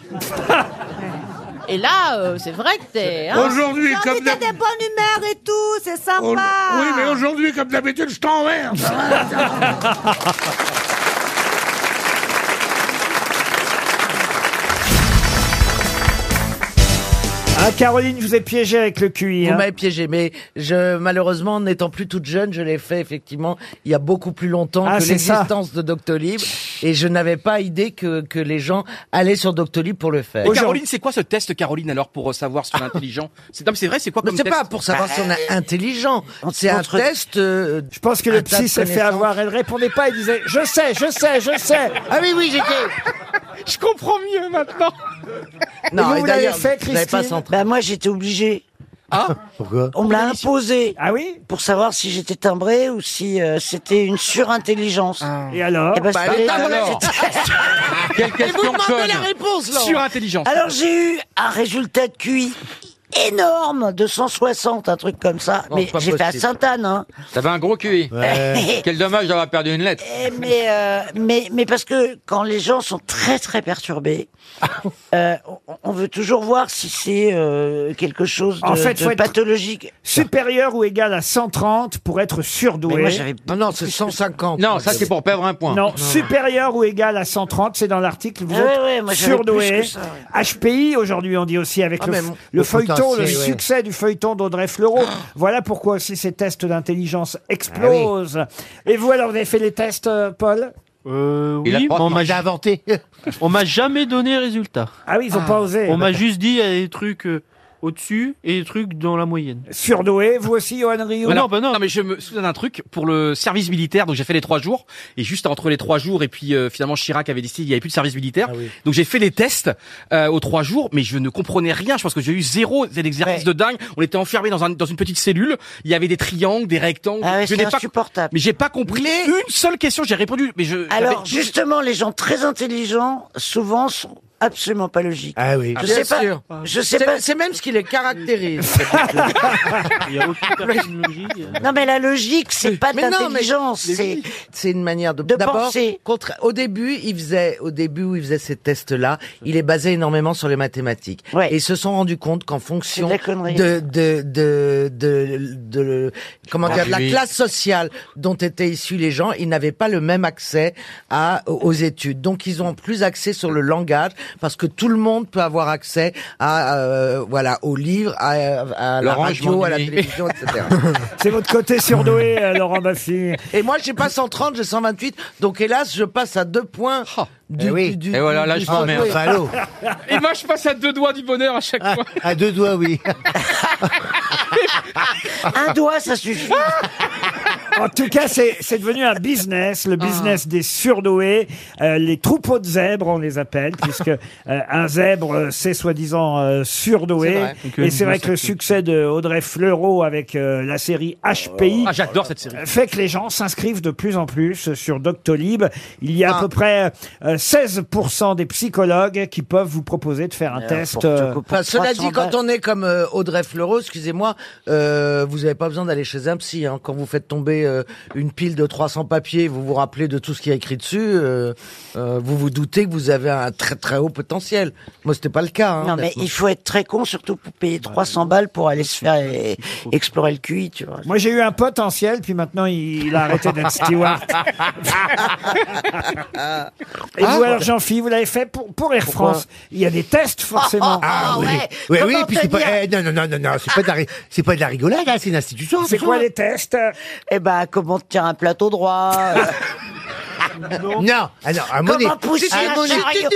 [SPEAKER 9] Et là, euh, c'est vrai que t'es...
[SPEAKER 13] oh,
[SPEAKER 9] hein.
[SPEAKER 12] Aujourd'hui,
[SPEAKER 13] Johnny,
[SPEAKER 12] comme
[SPEAKER 13] t'as
[SPEAKER 12] d'hab-
[SPEAKER 13] des bonnes humeurs et tout, c'est sympa.
[SPEAKER 12] Au- Oui, mais aujourd'hui, comme d'habitude, je t'emmerde. ça va, ça va.
[SPEAKER 1] Ah, Caroline, je vous ai piégé avec le QI.
[SPEAKER 25] Vous
[SPEAKER 1] hein.
[SPEAKER 25] m'avez piégé, mais je, malheureusement, n'étant plus toute jeune, je l'ai fait effectivement il y a beaucoup plus longtemps
[SPEAKER 1] Ah,
[SPEAKER 25] que
[SPEAKER 1] c'est ça.
[SPEAKER 25] l'existence de Doctolib, et je n'avais pas idée que, que les gens allaient sur Doctolib pour le faire.
[SPEAKER 22] Et Caroline, c'est quoi ce test, Caroline, alors, pour euh, savoir si on est intelligent C'est non, mais c'est vrai, c'est quoi
[SPEAKER 25] Ah. Mais
[SPEAKER 22] comme
[SPEAKER 25] c'est
[SPEAKER 22] test Bah,
[SPEAKER 25] pas pour savoir si on est intelligent, c'est un
[SPEAKER 22] entre-
[SPEAKER 25] test. euh,
[SPEAKER 1] je pense que le psy s'est fait avoir. Elle répondait pas, elle disait Je sais, je sais, je sais.
[SPEAKER 25] Ah oui, oui, j'étais.
[SPEAKER 10] Je comprends mieux maintenant.
[SPEAKER 25] Non, Et vous, et vous l'avez d'ailleurs, fait, vous n'avez pas Christine centré.
[SPEAKER 16] Ben,
[SPEAKER 2] Bah, moi, j'étais obligé. Ah
[SPEAKER 25] Pourquoi
[SPEAKER 2] On me l'a imposé.
[SPEAKER 1] Ah oui
[SPEAKER 2] Pour savoir si j'étais timbré ou si euh, c'était une surintelligence.
[SPEAKER 1] Et alors
[SPEAKER 2] Eh ben,
[SPEAKER 22] Bah,
[SPEAKER 2] je l'ai-
[SPEAKER 22] alors Quelle
[SPEAKER 2] Et vous
[SPEAKER 22] question
[SPEAKER 2] demandez
[SPEAKER 22] conne
[SPEAKER 2] la réponse, Laurent.
[SPEAKER 22] Sur intelligence.
[SPEAKER 2] Alors j'ai eu un résultat de QI
[SPEAKER 16] énorme de 160, un truc comme ça.
[SPEAKER 22] Non,
[SPEAKER 16] mais
[SPEAKER 22] c'est pas
[SPEAKER 16] j'étais à
[SPEAKER 22] possible.
[SPEAKER 16] Sainte-Anne, hein.
[SPEAKER 22] T'avais un gros QI.
[SPEAKER 16] Ouais.
[SPEAKER 22] Quel dommage d'avoir perdu une lettre.
[SPEAKER 16] Eh, mais, euh, mais, mais parce que quand les gens sont très très perturbés, euh, on, on veut toujours voir si c'est euh, quelque chose de,
[SPEAKER 1] En fait,
[SPEAKER 16] de
[SPEAKER 1] faut être
[SPEAKER 16] pathologique.
[SPEAKER 1] Supérieur ou égal à 130 pour être surdoué.
[SPEAKER 16] Mais moi, j'avais-
[SPEAKER 1] non, non, c'est 150.
[SPEAKER 22] Non, ça, c'est pour perdre un point.
[SPEAKER 1] Non,
[SPEAKER 22] Non.
[SPEAKER 1] supérieur ou égal à 130, c'est dans l'article. Vous
[SPEAKER 16] Ah ouais,
[SPEAKER 1] êtes
[SPEAKER 16] ouais, moi, j'avais plus
[SPEAKER 1] surdoué.
[SPEAKER 16] que ça,
[SPEAKER 1] HPI, aujourd'hui, on dit aussi avec
[SPEAKER 16] Ah,
[SPEAKER 1] le,
[SPEAKER 16] mais
[SPEAKER 1] f-
[SPEAKER 16] mon-
[SPEAKER 1] le
[SPEAKER 16] le
[SPEAKER 1] feuilleton,
[SPEAKER 16] potentiel,
[SPEAKER 1] le
[SPEAKER 16] ouais.
[SPEAKER 1] succès du feuilleton d'Audrey Fleurot. voilà pourquoi aussi ces tests
[SPEAKER 16] Ah
[SPEAKER 1] d'intelligence explosent. Et vous, alors, vous avez fait les tests, euh, Paul
[SPEAKER 21] Il a Euh, oui, trois mais on m'a marches.
[SPEAKER 1] inventé.
[SPEAKER 21] On m'a jamais donné résultat.
[SPEAKER 1] Ah oui, ils ont pas osé.
[SPEAKER 21] On m'a juste dit il y a des trucs euh, au-dessus et des trucs dans la moyenne.
[SPEAKER 1] Surdoué, vous aussi, Johan Rioux
[SPEAKER 22] non,
[SPEAKER 25] bah
[SPEAKER 22] non. mais je me souviens d'un truc pour le service militaire. Donc j'ai fait les trois jours et juste entre les trois jours et puis euh, finalement Chirac avait décidé il n'y avait plus de service
[SPEAKER 25] Ah
[SPEAKER 22] militaire. Donc j'ai fait les tests euh, aux trois jours, mais je ne comprenais rien. Je pense que j'ai eu zéro C'est l'exercice de dingue. On était enfermés dans, un, dans une petite cellule. Il y avait des triangles, des rectangles.
[SPEAKER 25] Ah
[SPEAKER 22] je n'ai pas Mais j'ai pas compris une seule question. J'ai répondu, mais je.
[SPEAKER 16] Alors
[SPEAKER 22] j'avais-
[SPEAKER 16] justement, les gens très intelligents, souvent, sont absolument pas logiques. Ah oui, je
[SPEAKER 25] Bien
[SPEAKER 16] sais pas.
[SPEAKER 25] sûr.
[SPEAKER 16] Je sais
[SPEAKER 25] C'est-
[SPEAKER 16] pas.
[SPEAKER 25] C'est même ce qui les caractérise.
[SPEAKER 16] Non, mais la logique, c'est pas de
[SPEAKER 25] Mais non, mais-
[SPEAKER 16] l'intelligence,
[SPEAKER 25] mais
[SPEAKER 16] c'est
[SPEAKER 25] oui, c'est une manière de,
[SPEAKER 16] de
[SPEAKER 25] d'abord,
[SPEAKER 16] penser.
[SPEAKER 25] contra- au début, il faisait au début où il faisait ces tests là, il est basé énormément sur les mathématiques. Et ils se sont rendus compte qu'en fonction
[SPEAKER 16] C'est de la connerie.
[SPEAKER 25] de de de de, de- comment
[SPEAKER 22] Bah,
[SPEAKER 16] Ah,
[SPEAKER 25] dire de la
[SPEAKER 16] oui.
[SPEAKER 25] classe sociale dont étaient issus les gens, ils n'avaient pas le même accès à aux études. Donc ils ont plus accès sur le langage parce que tout le monde peut avoir accès à euh, voilà aux livres, à, à la
[SPEAKER 1] Laurent, je
[SPEAKER 25] radio, à la
[SPEAKER 1] m'ennuie.
[SPEAKER 25] télévision, etc.
[SPEAKER 1] C'est votre côté surdoué, euh, Laurent Baffy.
[SPEAKER 25] Et moi, j'ai pas 130, j'ai 128. Donc hélas, je passe à deux points du, du, du-
[SPEAKER 22] Oh. Eh Et voilà, là,
[SPEAKER 25] du-
[SPEAKER 22] je
[SPEAKER 25] du-
[SPEAKER 22] m'emmerde.
[SPEAKER 25] oui.
[SPEAKER 22] Enfin, allô. Et moi, je passe à deux doigts du bonheur à chaque
[SPEAKER 25] Ah.
[SPEAKER 22] fois.
[SPEAKER 25] À deux doigts, oui.
[SPEAKER 16] Un doigt, ça suffit.
[SPEAKER 1] En tout cas, c'est c'est devenu un business, le business des surdoués, Euh, les troupeaux de zèbres, on les appelle, puisque euh, un zèbre, euh, c'est soi-disant euh, surdoué.
[SPEAKER 22] C'est vrai. Donc, euh,
[SPEAKER 1] Et c'est vrai que le
[SPEAKER 22] ça-
[SPEAKER 1] succès de Audrey Fleurot avec euh, la série HPI
[SPEAKER 22] Ah, j'adore cette série.
[SPEAKER 1] euh, fait que les gens s'inscrivent de plus en plus sur Doctolib. Il y a à peu près euh, 16% des psychologues qui peuvent vous proposer de faire un test. euh,
[SPEAKER 25] Enfin, cela dit, quand on est comme euh, Audrey Fleurot, excusez-moi, euh, vous n'avez pas besoin d'aller chez un psy. hein. Quand vous faites tomber euh, une pile de 300 papiers, vous vous rappelez de tout ce qui est écrit dessus, euh, euh, vous vous doutez que vous avez un très très haut potentiel. Moi, c'était pas le cas. hein,
[SPEAKER 16] Non, mais
[SPEAKER 25] honnêtement.
[SPEAKER 16] il faut être très con, surtout pour payer 300 balles pour aller se faire eh, explorer le QI, tu vois.
[SPEAKER 1] Moi, j'ai eu un potentiel, puis maintenant, il, il a arrêté d'être steward. Et
[SPEAKER 17] Ah,
[SPEAKER 1] vous, alors, Jean-Philippe, vous l'avez fait pour, pour Air
[SPEAKER 25] Pourquoi
[SPEAKER 1] France. Il y a des tests, forcément.
[SPEAKER 25] Ah oui, oui, oui, puis c'est pas, eh, non, non, non, non, non, c'est pas de la, ri- c'est pas de la rigolade, hein, c'est une institution.
[SPEAKER 16] C'est quoi les
[SPEAKER 1] tests
[SPEAKER 16] Eh ben, comment tenir un plateau droit euh,
[SPEAKER 25] Non, non, ah non, à mon
[SPEAKER 16] Comment
[SPEAKER 25] é-
[SPEAKER 16] pousser
[SPEAKER 25] à
[SPEAKER 16] un
[SPEAKER 25] mon é-
[SPEAKER 16] chariot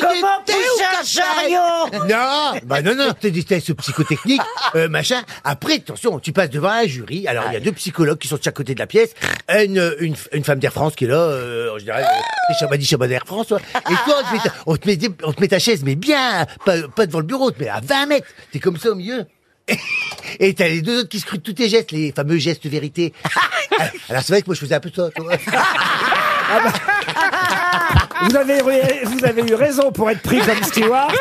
[SPEAKER 16] Comment pousser un chariot
[SPEAKER 25] Non, bah non, non, c'est des tests psychotechniques, euh, machin. Après, attention, tu passes devant un jury. Alors, il y a deux psychologues qui sont de chaque côté de la pièce. Une, une, une femme d'Air France qui est là, euh, en général, euh, les chabadis chabas d'Air France. ouais. Et toi, on te, met ta, on, te met, des- on te met ta chaise, mais bien, pas, pas devant le bureau, on te met à 20 mètres. T'es comme ça au milieu. Et t'as les deux autres qui scrutent tous tes gestes, les fameux gestes vérité. Alors, c'est vrai que moi, je faisais un peu ça. tu vois.
[SPEAKER 1] Vous avez, eu- vous avez eu raison pour être pris comme steward.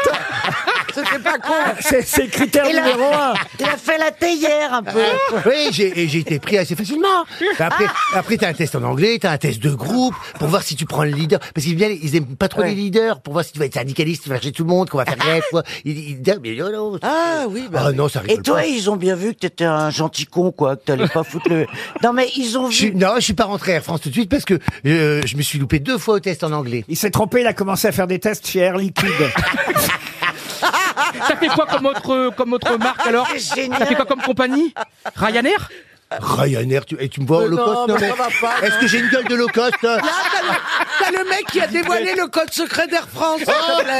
[SPEAKER 16] C'était pas con.
[SPEAKER 5] Ah.
[SPEAKER 1] C'est- c'est le critère numéro un.
[SPEAKER 16] Il a fait la théière un peu.
[SPEAKER 25] oui, j'ai et j'ai été pris assez facilement. Après,
[SPEAKER 16] Ah.
[SPEAKER 25] après t'as un test en anglais, t'as un test de groupe pour voir si tu prends le leader. Parce qu'ils viennent, ils aiment pas trop les leaders pour voir si tu vas être syndicaliste, tu vas chez tout le monde, qu'on va faire grève, quoi. Ils, ils disent, mais non, non. Ah oui, ah non, ça
[SPEAKER 16] bah Et
[SPEAKER 25] rigole
[SPEAKER 16] toi,
[SPEAKER 25] pas.
[SPEAKER 16] ils ont bien vu que t'étais un gentil con, quoi, que t'allais pas foutre le. Non, mais ils ont
[SPEAKER 25] Je suis-
[SPEAKER 16] vu.
[SPEAKER 25] non, je suis pas rentré à Air France tout de suite parce que euh, je me suis loupé deux fois au test en anglais.
[SPEAKER 1] Il s'est trompé, il a commencé à faire des tests chez Air Liquide.
[SPEAKER 22] Ça fait quoi comme autre, comme autre marque alors
[SPEAKER 25] C'est
[SPEAKER 22] Ça fait quoi comme compagnie Ryanair
[SPEAKER 25] Ryanair, tu,
[SPEAKER 5] eh,
[SPEAKER 25] et tu me vois au
[SPEAKER 22] Mais
[SPEAKER 25] low cost
[SPEAKER 22] non, mais ça va pas,
[SPEAKER 25] Est-ce
[SPEAKER 22] non.
[SPEAKER 25] que j'ai une gueule de low cost
[SPEAKER 5] hein
[SPEAKER 25] euh Là, t'as le, t'as le mec qui a dévoilé le code secret d'Air France. Oh,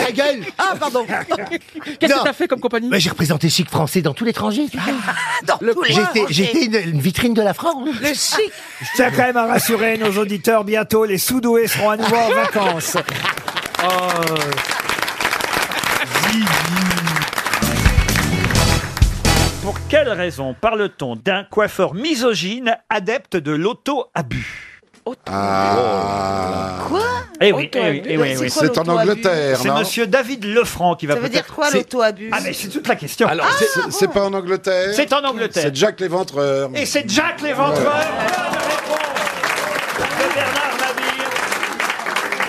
[SPEAKER 25] ta gueule Ah, pardon.
[SPEAKER 22] Qu'est-ce que
[SPEAKER 25] Non.
[SPEAKER 22] t'as fait comme compagnie
[SPEAKER 25] Mais j'ai représenté chic français dans tout l'étranger. tu sais.
[SPEAKER 22] Le-
[SPEAKER 25] J'étais- J'étais une, une vitrine de la France. Le chic.
[SPEAKER 1] Je tiens quand même à rassurer nos auditeurs. Bientôt, les sous-doués seront à nouveau en vacances.
[SPEAKER 11] Pour quelle raison parle-t-on d'un coiffeur misogyne adepte de l'auto-abus
[SPEAKER 1] Quoi Eh oui, eh oui, eh oui, eh oui.
[SPEAKER 17] Ah. C'est en Angleterre,
[SPEAKER 1] C'est
[SPEAKER 17] non
[SPEAKER 1] monsieur David Lefranc qui va
[SPEAKER 17] Ça veut dire
[SPEAKER 1] peut-être-
[SPEAKER 17] quoi,
[SPEAKER 1] c'est-
[SPEAKER 17] l'auto-abus ah,
[SPEAKER 1] Ah mais c'est toute la question.
[SPEAKER 17] Alors, c'est- c'est- c'est pas en Angleterre
[SPEAKER 1] C'est en Angleterre.
[SPEAKER 17] C'est Jack l'éventreur.
[SPEAKER 1] Et c'est Jack l'éventreur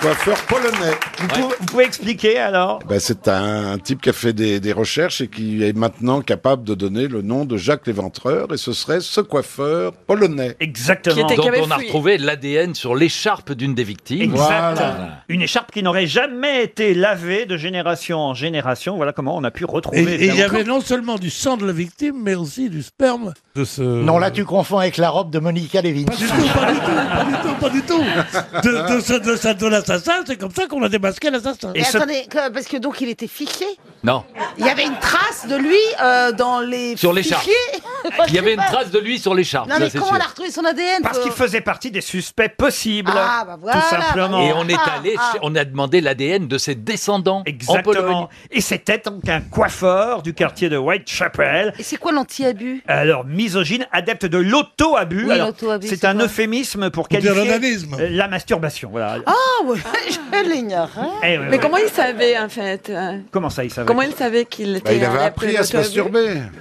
[SPEAKER 17] Coiffeur polonais.
[SPEAKER 1] Vous, pouvez, vous pouvez expliquer alors
[SPEAKER 17] Ben, c'est un, un type qui a fait des, des recherches et qui est maintenant capable de donner le nom de Jacques l'éventreur, et ce serait ce coiffeur polonais.
[SPEAKER 1] Exactement.
[SPEAKER 18] dont on a retrouvé l'ADN sur l'écharpe d'une des victimes.
[SPEAKER 1] Exact. Une écharpe qui n'aurait jamais été lavée de génération en génération. Voilà comment on a pu retrouver.
[SPEAKER 12] Et, et il y
[SPEAKER 1] évidemment.
[SPEAKER 12] avait non seulement du sang de la victime, mais aussi du sperme de ce.
[SPEAKER 26] Non, là, tu confonds avec la robe de Monica Levin.
[SPEAKER 12] Pas du tout, pas du tout, pas du tout, pas du tout. De, de, ce- de, ce- de l'assassin, c'est comme ça qu'on a démasqué l'assassin.
[SPEAKER 13] Mais attendez, que- parce que donc il était fiché.
[SPEAKER 18] Non.
[SPEAKER 13] Il y avait une trace de lui euh, dans les
[SPEAKER 18] Sur l'écharpe.
[SPEAKER 13] fichiers.
[SPEAKER 18] Il y avait une trace de lui sur l'écharpe.
[SPEAKER 13] Non
[SPEAKER 18] ça,
[SPEAKER 13] mais
[SPEAKER 18] c'est
[SPEAKER 13] comment
[SPEAKER 18] sûr.
[SPEAKER 13] on a retrouvé son ADN
[SPEAKER 1] Parce
[SPEAKER 13] faut-
[SPEAKER 1] qu'il faisait partie des suspects possibles.
[SPEAKER 13] Ah, bah voilà, Ah,
[SPEAKER 1] tout simplement.
[SPEAKER 18] Et on est allé, chez- on a demandé l'ADN de ses descendants en Pologne.
[SPEAKER 1] Exactement. Et c'était donc un coiffeur du quartier de Whitechapel.
[SPEAKER 13] Et c'est quoi l'anti-abus
[SPEAKER 1] Alors, misogyne, adepte de l'auto-abus.
[SPEAKER 13] Oui,
[SPEAKER 1] Alors,
[SPEAKER 13] l'auto-abus,
[SPEAKER 1] c'est
[SPEAKER 13] c'est
[SPEAKER 1] un
[SPEAKER 13] quoi
[SPEAKER 1] euphémisme pour
[SPEAKER 12] dire
[SPEAKER 1] qualifier
[SPEAKER 12] l'onanisme.
[SPEAKER 1] euh, la masturbation. Voilà.
[SPEAKER 13] Ah ouais, je l'ignorais.
[SPEAKER 1] Eh oui,
[SPEAKER 15] Mais
[SPEAKER 1] oui.
[SPEAKER 15] comment il savait, en fait euh,
[SPEAKER 1] Comment ça, il savait
[SPEAKER 15] Comment il savait qu'il
[SPEAKER 13] Bah,
[SPEAKER 15] était.
[SPEAKER 17] Bah, il avait
[SPEAKER 15] adepte
[SPEAKER 17] appris à se
[SPEAKER 15] d'auto-abus
[SPEAKER 17] masturber.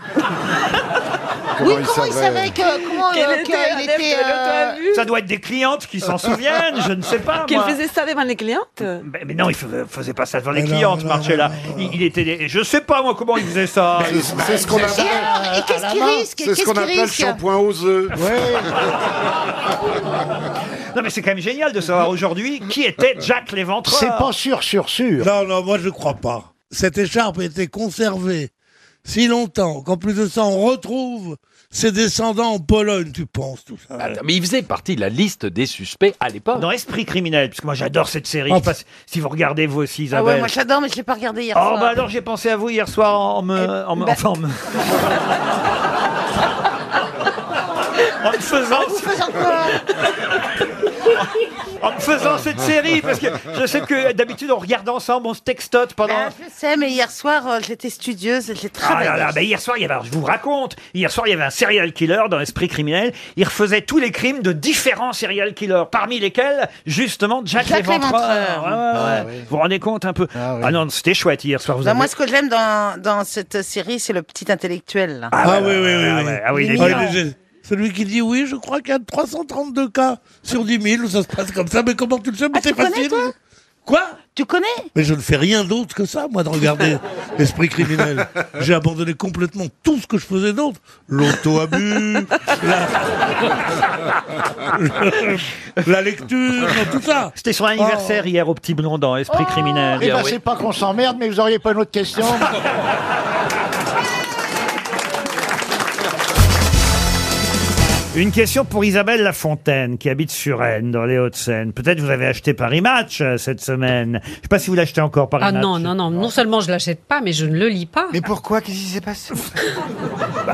[SPEAKER 13] Oui, comment il savait que comment
[SPEAKER 15] Qu'elle
[SPEAKER 13] euh,
[SPEAKER 15] était
[SPEAKER 13] qu'il
[SPEAKER 15] adepte
[SPEAKER 13] était
[SPEAKER 15] de
[SPEAKER 13] euh,
[SPEAKER 15] l'auto-abus
[SPEAKER 1] Ça doit être des clientes qui s'en souviennent, je ne sais pas.
[SPEAKER 15] Qu'il
[SPEAKER 1] Ah, moi.
[SPEAKER 15] faisait ça devant les clientes
[SPEAKER 1] Mais, mais non, il ne faisait pas ça devant les
[SPEAKER 15] Mais non,
[SPEAKER 1] clientes,
[SPEAKER 15] non,
[SPEAKER 1] Marcella. Il, il était. des- Je sais pas moi comment il faisait ça.
[SPEAKER 17] C'est- c'est ce qu'on
[SPEAKER 1] Il-
[SPEAKER 17] appelle-
[SPEAKER 13] alors, et qu'est-ce qu'il risque
[SPEAKER 17] C'est ce
[SPEAKER 13] Qu'est-ce
[SPEAKER 17] qu'on
[SPEAKER 13] qu'il
[SPEAKER 17] appelle le
[SPEAKER 13] risque
[SPEAKER 17] shampoing aux œufs.
[SPEAKER 1] Non, mais c'est quand même génial de savoir aujourd'hui qui était Jack l'éventreur.
[SPEAKER 12] C'est pas
[SPEAKER 26] sûr, sûr, sûr.
[SPEAKER 12] Non, non, moi je crois pas. Cette écharpe a été conservée si longtemps qu'en plus de ça, on retrouve ses descendants en Pologne, tu penses, tout ça.
[SPEAKER 18] Attends, mais il faisait partie de la liste des suspects à l'époque.
[SPEAKER 1] Dans Esprit criminel, puisque moi j'adore cette série. Je sais pas si- si vous regardez vous aussi,
[SPEAKER 13] Ah
[SPEAKER 1] Isabelle.
[SPEAKER 13] ouais, moi j'adore, mais je l'ai pas regardé hier soir.
[SPEAKER 1] Oh bah alors j'ai pensé à vous hier soir en me, en me, enfin, en me- en me faisant, en me faisant cette série parce que je sais que d'habitude on regarde ensemble, on se textote pendant.
[SPEAKER 13] Ah, je sais, mais hier soir euh, j'étais studieuse, j'ai
[SPEAKER 1] Ah
[SPEAKER 13] travaillé.
[SPEAKER 1] là là, bah hier soir, il y avait, alors, je vous raconte, hier soir, il y avait un serial killer dans l'esprit criminel. Il refaisait tous les crimes de différents serial killers, parmi lesquels, justement, Jack,
[SPEAKER 13] Jack
[SPEAKER 1] Léventreur.
[SPEAKER 13] Léventreur.
[SPEAKER 1] Ouais, ouais, ouais. Vous vous rendez compte un peu Ah, non, c'était chouette hier soir. Vous
[SPEAKER 13] Bah,
[SPEAKER 1] avez-
[SPEAKER 13] moi, ce que j'aime dans, dans cette euh, série, c'est le petit intellectuel. là.
[SPEAKER 12] Ah, oui, oui, oui.
[SPEAKER 1] Ah
[SPEAKER 12] oui.
[SPEAKER 1] ouais, ah oui, il est
[SPEAKER 12] Ah,
[SPEAKER 1] mignon.
[SPEAKER 12] il est- Celui qui dit oui, je crois qu'il y a 332 cas sur 10 000 où ça se passe comme ça, mais comment tu le sais Mais
[SPEAKER 27] Ah,
[SPEAKER 12] c'est facile. Quoi
[SPEAKER 13] Tu connais
[SPEAKER 12] Mais je ne fais rien d'autre que ça, moi, de regarder l'esprit criminel. J'ai abandonné complètement tout ce que je faisais d'autre. L'auto-abus, la... la lecture, tout ça. Oh.
[SPEAKER 1] C'était son anniversaire hier au Petit Blond dans Esprit Criminel.
[SPEAKER 26] Eh ben, c'est pas qu'on s'emmerde, mais vous auriez pas une autre question
[SPEAKER 1] Une question pour Isabelle Lafontaine, qui habite sur Rennes, dans les Hauts-de-Seine. Peut-être vous avez acheté Paris Match euh, cette semaine. Je sais pas si vous l'achetez encore Paris
[SPEAKER 27] Ah
[SPEAKER 1] Match.
[SPEAKER 27] non, non, non. Non seulement je l'achète pas, mais je ne le lis pas. Mais pourquoi Qu'est-ce qui s'est passé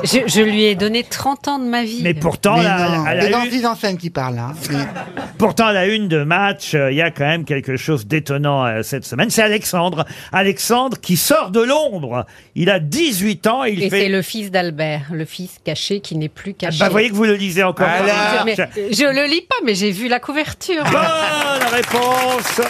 [SPEAKER 27] je, je lui ai donné 30 ans de ma vie.
[SPEAKER 1] Mais pourtant, la- la- la-
[SPEAKER 27] C'est
[SPEAKER 1] la-
[SPEAKER 27] qui parle, hein. là.
[SPEAKER 1] Pourtant, à la une de match, euh, il y a quand même quelque chose d'étonnant euh, cette semaine. C'est Alexandre. Alexandre qui sort de l'ombre. Il a 18 ans et il
[SPEAKER 27] Et
[SPEAKER 1] fait...
[SPEAKER 27] c'est le fils d'Albert, le fils caché qui n'est plus caché.
[SPEAKER 1] Bah, voyez que vous le lisez encore.
[SPEAKER 27] Je- mais- je le lis pas, mais j'ai vu la couverture.
[SPEAKER 1] Bonne Oh, réponse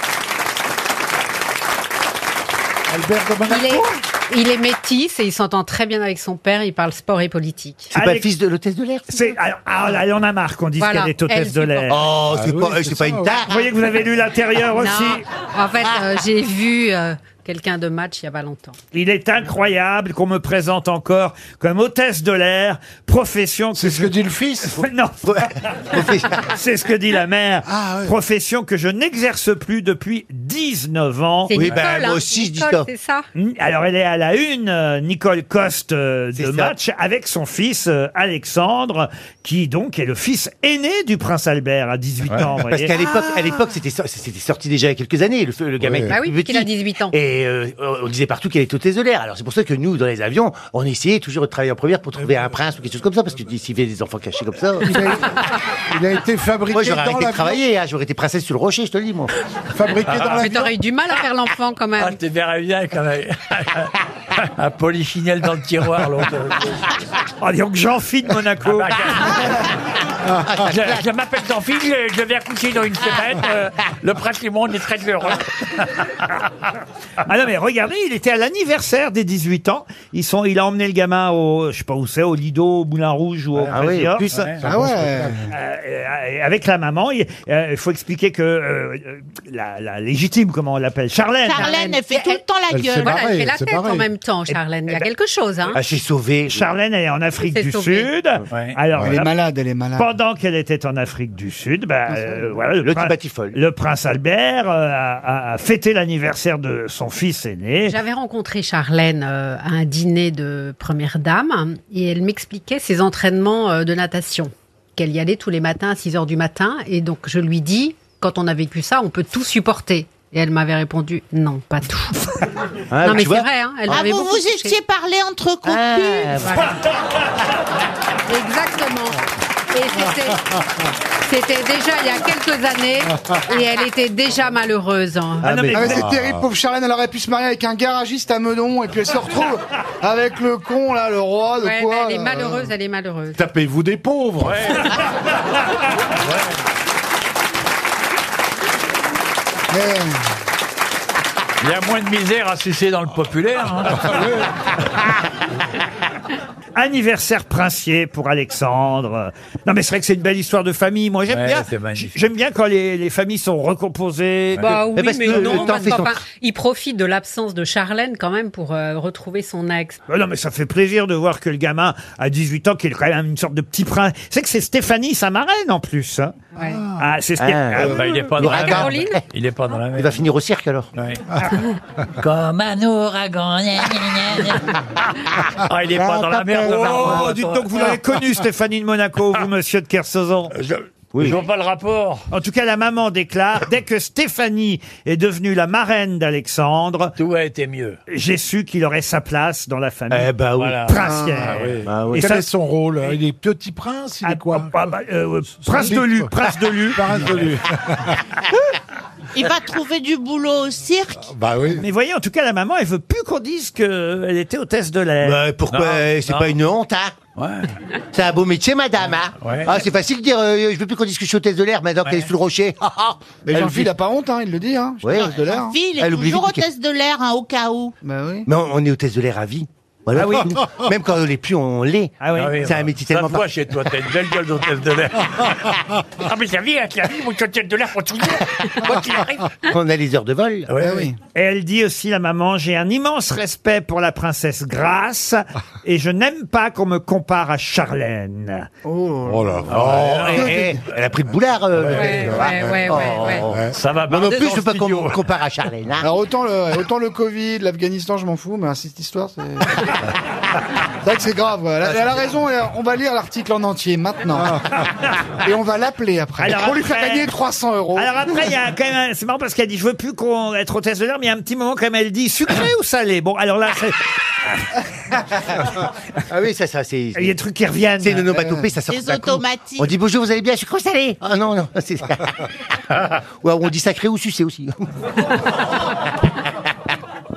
[SPEAKER 27] Albert de il est, il est métis et il s'entend très bien avec son père. Il parle sport et politique.
[SPEAKER 1] C'est pas Alex- le fils
[SPEAKER 27] de l'hôtesse de l'air
[SPEAKER 1] C'est alors, ah là, il y en a marre qu'on dise
[SPEAKER 27] Voilà,
[SPEAKER 1] qu'elle est hôtesse
[SPEAKER 27] elle
[SPEAKER 1] de l'air.
[SPEAKER 27] supporte.
[SPEAKER 26] Oh, c'est Ah pas- oui, c'est c'est pas ça, une oui. tare.
[SPEAKER 1] Vous voyez que vous avez lu l'intérieur
[SPEAKER 27] Non.
[SPEAKER 1] aussi.
[SPEAKER 27] En fait, euh, j'ai vu euh, quelqu'un de match il y a pas longtemps.
[SPEAKER 1] Il est incroyable qu'on me présente encore comme hôtesse de l'air, profession. C'est ce que dit le fils. non. C'est ce que dit la mère. Profession que je n'exerce plus depuis 19 ans.
[SPEAKER 27] C'est Oui, Nicole, ben, moi hein, aussi, je dis Nicole, ça. Hmm. c'est ça
[SPEAKER 1] Ni- Alors elle est à la une, euh, Nicole Coste euh, de match avec son fils euh, Alexandre, qui donc est le fils aîné du prince Albert à 18 ans.
[SPEAKER 5] Parce
[SPEAKER 1] vous voyez.
[SPEAKER 5] qu'à l'époque, à l'époque, c'était sor- c'était sorti déjà il y a quelques années. Le, le gamin
[SPEAKER 1] Ouais.
[SPEAKER 5] était
[SPEAKER 22] Ah
[SPEAKER 27] Bah oui,
[SPEAKER 5] plus
[SPEAKER 27] puisqu'il a
[SPEAKER 5] petit.
[SPEAKER 27] 18 ans.
[SPEAKER 5] Et euh, on disait partout qu'elle était hôtesse de l'air. Alors c'est pour ça que nous, dans les avions, on essayait toujours de travailler en première pour trouver un prince ou quelque chose comme ça, parce que tu dis, s'il y avait des enfants cachés comme ça.
[SPEAKER 28] Il a-
[SPEAKER 5] il a été fabriqué Moi, j'aurais
[SPEAKER 28] dans
[SPEAKER 5] arrêté de
[SPEAKER 28] l'avion.
[SPEAKER 5] travailler. hein. j'aurais été princesse sur le rocher, je te le dis, moi. Ah,
[SPEAKER 27] Mais t'aurais eu du mal à faire l'enfant quand même.
[SPEAKER 9] Tu verrais bien quand même.
[SPEAKER 5] ah,
[SPEAKER 9] un polichinelle dans le tiroir, l'autre.
[SPEAKER 1] Ah, Oh, dis donc, Jean-Philippe de Monaco.
[SPEAKER 5] Ah, bah,
[SPEAKER 29] Ah, je je m'appelle Damphy, je, je vais accoucher dans une semaine. euh, le prince Limon est très heureux.
[SPEAKER 1] Ah non, mais regardez, il était à l'anniversaire des 18 ans. Ils sont, il a emmené le gamin au, je sais pas où c'est, au Lido, au Moulin Rouge ou au
[SPEAKER 14] Ah oui,
[SPEAKER 1] Présior.
[SPEAKER 14] plus- Ouais. Ah ouais.
[SPEAKER 1] Euh, euh, avec la maman. Il euh, faut expliquer que euh, euh, la, la légitime, comment on l'appelle, Charlène.
[SPEAKER 27] Charlène, Eh, elle fait tout le temps
[SPEAKER 1] Elle
[SPEAKER 27] la
[SPEAKER 1] s'est
[SPEAKER 27] gueule. Voilà,
[SPEAKER 1] barrée,
[SPEAKER 27] elle fait
[SPEAKER 1] elle
[SPEAKER 27] la
[SPEAKER 1] s'est
[SPEAKER 27] tête en
[SPEAKER 1] barrée.
[SPEAKER 27] même temps, Charlène. Il y a quelque chose,
[SPEAKER 14] Ah,
[SPEAKER 27] hein.
[SPEAKER 1] s'est sauvée. Charlène, elle est en Afrique
[SPEAKER 27] Elle s'est
[SPEAKER 1] du
[SPEAKER 27] sauvée.
[SPEAKER 1] Sud. Alors,
[SPEAKER 14] Elle est
[SPEAKER 1] là-
[SPEAKER 14] malade, elle est malade. Ah,
[SPEAKER 1] Pendant qu'elle était en Afrique du Sud, bah, euh, voilà, le, prince, le prince Albert euh, a, a- a fêté l'anniversaire de son fils aîné.
[SPEAKER 27] J'avais rencontré Charlène euh, à un dîner de première dame hein, et elle m'expliquait ses entraînements euh, de natation, qu'elle y allait tous les matins à 6 heures du matin. Et donc je lui dis, quand on a vécu ça, on peut tout supporter. Et elle m'avait répondu, non, pas tout. non, mais c'est vrai, hein, elle
[SPEAKER 9] ah,
[SPEAKER 27] m'avait
[SPEAKER 9] vous
[SPEAKER 27] beaucoup
[SPEAKER 9] vous
[SPEAKER 27] touchée.
[SPEAKER 9] étiez parlé entre couples.
[SPEAKER 27] Ah, voilà. Exactement. Et c'était- c'était déjà il y a quelques années et elle était déjà malheureuse. hein.
[SPEAKER 14] Ah, non, mais-
[SPEAKER 19] Ah ouais, c'est
[SPEAKER 14] Ah.
[SPEAKER 19] terrible, pauvre Charlène, elle aurait pu se marier avec un garagiste à Meudon et puis elle se retrouve avec le con là, le roi de
[SPEAKER 27] Ouais, mais
[SPEAKER 19] quoi euh,
[SPEAKER 27] elle est
[SPEAKER 19] là.
[SPEAKER 27] malheureuse, elle est malheureuse.
[SPEAKER 20] Tapez-vous des pauvres.
[SPEAKER 29] Il y a moins de misère à sucer dans le populaire. hein.
[SPEAKER 1] Anniversaire princier pour Alexandre. Non, mais c'est vrai que c'est une belle histoire de famille. Moi, j'aime
[SPEAKER 29] Ouais, c'est
[SPEAKER 1] bien.
[SPEAKER 29] magnifique.
[SPEAKER 1] J'aime bien quand les, les familles sont recomposées.
[SPEAKER 27] Bah
[SPEAKER 1] que-
[SPEAKER 27] oui, mais, non, parce qu'enfin, il profite de l'absence de Charlène quand même pour euh, retrouver son ex.
[SPEAKER 1] Bah non, mais ça fait plaisir de voir que le gamin à 18 ans, qu'il est quand même une sorte de petit prince. C'est que c'est Stéphanie, sa marraine en plus. hein.
[SPEAKER 27] Ouais.
[SPEAKER 1] Ah, c'est Stéphanie.
[SPEAKER 29] Ah, bah, il est pas dans la merde.
[SPEAKER 27] Caroline
[SPEAKER 29] Il est pas dans la merde.
[SPEAKER 5] Il va finir au cirque alors.
[SPEAKER 1] Ah.
[SPEAKER 29] Comme un ouragan. Ah, il est pas dans la merde.
[SPEAKER 1] Oh, dites donc, vous l'avez connu, Stéphanie de Monaco, vous, monsieur de Kersauzon.
[SPEAKER 29] Oui. Je vois pas le rapport.
[SPEAKER 1] En tout cas, la maman déclare, dès que Stéphanie est devenue la marraine d'Alexandre,
[SPEAKER 29] tout a été mieux.
[SPEAKER 1] J'ai su qu'il aurait sa place dans la famille
[SPEAKER 14] Eh ben oui. Voilà.
[SPEAKER 1] princière.
[SPEAKER 14] Ah oui. Ah oui. Quel est son
[SPEAKER 1] rôle
[SPEAKER 14] Il
[SPEAKER 1] hein. est petit prince, il est quoi Prince
[SPEAKER 14] Solide,
[SPEAKER 1] de Lu,
[SPEAKER 14] quoi.
[SPEAKER 1] prince de Lu.
[SPEAKER 14] Prince de Lu.
[SPEAKER 9] Il va trouver du boulot au cirque.
[SPEAKER 1] Bah oui. Mais voyez, en tout cas, la maman, elle veut plus qu'on dise qu'elle était hôtesse de l'air.
[SPEAKER 5] Bah, pourquoi euh, C'est pas une honte, hein C'est un beau métier, madame, hein
[SPEAKER 1] Ouais.
[SPEAKER 5] ah, C'est facile de dire, euh, je veux plus qu'on discute sur de l'air maintenant qu'elle est sous le rocher. Ah,
[SPEAKER 19] Mais
[SPEAKER 5] Elle
[SPEAKER 19] Jean-Phil
[SPEAKER 5] vit-
[SPEAKER 19] a pas honte, hein, il le dit. Hein. Je
[SPEAKER 5] Ouais.
[SPEAKER 19] te lance de l'air. hein.
[SPEAKER 9] Fille, il est
[SPEAKER 5] Elle oublie
[SPEAKER 9] toujours
[SPEAKER 5] vite
[SPEAKER 9] hôtesse de l'air, hein, au cas où.
[SPEAKER 5] Mais on, on est hôtesse de l'air à vie. Voilà.
[SPEAKER 9] Ah oui.
[SPEAKER 5] Même quand on l'est plus, on l'est.
[SPEAKER 29] Ah oui,
[SPEAKER 5] c'est un
[SPEAKER 29] bah,
[SPEAKER 5] métier
[SPEAKER 29] ça
[SPEAKER 5] tellement...
[SPEAKER 29] se voit
[SPEAKER 5] par-
[SPEAKER 29] chez toi, t'as une belle gueule d'hôtesse de l'air. ah, mais la vie, hein, la vie, mon hôtesse de l'air, on toujours. Quoi qu'il
[SPEAKER 9] Ah
[SPEAKER 29] arrive.
[SPEAKER 5] On a les heures de vol.
[SPEAKER 1] Ah Et elle dit aussi, la maman, j'ai un immense respect pour la princesse Grace et je n'aime pas qu'on me compare à Charlène.
[SPEAKER 19] Oh,
[SPEAKER 1] là
[SPEAKER 5] Oh, eh, eh, elle a pris le boulard. euh,
[SPEAKER 19] Ouais,
[SPEAKER 5] euh,
[SPEAKER 19] ouais, ouais, ouais,
[SPEAKER 5] oh.
[SPEAKER 19] ouais.
[SPEAKER 29] Ça va
[SPEAKER 5] Moi non
[SPEAKER 19] barder
[SPEAKER 5] plus,
[SPEAKER 19] dans
[SPEAKER 5] je veux
[SPEAKER 19] le
[SPEAKER 5] pas qu'on
[SPEAKER 19] studio.
[SPEAKER 5] me compare à Charlène. hein.
[SPEAKER 19] Alors autant le, autant le Covid, l'Afghanistan, je m'en fous, mais hein, cette histoire, c'est. c'est vrai que c'est grave. ouais. Elle, a- elle a raison, elle a- on va lire l'article en entier maintenant.
[SPEAKER 12] Ah.
[SPEAKER 19] Et on va l'appeler après.
[SPEAKER 1] Alors
[SPEAKER 19] pour lui faire
[SPEAKER 1] après-
[SPEAKER 19] gagner 300
[SPEAKER 17] Oh.
[SPEAKER 19] euros.
[SPEAKER 1] Alors après, il y a quand même, un- c'est marrant parce qu'elle dit, je veux plus qu'on être hôtesse de l'air, mais il y a un petit moment quand même, elle dit, sucré ou salé Bon, alors là, c'est...
[SPEAKER 5] Ah oui, ça, ça, c'est. Il
[SPEAKER 1] y a des trucs qui reviennent.
[SPEAKER 5] C'est une onomatopée, ça sort.
[SPEAKER 9] Les
[SPEAKER 5] d'un coup.
[SPEAKER 9] automatiques.
[SPEAKER 5] On dit bonjour, vous allez bien, je suis salé. Ah non, non, c'est. Ou alors on dit sacré ou sucé aussi.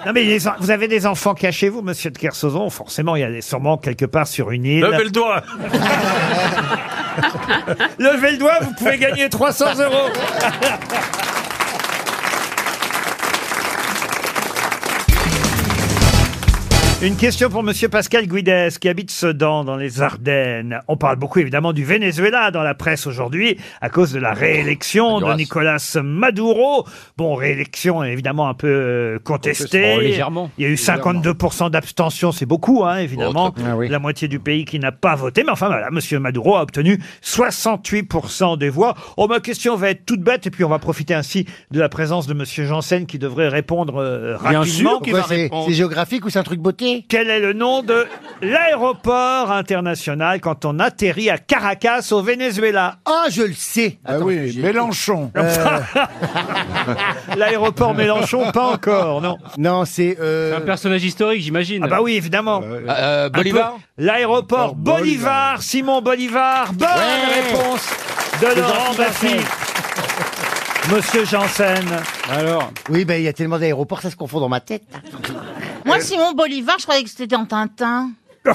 [SPEAKER 1] Non mais les en- vous avez des enfants cachés, vous, monsieur de Kersauzon Forcément, il y a des- sûrement quelque part sur une île.
[SPEAKER 29] Levez le doigt.
[SPEAKER 1] Levez le doigt, vous pouvez gagner 300 euros. Une question pour Monsieur Pascal Guidez, qui habite Sedan, dans les Ardennes. On parle beaucoup, évidemment, du Venezuela dans la presse aujourd'hui, à cause de la réélection de Nicolas Maduro. Bon, réélection, évidemment, un peu euh, contestée.
[SPEAKER 8] Oh, légèrement. Ah
[SPEAKER 1] Il y a eu 52% d'abstention, c'est beaucoup, hein, évidemment. La moitié du pays qui n'a pas voté. Mais enfin, voilà, Monsieur Maduro a obtenu 68% des voix. Oh, ma question va être toute bête, et puis on va profiter ainsi de la présence de Monsieur Janssen, qui devrait répondre euh, rapidement.
[SPEAKER 5] Pourquoi c'est- C'est géographique ou c'est un truc beauté
[SPEAKER 1] Quel est le nom de l'aéroport international quand on atterrit à Caracas au Venezuela
[SPEAKER 5] Ah, je le sais.
[SPEAKER 1] Ah oui, Mélenchon.
[SPEAKER 5] Euh.
[SPEAKER 1] L'aéroport Mélenchon, pas encore, non.
[SPEAKER 5] Non, c'est. euh,
[SPEAKER 8] Un personnage historique, j'imagine.
[SPEAKER 1] Ah bah oui, évidemment.
[SPEAKER 17] Ah,
[SPEAKER 8] Euh, Bolivar
[SPEAKER 1] Un peu. L'aéroport Bolivar. Simon Bolivar. Bonne réponse de
[SPEAKER 5] C'est
[SPEAKER 1] Laurent
[SPEAKER 5] gentil,
[SPEAKER 1] Baffy. Monsieur Janssen.
[SPEAKER 5] Alors Oui, ben il y a tellement d'aéroports, ça se confond dans ma tête.
[SPEAKER 9] Moi, Simon Bolivar, je croyais que c'était dans Tintin.
[SPEAKER 10] Non,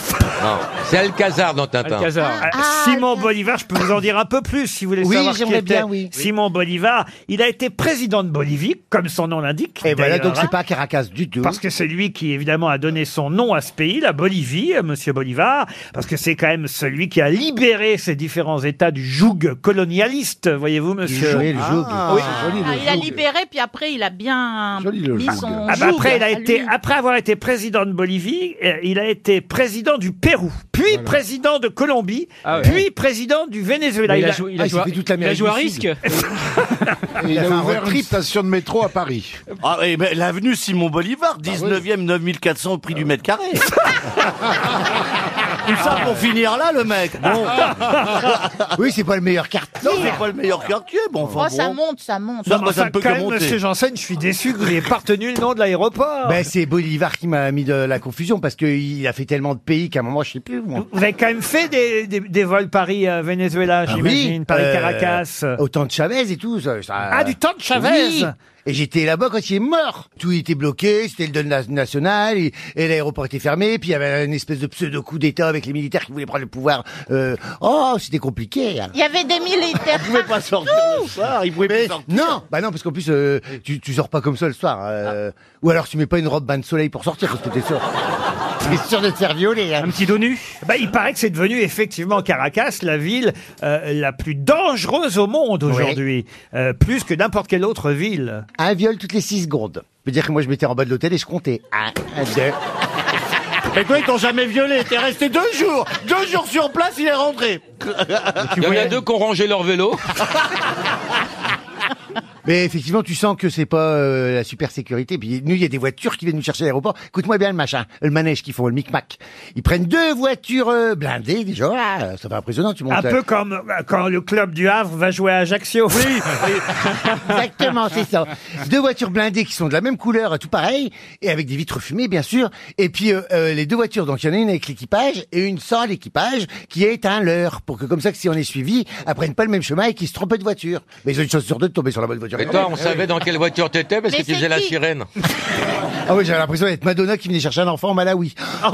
[SPEAKER 10] c'est Alcazar dans Tintin.
[SPEAKER 1] Alcazar. Euh, Simon Bolivar, je peux vous en dire un peu plus si vous voulez
[SPEAKER 10] Oui,
[SPEAKER 1] savoir qui
[SPEAKER 10] j'aimerais
[SPEAKER 1] était
[SPEAKER 10] bien, oui.
[SPEAKER 1] Simon Bolivar. Il a été président de Bolivie, comme son nom l'indique.
[SPEAKER 5] Et voilà,
[SPEAKER 1] d'ailleurs,
[SPEAKER 5] donc c'est
[SPEAKER 1] hein.
[SPEAKER 5] pas Caracas du tout.
[SPEAKER 1] Parce que c'est lui qui, évidemment, a donné son nom à ce pays, la Bolivie, euh, Monsieur Bolivar, parce que c'est quand même celui qui a libéré ces différents États du joug colonialiste, voyez-vous, Monsieur.
[SPEAKER 5] joug, le joug.
[SPEAKER 1] Ah, oui.
[SPEAKER 9] Ah, il a libéré, puis après, il a bien
[SPEAKER 1] le
[SPEAKER 9] mis
[SPEAKER 1] joug.
[SPEAKER 9] son
[SPEAKER 1] Ah bah
[SPEAKER 9] joug
[SPEAKER 1] après, il a
[SPEAKER 9] à
[SPEAKER 1] été,
[SPEAKER 9] lui.
[SPEAKER 1] après avoir été président de Bolivie, euh, il a été président du Pérou, puis président de Colombie,
[SPEAKER 29] Ah ouais.
[SPEAKER 1] puis président du Venezuela.
[SPEAKER 29] Mais il a joué- il a Ah, il joué- s'est fait toute l'Amérique il a joué à du Sud.
[SPEAKER 20] Et il a ouvert une
[SPEAKER 1] station de métro à Paris.
[SPEAKER 2] Ah, et ben, l'avenue Simon Bolivar, 19e, 9400 au prix du mètre carré. Tout ça pour finir là, le mec. Bon.
[SPEAKER 5] oui, c'est pas le meilleur quartier.
[SPEAKER 2] Non, c'est pas le meilleur quartier. Bon, enfin,
[SPEAKER 9] Oh, ça
[SPEAKER 2] bon.
[SPEAKER 9] monte, ça monte.
[SPEAKER 2] Ça, bah, ça ne peut que
[SPEAKER 1] quand même,
[SPEAKER 2] monter.
[SPEAKER 1] monsieur Janssen, je suis déçu que vous n'ayez pas retenu le nom de l'aéroport.
[SPEAKER 5] Ben, c'est Bolivar qui m'a mis de la confusion parce qu'il a fait tellement de pays qu'à un moment, je sais plus. Moi.
[SPEAKER 1] Vous avez quand même fait des, des- des vols Paris-Venezuela,
[SPEAKER 5] Ah
[SPEAKER 1] j'imagine, Paris-Caracas.
[SPEAKER 5] euh, au temps de Chavez et tout. ça- ça-
[SPEAKER 1] Ah, du temps de Chavez
[SPEAKER 5] Oui. Et j'étais là-bas quand il est mort. Tout était bloqué, c'était le deuil na- national, et, et l'aéroport était fermé, puis il y avait une espèce de pseudo-coup d'État avec les militaires qui voulaient prendre le pouvoir. Euh, oh, c'était compliqué. hein.
[SPEAKER 9] Il y avait des militaires. Vous
[SPEAKER 2] pouvez pas sortir le soir, il pouvait
[SPEAKER 5] Mais non, bah non, parce qu'en plus, euh, tu, tu sors pas comme ça le soir. euh, Ou alors tu mets pas une robe bain de soleil pour sortir, parce que t'es sûr. t'es sûr de te faire
[SPEAKER 2] hein.
[SPEAKER 5] violer. Un
[SPEAKER 1] petit donu Bah, il paraît que c'est devenu effectivement Caracas la ville euh, la plus dangereuse au monde aujourd'hui, Euh, plus que n'importe quelle autre ville.
[SPEAKER 5] Un viol toutes les 6 secondes. Je veux dire que moi, je m'étais en bas de l'hôtel et je comptais. Un, deux.
[SPEAKER 2] Mais toi, ils t'ont jamais violé. T'es resté deux jours. Deux jours sur place, il est rentré.
[SPEAKER 10] Il y en
[SPEAKER 1] Ah.
[SPEAKER 10] a deux qui ont rangé leur vélo.
[SPEAKER 5] Mais effectivement, tu sens que c'est pas euh, la super sécurité. Puis nous, il y a des voitures qui viennent nous chercher à l'aéroport. Écoute-moi bien le machin, le manège qu'ils font, le micmac. Ils prennent deux voitures euh, blindées déjà. Ah, ça fait impressionnant, tu montes.
[SPEAKER 1] Un
[SPEAKER 5] euh,
[SPEAKER 1] peu comme euh, quand le club du Havre va jouer à Ajaccio. Oui,
[SPEAKER 5] Exactement, c'est ça. Deux voitures blindées qui sont de la même couleur, tout pareil, et avec des vitres fumées, bien sûr. Et puis euh, euh, les deux voitures, donc il y en a une avec l'équipage et une sans l'équipage, qui est un leurre, pour que comme ça, que si on est suivi, elles prennent pas le même chemin et qu'ils se trompent de voiture. Mais ils ont une chance sur deux de tomber sur la bonne voiture.
[SPEAKER 10] Et toi, on savait dans quelle voiture t'étais parce
[SPEAKER 5] Mais
[SPEAKER 10] que tu
[SPEAKER 5] c'est
[SPEAKER 10] faisais la
[SPEAKER 5] qui
[SPEAKER 10] sirène.
[SPEAKER 5] Ah oui, j'avais l'impression d'être Madonna qui venait chercher un enfant au Malawi. Euh,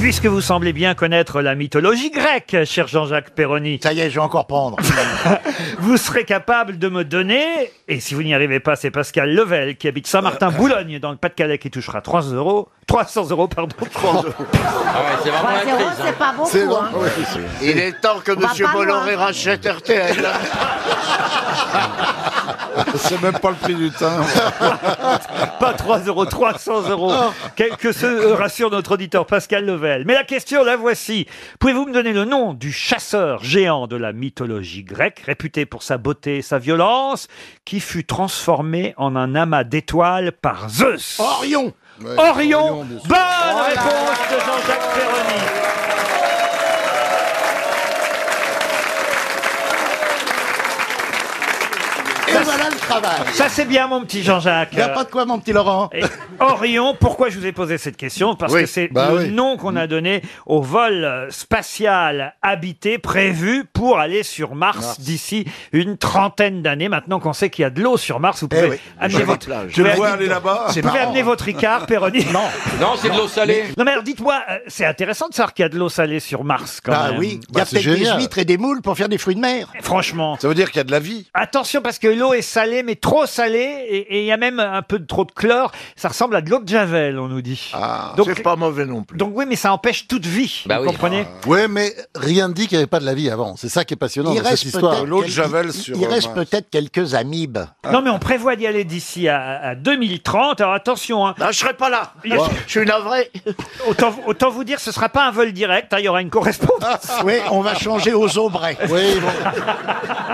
[SPEAKER 1] Puisque vous semblez bien connaître la mythologie grecque, cher Jean-Jacques Perroni. Ça y est, je vais encore prendre. vous serez capable de me donner, et si vous n'y arrivez pas, c'est Pascal Level qui habite Saint-Martin-Boulogne dans le Pas-de-Calais qui touchera 3 euros. 300 euros, pardon.
[SPEAKER 10] c'est vraiment
[SPEAKER 1] Trois
[SPEAKER 10] la
[SPEAKER 1] zéro,
[SPEAKER 10] crise,
[SPEAKER 1] c'est
[SPEAKER 10] hein.
[SPEAKER 1] pas beaucoup, C'est bon, hein. ouais,
[SPEAKER 2] Il est temps que
[SPEAKER 1] On va
[SPEAKER 2] Monsieur
[SPEAKER 1] pas loin.
[SPEAKER 2] Bolloré rachète RTL.
[SPEAKER 11] C'est même pas le prix du temps.
[SPEAKER 1] pas 3 euros, 300 euros. Quel que ce rassure notre auditeur Pascal Level. Mais la question, la voici. Pouvez-vous me donner le nom du chasseur géant de la mythologie grecque, réputé pour sa beauté et sa violence, qui fut transformé en un amas d'étoiles par Zeus
[SPEAKER 3] Oh,
[SPEAKER 20] Orion.
[SPEAKER 1] Ouais, Orion, Bonne réponse de Jean-Jacques Perroni.
[SPEAKER 3] Et voilà le travail.
[SPEAKER 1] Ça, c'est bien, mon petit Jean-Jacques. euh,
[SPEAKER 3] Il n'y a pas de quoi, mon petit Laurent.
[SPEAKER 1] Et Orion, pourquoi je vous ai posé cette question Parce
[SPEAKER 3] Oui,
[SPEAKER 1] que c'est
[SPEAKER 3] bah
[SPEAKER 1] le
[SPEAKER 3] oui.
[SPEAKER 1] nom qu'on a donné au vol euh, spatial habité prévu pour aller sur Mars, d'ici une trentaine d'années. Maintenant qu'on sait qu'il y a de l'eau sur Mars, vous pouvez
[SPEAKER 11] oui,
[SPEAKER 1] amener
[SPEAKER 11] je
[SPEAKER 1] votre.
[SPEAKER 11] vais- je
[SPEAKER 1] vous pouvez
[SPEAKER 11] le vois
[SPEAKER 1] amener-
[SPEAKER 11] aller là-bas.
[SPEAKER 1] Vous
[SPEAKER 11] C'est
[SPEAKER 1] pouvez
[SPEAKER 11] marrant,
[SPEAKER 1] amener
[SPEAKER 11] hein.
[SPEAKER 1] votre Ricard, Péroni. Non,
[SPEAKER 10] Non, c'est de l'eau salée.
[SPEAKER 1] Non, mais alors dites-moi, euh, c'est intéressant de savoir qu'il y a de l'eau salée sur Mars quand
[SPEAKER 3] Bah
[SPEAKER 17] Ah
[SPEAKER 1] même.
[SPEAKER 3] oui, il y a peut-être des huîtres et des moules pour faire des fruits de mer.
[SPEAKER 1] Franchement.
[SPEAKER 11] Ça veut dire qu'il y a de la vie.
[SPEAKER 1] Attention parce que l'eau est salée, mais trop salée, et et il y a même un peu de trop de chlore. Ça ressemble à de l'eau de javel, on nous dit. donc c'est pas mauvais non plus. Donc oui, mais ça empêche toute vie. vous comprenez
[SPEAKER 14] Ah. Ouais, mais rien ne dit qu'il n'y avait pas de la vie avant. C'est ça qui est passionnant
[SPEAKER 1] Il
[SPEAKER 14] dans
[SPEAKER 1] reste
[SPEAKER 14] cette histoire.
[SPEAKER 1] peut-être L'eau de quelques- Javel il- sur, il reste euh, Mars.
[SPEAKER 14] peut-être quelques amibes.
[SPEAKER 1] Non, mais on prévoit d'y aller d'ici à, à 2030. Alors attention. Hein.
[SPEAKER 2] je serai pas là.
[SPEAKER 1] Il y a-
[SPEAKER 2] Je suis navré.
[SPEAKER 1] Autant, autant vous dire, ce sera pas un vol direct. hein, Il y aura une correspondance.
[SPEAKER 3] Oui, on va changer aux aubrais.
[SPEAKER 1] Oui,
[SPEAKER 10] hein.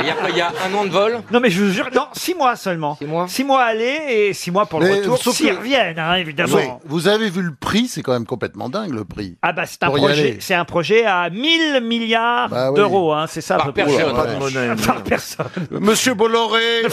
[SPEAKER 10] Et après, il y a un an de vol.
[SPEAKER 1] Non, mais je vous jure, non, six mois seulement. Six mois. Six mois aller et six mois pour le
[SPEAKER 14] Mais
[SPEAKER 1] retour.
[SPEAKER 14] sauf
[SPEAKER 1] S'ils
[SPEAKER 14] que-
[SPEAKER 1] reviennent, hein, évidemment.
[SPEAKER 14] Oui, Vous avez vu le prix, c'est quand même complètement dingue le prix.
[SPEAKER 1] Ah bah c'est un
[SPEAKER 14] Pour y
[SPEAKER 1] projet,
[SPEAKER 14] aller.
[SPEAKER 1] c'est un projet à 1000 milliards
[SPEAKER 14] Bah oui.
[SPEAKER 1] d'euros, hein, c'est ça. à
[SPEAKER 14] Par
[SPEAKER 1] peu près.
[SPEAKER 14] personne. Pas de monnaie,
[SPEAKER 1] Par personne.
[SPEAKER 11] Monsieur Bolloré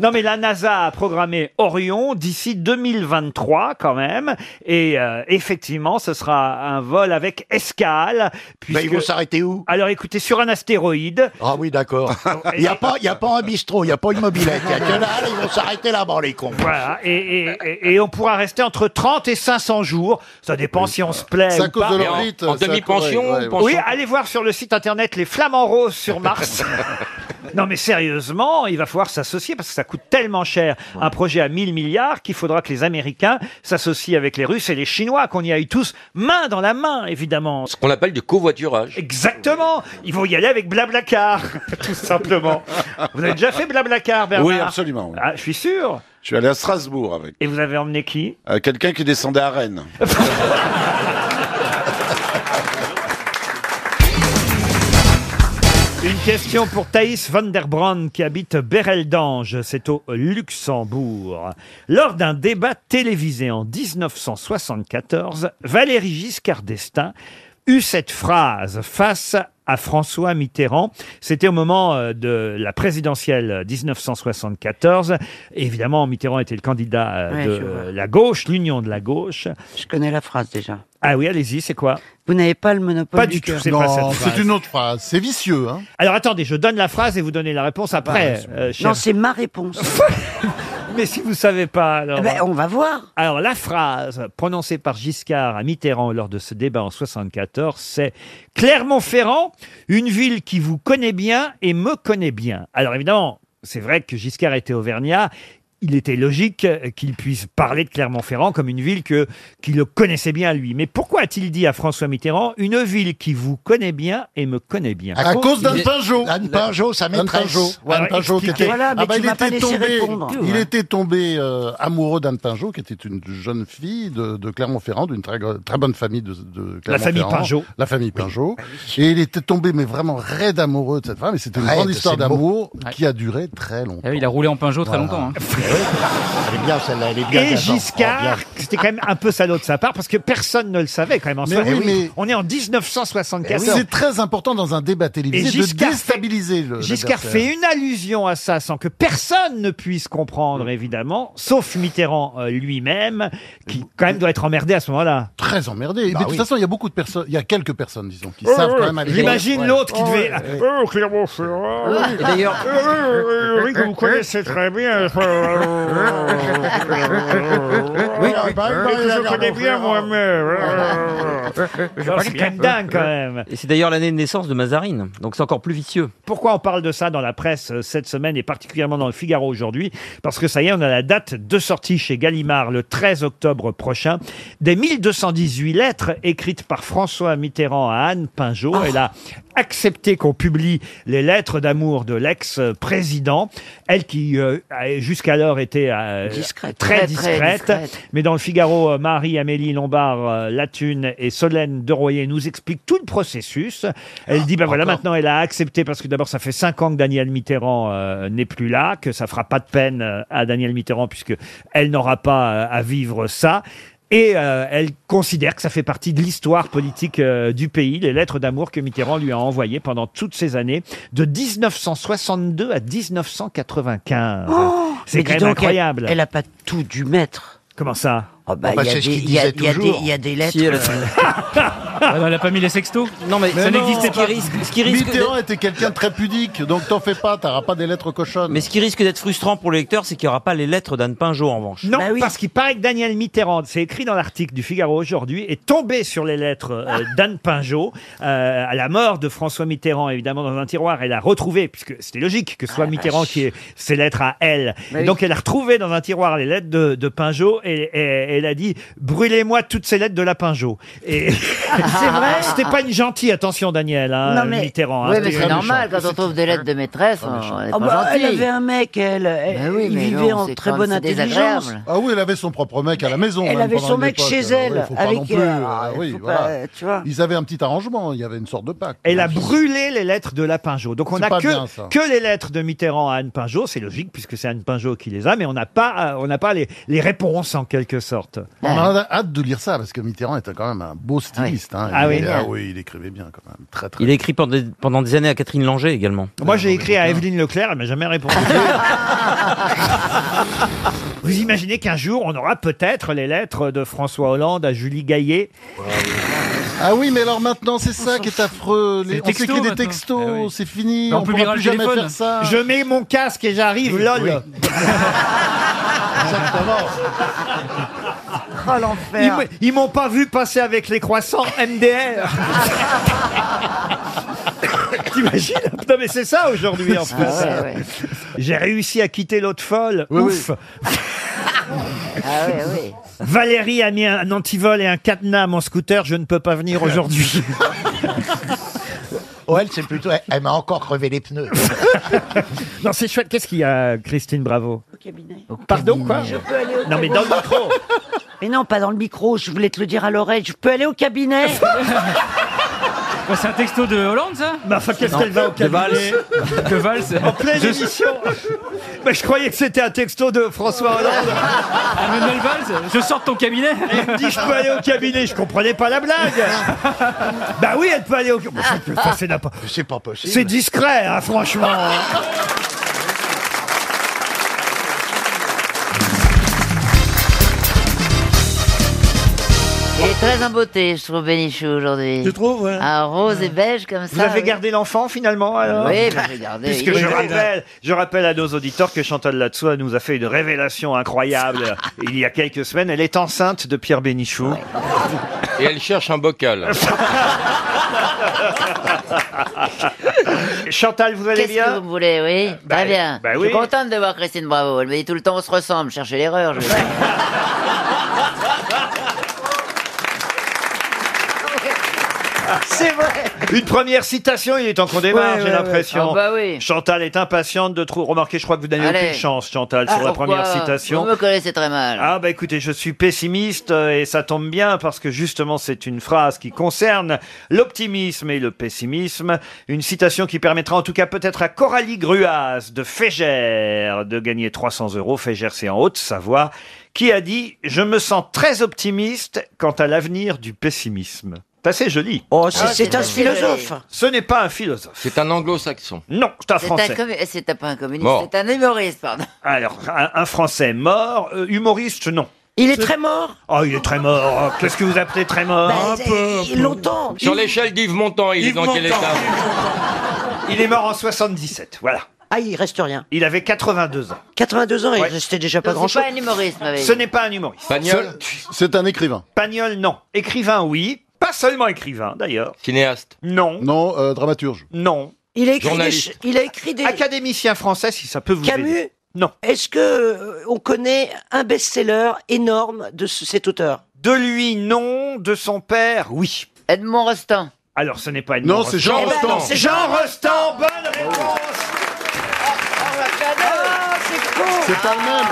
[SPEAKER 1] Non mais la NASA a programmé Orion d'ici 2023 quand même, et euh, effectivement ce sera un vol avec escale.
[SPEAKER 3] ils vont s'arrêter
[SPEAKER 1] où Alors écoutez, sur un astéroïde.
[SPEAKER 3] Ah oui, d'accord. Il n'y a, pas- il y a pas un bistrot, il n'y a pas une mobilette. Il n'y a que là, ils vont s'arrêter là-bas, les cons.
[SPEAKER 1] Voilà, et, et- et- et on pourra rester entre 30 et 500 jours. Ça dépend si on se plaît.
[SPEAKER 14] C'est à
[SPEAKER 1] ou
[SPEAKER 14] cause
[SPEAKER 1] pas.
[SPEAKER 14] de l'orbite, En- en c'est à demi-pension, cause, ouais, ouais. pension.
[SPEAKER 1] Oui, allez voir sur le site internet les flamants roses sur Mars. Non mais sérieusement, il va falloir s'associer parce que ça coûte tellement cher un projet à 1000 milliards qu'il faudra que les Américains s'associent avec les Russes et les Chinois, qu'on y aille tous main dans la main évidemment.
[SPEAKER 10] Ce qu'on appelle du covoiturage.
[SPEAKER 1] Exactement, ils vont y aller avec Blablacar, tout simplement. Vous avez déjà fait Blablacar, Bernard
[SPEAKER 11] Oui, absolument.
[SPEAKER 1] Ah, je suis sûr.
[SPEAKER 11] Je suis allé à Strasbourg avec.
[SPEAKER 1] Et vous avez emmené qui
[SPEAKER 11] Euh, Quelqu'un qui descendait à Rennes.
[SPEAKER 1] Une question pour Thaïs van der Brand qui habite Bereldange, c'est au Luxembourg. Lors d'un débat télévisé en 1974, Valéry Giscard d'Estaing eut cette phrase face à François Mitterrand. C'était au moment euh, de la présidentielle 1974. Évidemment, Mitterrand était le candidat euh,
[SPEAKER 16] Ouais,
[SPEAKER 1] de
[SPEAKER 16] je vois.
[SPEAKER 1] euh, la gauche, l'union de la gauche.
[SPEAKER 16] Je connais la phrase déjà.
[SPEAKER 1] Ah oui, allez-y, c'est quoi
[SPEAKER 16] Vous n'avez pas le monopole
[SPEAKER 1] Pas
[SPEAKER 16] du,
[SPEAKER 1] du tout,
[SPEAKER 16] cœur.
[SPEAKER 1] c'est pas cette phrase.
[SPEAKER 16] autre phrase. C'est vicieux. hein.
[SPEAKER 1] Alors attendez, je donne la phrase et vous donnez la réponse après. euh, cher-
[SPEAKER 16] non, c'est ma réponse.
[SPEAKER 1] Mais si vous savez pas, alors.
[SPEAKER 16] Eh ben, on va voir.
[SPEAKER 1] Alors, la phrase prononcée par Giscard à Mitterrand lors de ce débat en 74, c'est Clermont-Ferrand, une ville qui vous connaît bien et me connaît bien. Alors, évidemment, c'est vrai que Giscard était auvergnat. Il était logique qu'il puisse parler de Clermont-Ferrand comme une ville que, qui le connaissait bien lui. Mais pourquoi a-t-il dit à François Mitterrand une ville qui vous connaît bien et me connaît bien
[SPEAKER 3] À cause d'Anne Pinjot. Anne Pinjot, sa maîtresse.
[SPEAKER 14] Anne Pinjot.
[SPEAKER 1] Ah
[SPEAKER 3] Alors,
[SPEAKER 14] Anne Pinjot qui
[SPEAKER 3] expliquez.
[SPEAKER 14] était,
[SPEAKER 3] Voilà, mais
[SPEAKER 14] Ah bah,
[SPEAKER 3] tu
[SPEAKER 14] il
[SPEAKER 3] m'as pas
[SPEAKER 14] était
[SPEAKER 3] laissé
[SPEAKER 14] tombé,
[SPEAKER 3] répondre.
[SPEAKER 14] il
[SPEAKER 3] Ouais.
[SPEAKER 14] était tombé euh, amoureux d'Anne Pinjot, qui était une jeune fille de, de Clermont-Ferrand, d'une très, gr- très bonne famille de, de Clermont-Ferrand.
[SPEAKER 1] La famille Pinjot.
[SPEAKER 14] La famille Pinjot. Et il était tombé, mais vraiment raide amoureux de cette femme. Et c'était une
[SPEAKER 16] Raide,
[SPEAKER 14] grande histoire
[SPEAKER 16] c'est le mot.
[SPEAKER 14] d'amour qui a duré très longtemps.
[SPEAKER 16] il a roulé en Pinjot
[SPEAKER 14] très longtemps, hein.
[SPEAKER 16] Eh
[SPEAKER 3] Elle est bien, celle-là, elle est bien.
[SPEAKER 1] Et
[SPEAKER 3] Gazan. Oh,
[SPEAKER 1] Giscard,
[SPEAKER 3] bien.
[SPEAKER 1] c'était quand même un peu salaud de sa part parce que personne ne le savait quand même. En
[SPEAKER 14] Mais
[SPEAKER 1] soi.
[SPEAKER 14] oui, mais-
[SPEAKER 1] On est en
[SPEAKER 14] Et
[SPEAKER 1] 1974.
[SPEAKER 14] C'est très important dans un débat télévisé de
[SPEAKER 1] Giscard fait-
[SPEAKER 14] déstabiliser le.
[SPEAKER 1] Giscard
[SPEAKER 14] l'adversaire.
[SPEAKER 1] fait une allusion à ça sans que personne ne puisse
[SPEAKER 14] Mm.
[SPEAKER 1] comprendre, évidemment, sauf Mitterrand euh, lui-même, qui quand même doit être emmerdé à ce moment-là.
[SPEAKER 14] Très
[SPEAKER 1] Bah
[SPEAKER 14] emmerdé. mais de
[SPEAKER 1] oui.
[SPEAKER 14] toute façon, il y a beaucoup de personnes, il y a quelques personnes, disons, qui
[SPEAKER 1] Ouais,
[SPEAKER 14] savent
[SPEAKER 1] ouais.
[SPEAKER 14] quand même aller.
[SPEAKER 1] Oh, J'imagine
[SPEAKER 14] Ouais.
[SPEAKER 1] l'autre qui
[SPEAKER 14] Ouais.
[SPEAKER 1] devait.
[SPEAKER 14] Ouais.
[SPEAKER 1] Oh, Clermont-Ferrand.
[SPEAKER 14] Oui. Et d'ailleurs-
[SPEAKER 1] Euh, euh, euh, oui, que vous connaissez très bien.
[SPEAKER 29] Oui,
[SPEAKER 1] oui. que je connais bien
[SPEAKER 14] Ah,
[SPEAKER 1] moi-même. Non, C'est quand même dingue, quand même.
[SPEAKER 17] Et c'est d'ailleurs l'année de naissance de Mazarine, donc c'est encore plus vicieux.
[SPEAKER 1] Pourquoi on parle de ça dans la presse euh, cette semaine et particulièrement dans le Figaro aujourd'hui Parce que ça y est, on a la date de sortie chez Gallimard le 13 octobre prochain des 1218 lettres écrites par François Mitterrand à Anne Pinjot. Elle a accepté qu'on publie les lettres d'amour de l'ex-président. Elle qui euh, a jusqu'alors était euh,
[SPEAKER 16] Discrète.
[SPEAKER 1] très,
[SPEAKER 16] Très, très
[SPEAKER 1] discrète,
[SPEAKER 16] discrète.
[SPEAKER 1] Mais dans le Figaro, euh, Marie-Amélie Lombard, euh, Latune et Solène Deroyer nous expliquent tout le processus. Elle dit, ben voilà, maintenant elle a accepté parce que d'abord ça fait cinq ans que Daniel Mitterrand euh, n'est plus là, que ça fera pas de peine euh, à Daniel Mitterrand puisque elle n'aura pas euh, à vivre ça. Et euh, elle considère que ça fait partie de l'histoire politique euh, du pays, les lettres d'amour que Mitterrand lui a envoyées pendant toutes ces années, de 1962 à 1995. C'est
[SPEAKER 16] Oh,
[SPEAKER 1] quand même
[SPEAKER 16] Mais dis donc, elle-
[SPEAKER 1] incroyable.
[SPEAKER 16] Elle n'a pas tout dû mettre.
[SPEAKER 1] Comment ça
[SPEAKER 16] Oh bah,
[SPEAKER 17] Ah bah,
[SPEAKER 16] il y a
[SPEAKER 17] c'est ce
[SPEAKER 16] des-
[SPEAKER 17] qu'il
[SPEAKER 16] il y a-
[SPEAKER 17] disait
[SPEAKER 16] il y a des-
[SPEAKER 17] toujours.
[SPEAKER 16] Il y a des lettres.
[SPEAKER 17] Si, elle- Ah non, elle a pas mis les sextos Non, mais, ça n'existait pas.
[SPEAKER 14] Mitterrand était quelqu'un de très pudique, donc t'en fais pas, t'auras pas des lettres cochonnes.
[SPEAKER 17] Mais ce qui risque d'être frustrant pour le lecteur, c'est qu'il n'y aura pas les lettres d'Anne Pinjot en revanche.
[SPEAKER 16] bah
[SPEAKER 1] Non, parce qu'il paraît que Daniel Mitterrand, c'est écrit dans l'article du Figaro aujourd'hui, est tombé sur les lettres
[SPEAKER 16] Ah.
[SPEAKER 1] euh, d'Anne Pinjot. Euh, à la mort de François Mitterrand, évidemment, dans un tiroir, elle a retrouvé, puisque c'était logique que ce soit Mitterrand qui ait ses lettres à elle.
[SPEAKER 16] Ah, Bah
[SPEAKER 1] Et
[SPEAKER 16] oui.
[SPEAKER 1] donc elle a retrouvé dans un tiroir les lettres de, de Pinjot et, et- et elle a dit « Brûlez-moi toutes ces lettres de la Pinjot ». Et
[SPEAKER 16] C'est vrai
[SPEAKER 1] C'était pas une gentille, attention Daniel, hein, Mitterrand. hein,
[SPEAKER 21] Oui, mais
[SPEAKER 1] c'était
[SPEAKER 21] c'est
[SPEAKER 1] un
[SPEAKER 21] normal
[SPEAKER 1] méchant.
[SPEAKER 21] quand on trouve des lettres de maîtresse. on- on est pas
[SPEAKER 16] Ah bah, elle
[SPEAKER 21] gentil. Bah
[SPEAKER 16] avait un mec, elle. elle-
[SPEAKER 21] oui,
[SPEAKER 16] il
[SPEAKER 21] mais
[SPEAKER 16] vivait
[SPEAKER 21] non,
[SPEAKER 16] en
[SPEAKER 21] c'est
[SPEAKER 16] très
[SPEAKER 21] quand
[SPEAKER 16] bonne
[SPEAKER 21] même- c'est
[SPEAKER 16] intelligence.
[SPEAKER 21] désagréable.
[SPEAKER 14] Ah oui, elle avait son propre mec à la maison.
[SPEAKER 16] Elle
[SPEAKER 14] même
[SPEAKER 16] avait
[SPEAKER 14] pendant
[SPEAKER 16] son
[SPEAKER 14] une
[SPEAKER 16] mec
[SPEAKER 14] époque.
[SPEAKER 16] chez
[SPEAKER 14] Euh,
[SPEAKER 16] elle,
[SPEAKER 14] ouais, faut pas
[SPEAKER 16] avec,
[SPEAKER 14] non plus,
[SPEAKER 16] euh,
[SPEAKER 14] euh,
[SPEAKER 16] ah,
[SPEAKER 14] oui,
[SPEAKER 16] faut
[SPEAKER 14] voilà.
[SPEAKER 16] pas, euh, tu vois.
[SPEAKER 14] Ils avaient un petit arrangement, il y avait une sorte de pacte.
[SPEAKER 1] Elle a brûlé les lettres de la Pinjot. Donc on
[SPEAKER 14] hein. C'est
[SPEAKER 1] n'a
[SPEAKER 14] pas
[SPEAKER 1] que,
[SPEAKER 14] bien, ça.
[SPEAKER 1] que les lettres de Mitterrand à Anne Pinjot. C'est logique puisque c'est Anne Pinjot qui les a, mais on n'a pas, euh, on n'a pas les, les réponses en quelque sorte.
[SPEAKER 14] On a hâte de lire ça parce que Mitterrand était quand même un beau styliste. hein.
[SPEAKER 1] Ah
[SPEAKER 14] Il-
[SPEAKER 1] oui.
[SPEAKER 14] ah oui, il écrivait bien quand même. Très, très
[SPEAKER 17] Il a écrit pendant des, pendant des années à Catherine Langer également.
[SPEAKER 1] Moi
[SPEAKER 14] Euh,
[SPEAKER 1] j'ai écrit à Evelyne Leclerc, elle m'a jamais répondu. Vous imaginez qu'un jour on aura peut-être les lettres de François Hollande à Julie Gaillet
[SPEAKER 14] Ah oui, mais alors maintenant, c'est ça qui est affreux.
[SPEAKER 1] C'est
[SPEAKER 14] Les, on
[SPEAKER 1] texto,
[SPEAKER 14] s'écrit des
[SPEAKER 1] maintenant.
[SPEAKER 14] textos,
[SPEAKER 17] Ah
[SPEAKER 14] c'est fini.
[SPEAKER 1] Bah,
[SPEAKER 14] on ne pourra plus jamais faire ça.
[SPEAKER 1] Je mets mon casque et j'arrive, lol.
[SPEAKER 29] Oh
[SPEAKER 1] Ils m- Ils m'ont pas vu passer avec les croissants MDR. T'imagines Non mais c'est ça aujourd'hui en
[SPEAKER 29] Ah
[SPEAKER 1] plus.
[SPEAKER 29] ouais, ouais.
[SPEAKER 1] J'ai réussi à quitter l'autre folle.
[SPEAKER 29] Oui,
[SPEAKER 1] Ouf.
[SPEAKER 21] Ah
[SPEAKER 1] Valérie a mis un antivol et un cadenas à mon scooter. Je ne peux pas venir aujourd'hui.
[SPEAKER 3] Oh, elle, c'est plutôt. Elle, elle m'a encore crevé les pneus.
[SPEAKER 1] non, c'est chouette. Qu'est-ce qu'il y a, Christine Bravo Pardon quoi
[SPEAKER 16] Je peux aller au
[SPEAKER 1] Non mais dans le micro.
[SPEAKER 16] Mais non, pas dans le micro, je voulais te le dire à l'oreille. Je peux aller au cabinet
[SPEAKER 8] c'est un texto de Hollande, ça
[SPEAKER 1] Bah, enfin, qu'est-ce
[SPEAKER 8] Non,
[SPEAKER 1] qu'elle va au
[SPEAKER 8] de
[SPEAKER 1] cabinet
[SPEAKER 8] Valls. De Valls.
[SPEAKER 1] En pleine
[SPEAKER 8] Je-
[SPEAKER 1] émission Mais je croyais que c'était un texto de François Hollande.
[SPEAKER 8] Manuel Valls, je sors de ton cabinet.
[SPEAKER 1] Elle me dit je peux aller au cabinet, je comprenais pas la blague. bah oui, elle peut aller au cabinet. C'est n'importe-
[SPEAKER 3] C'est pas possible.
[SPEAKER 1] c'est discret, hein, franchement. hein.
[SPEAKER 21] Il est très en beauté, je trouve, Bénichou, aujourd'hui.
[SPEAKER 1] Tu trouves, ouais.
[SPEAKER 21] Un rose et beige comme ça.
[SPEAKER 1] Vous avez
[SPEAKER 21] oui.
[SPEAKER 1] gardé l'enfant finalement alors
[SPEAKER 21] Oui, bah, j'ai gardé.
[SPEAKER 1] Puisque
[SPEAKER 21] Il est-
[SPEAKER 1] je rappelle, je rappelle à nos auditeurs que Chantal Latsou nous a fait une révélation incroyable il y a quelques semaines. Elle est enceinte de Pierre Bénichou.
[SPEAKER 10] Et elle cherche un bocal.
[SPEAKER 1] Chantal, vous allez
[SPEAKER 21] Qu'est-ce
[SPEAKER 1] bien
[SPEAKER 21] que vous me voulez, oui
[SPEAKER 1] bah,
[SPEAKER 21] Très bien.
[SPEAKER 1] bah
[SPEAKER 21] je
[SPEAKER 1] oui.
[SPEAKER 21] suis contente de voir Christine Bravo. Elle me dit tout le temps, on se ressemble, cherchez l'erreur. je veux dire.
[SPEAKER 1] C'est vrai. Une première citation, il est temps qu'on démarre,
[SPEAKER 21] Ouais,
[SPEAKER 1] j'ai
[SPEAKER 21] ouais, ouais.
[SPEAKER 1] l'impression.
[SPEAKER 21] Ah bah oui.
[SPEAKER 1] Chantal est impatiente de trouver. Remarquez, je crois que vous n'avez
[SPEAKER 21] Allez.
[SPEAKER 1] aucune chance, Chantal, sur
[SPEAKER 21] Ah,
[SPEAKER 1] la
[SPEAKER 21] pourquoi
[SPEAKER 1] première citation.
[SPEAKER 21] Vous me connaissez très mal.
[SPEAKER 1] Ah bah écoutez, je suis pessimiste euh, et ça tombe bien parce que justement c'est une phrase qui concerne l'optimisme et le pessimisme. Une citation qui permettra en tout cas peut-être à Coralie Gruaz de Fégère de gagner 300 euros. Fégère c'est en Haute-Savoie. Qui a dit « Je me sens très optimiste quant à l'avenir du pessimisme ». C'est assez joli. Oh,
[SPEAKER 16] c'est- Ah, c'est c'est un joli. philosophe.
[SPEAKER 1] Ce n'est pas un philosophe.
[SPEAKER 10] C'est un anglo-saxon.
[SPEAKER 1] Non, c'est un
[SPEAKER 21] C'est un,
[SPEAKER 1] français.
[SPEAKER 21] commu- c'est pas un communiste,
[SPEAKER 1] Mort.
[SPEAKER 21] c'est un humoriste, pardon.
[SPEAKER 1] Alors, un, un Français mort, euh, humoriste, non.
[SPEAKER 16] Il est très mort
[SPEAKER 1] Oh, il est très mort. Oh, Qu'est-ce que vous appelez très mort
[SPEAKER 10] Bah, Un peu, un peu.
[SPEAKER 16] longtemps.
[SPEAKER 10] Sur l'échelle d'Yves Montand, il est dans quel état
[SPEAKER 1] Il est mort en 77, voilà.
[SPEAKER 16] Ah, il reste rien.
[SPEAKER 1] Il avait 82 ans.
[SPEAKER 16] 82 ans,
[SPEAKER 1] Ouais.
[SPEAKER 16] il restait déjà pas
[SPEAKER 21] Donc,
[SPEAKER 16] grand-chose.
[SPEAKER 21] C'est pas un humoriste, ma
[SPEAKER 1] Ce n'est pas un humoriste.
[SPEAKER 10] Pagnol
[SPEAKER 1] C'est un écrivain. Pagnol, non. Écrivain, oui. Pas seulement écrivain, d'ailleurs.
[SPEAKER 10] Cinéaste
[SPEAKER 1] Non.
[SPEAKER 14] Non, euh, dramaturge.
[SPEAKER 1] Non.
[SPEAKER 16] Il a écrit
[SPEAKER 1] Journaliste.
[SPEAKER 16] des ch- il a écrit des
[SPEAKER 1] Académicien français, si ça peut vous
[SPEAKER 16] Camus
[SPEAKER 1] aider. Non.
[SPEAKER 16] Est-ce que euh, on connaît un best-seller énorme de ce- cet auteur
[SPEAKER 1] De lui, non. De son père, oui.
[SPEAKER 21] Edmond Rostand.
[SPEAKER 1] Alors, ce n'est pas une
[SPEAKER 14] Non, c'est Jean Eh ben Rostand. non,
[SPEAKER 1] c'est
[SPEAKER 14] c'est
[SPEAKER 1] Jean
[SPEAKER 14] Jean
[SPEAKER 1] Rostand, bonne réponse.
[SPEAKER 14] C'est pas le même.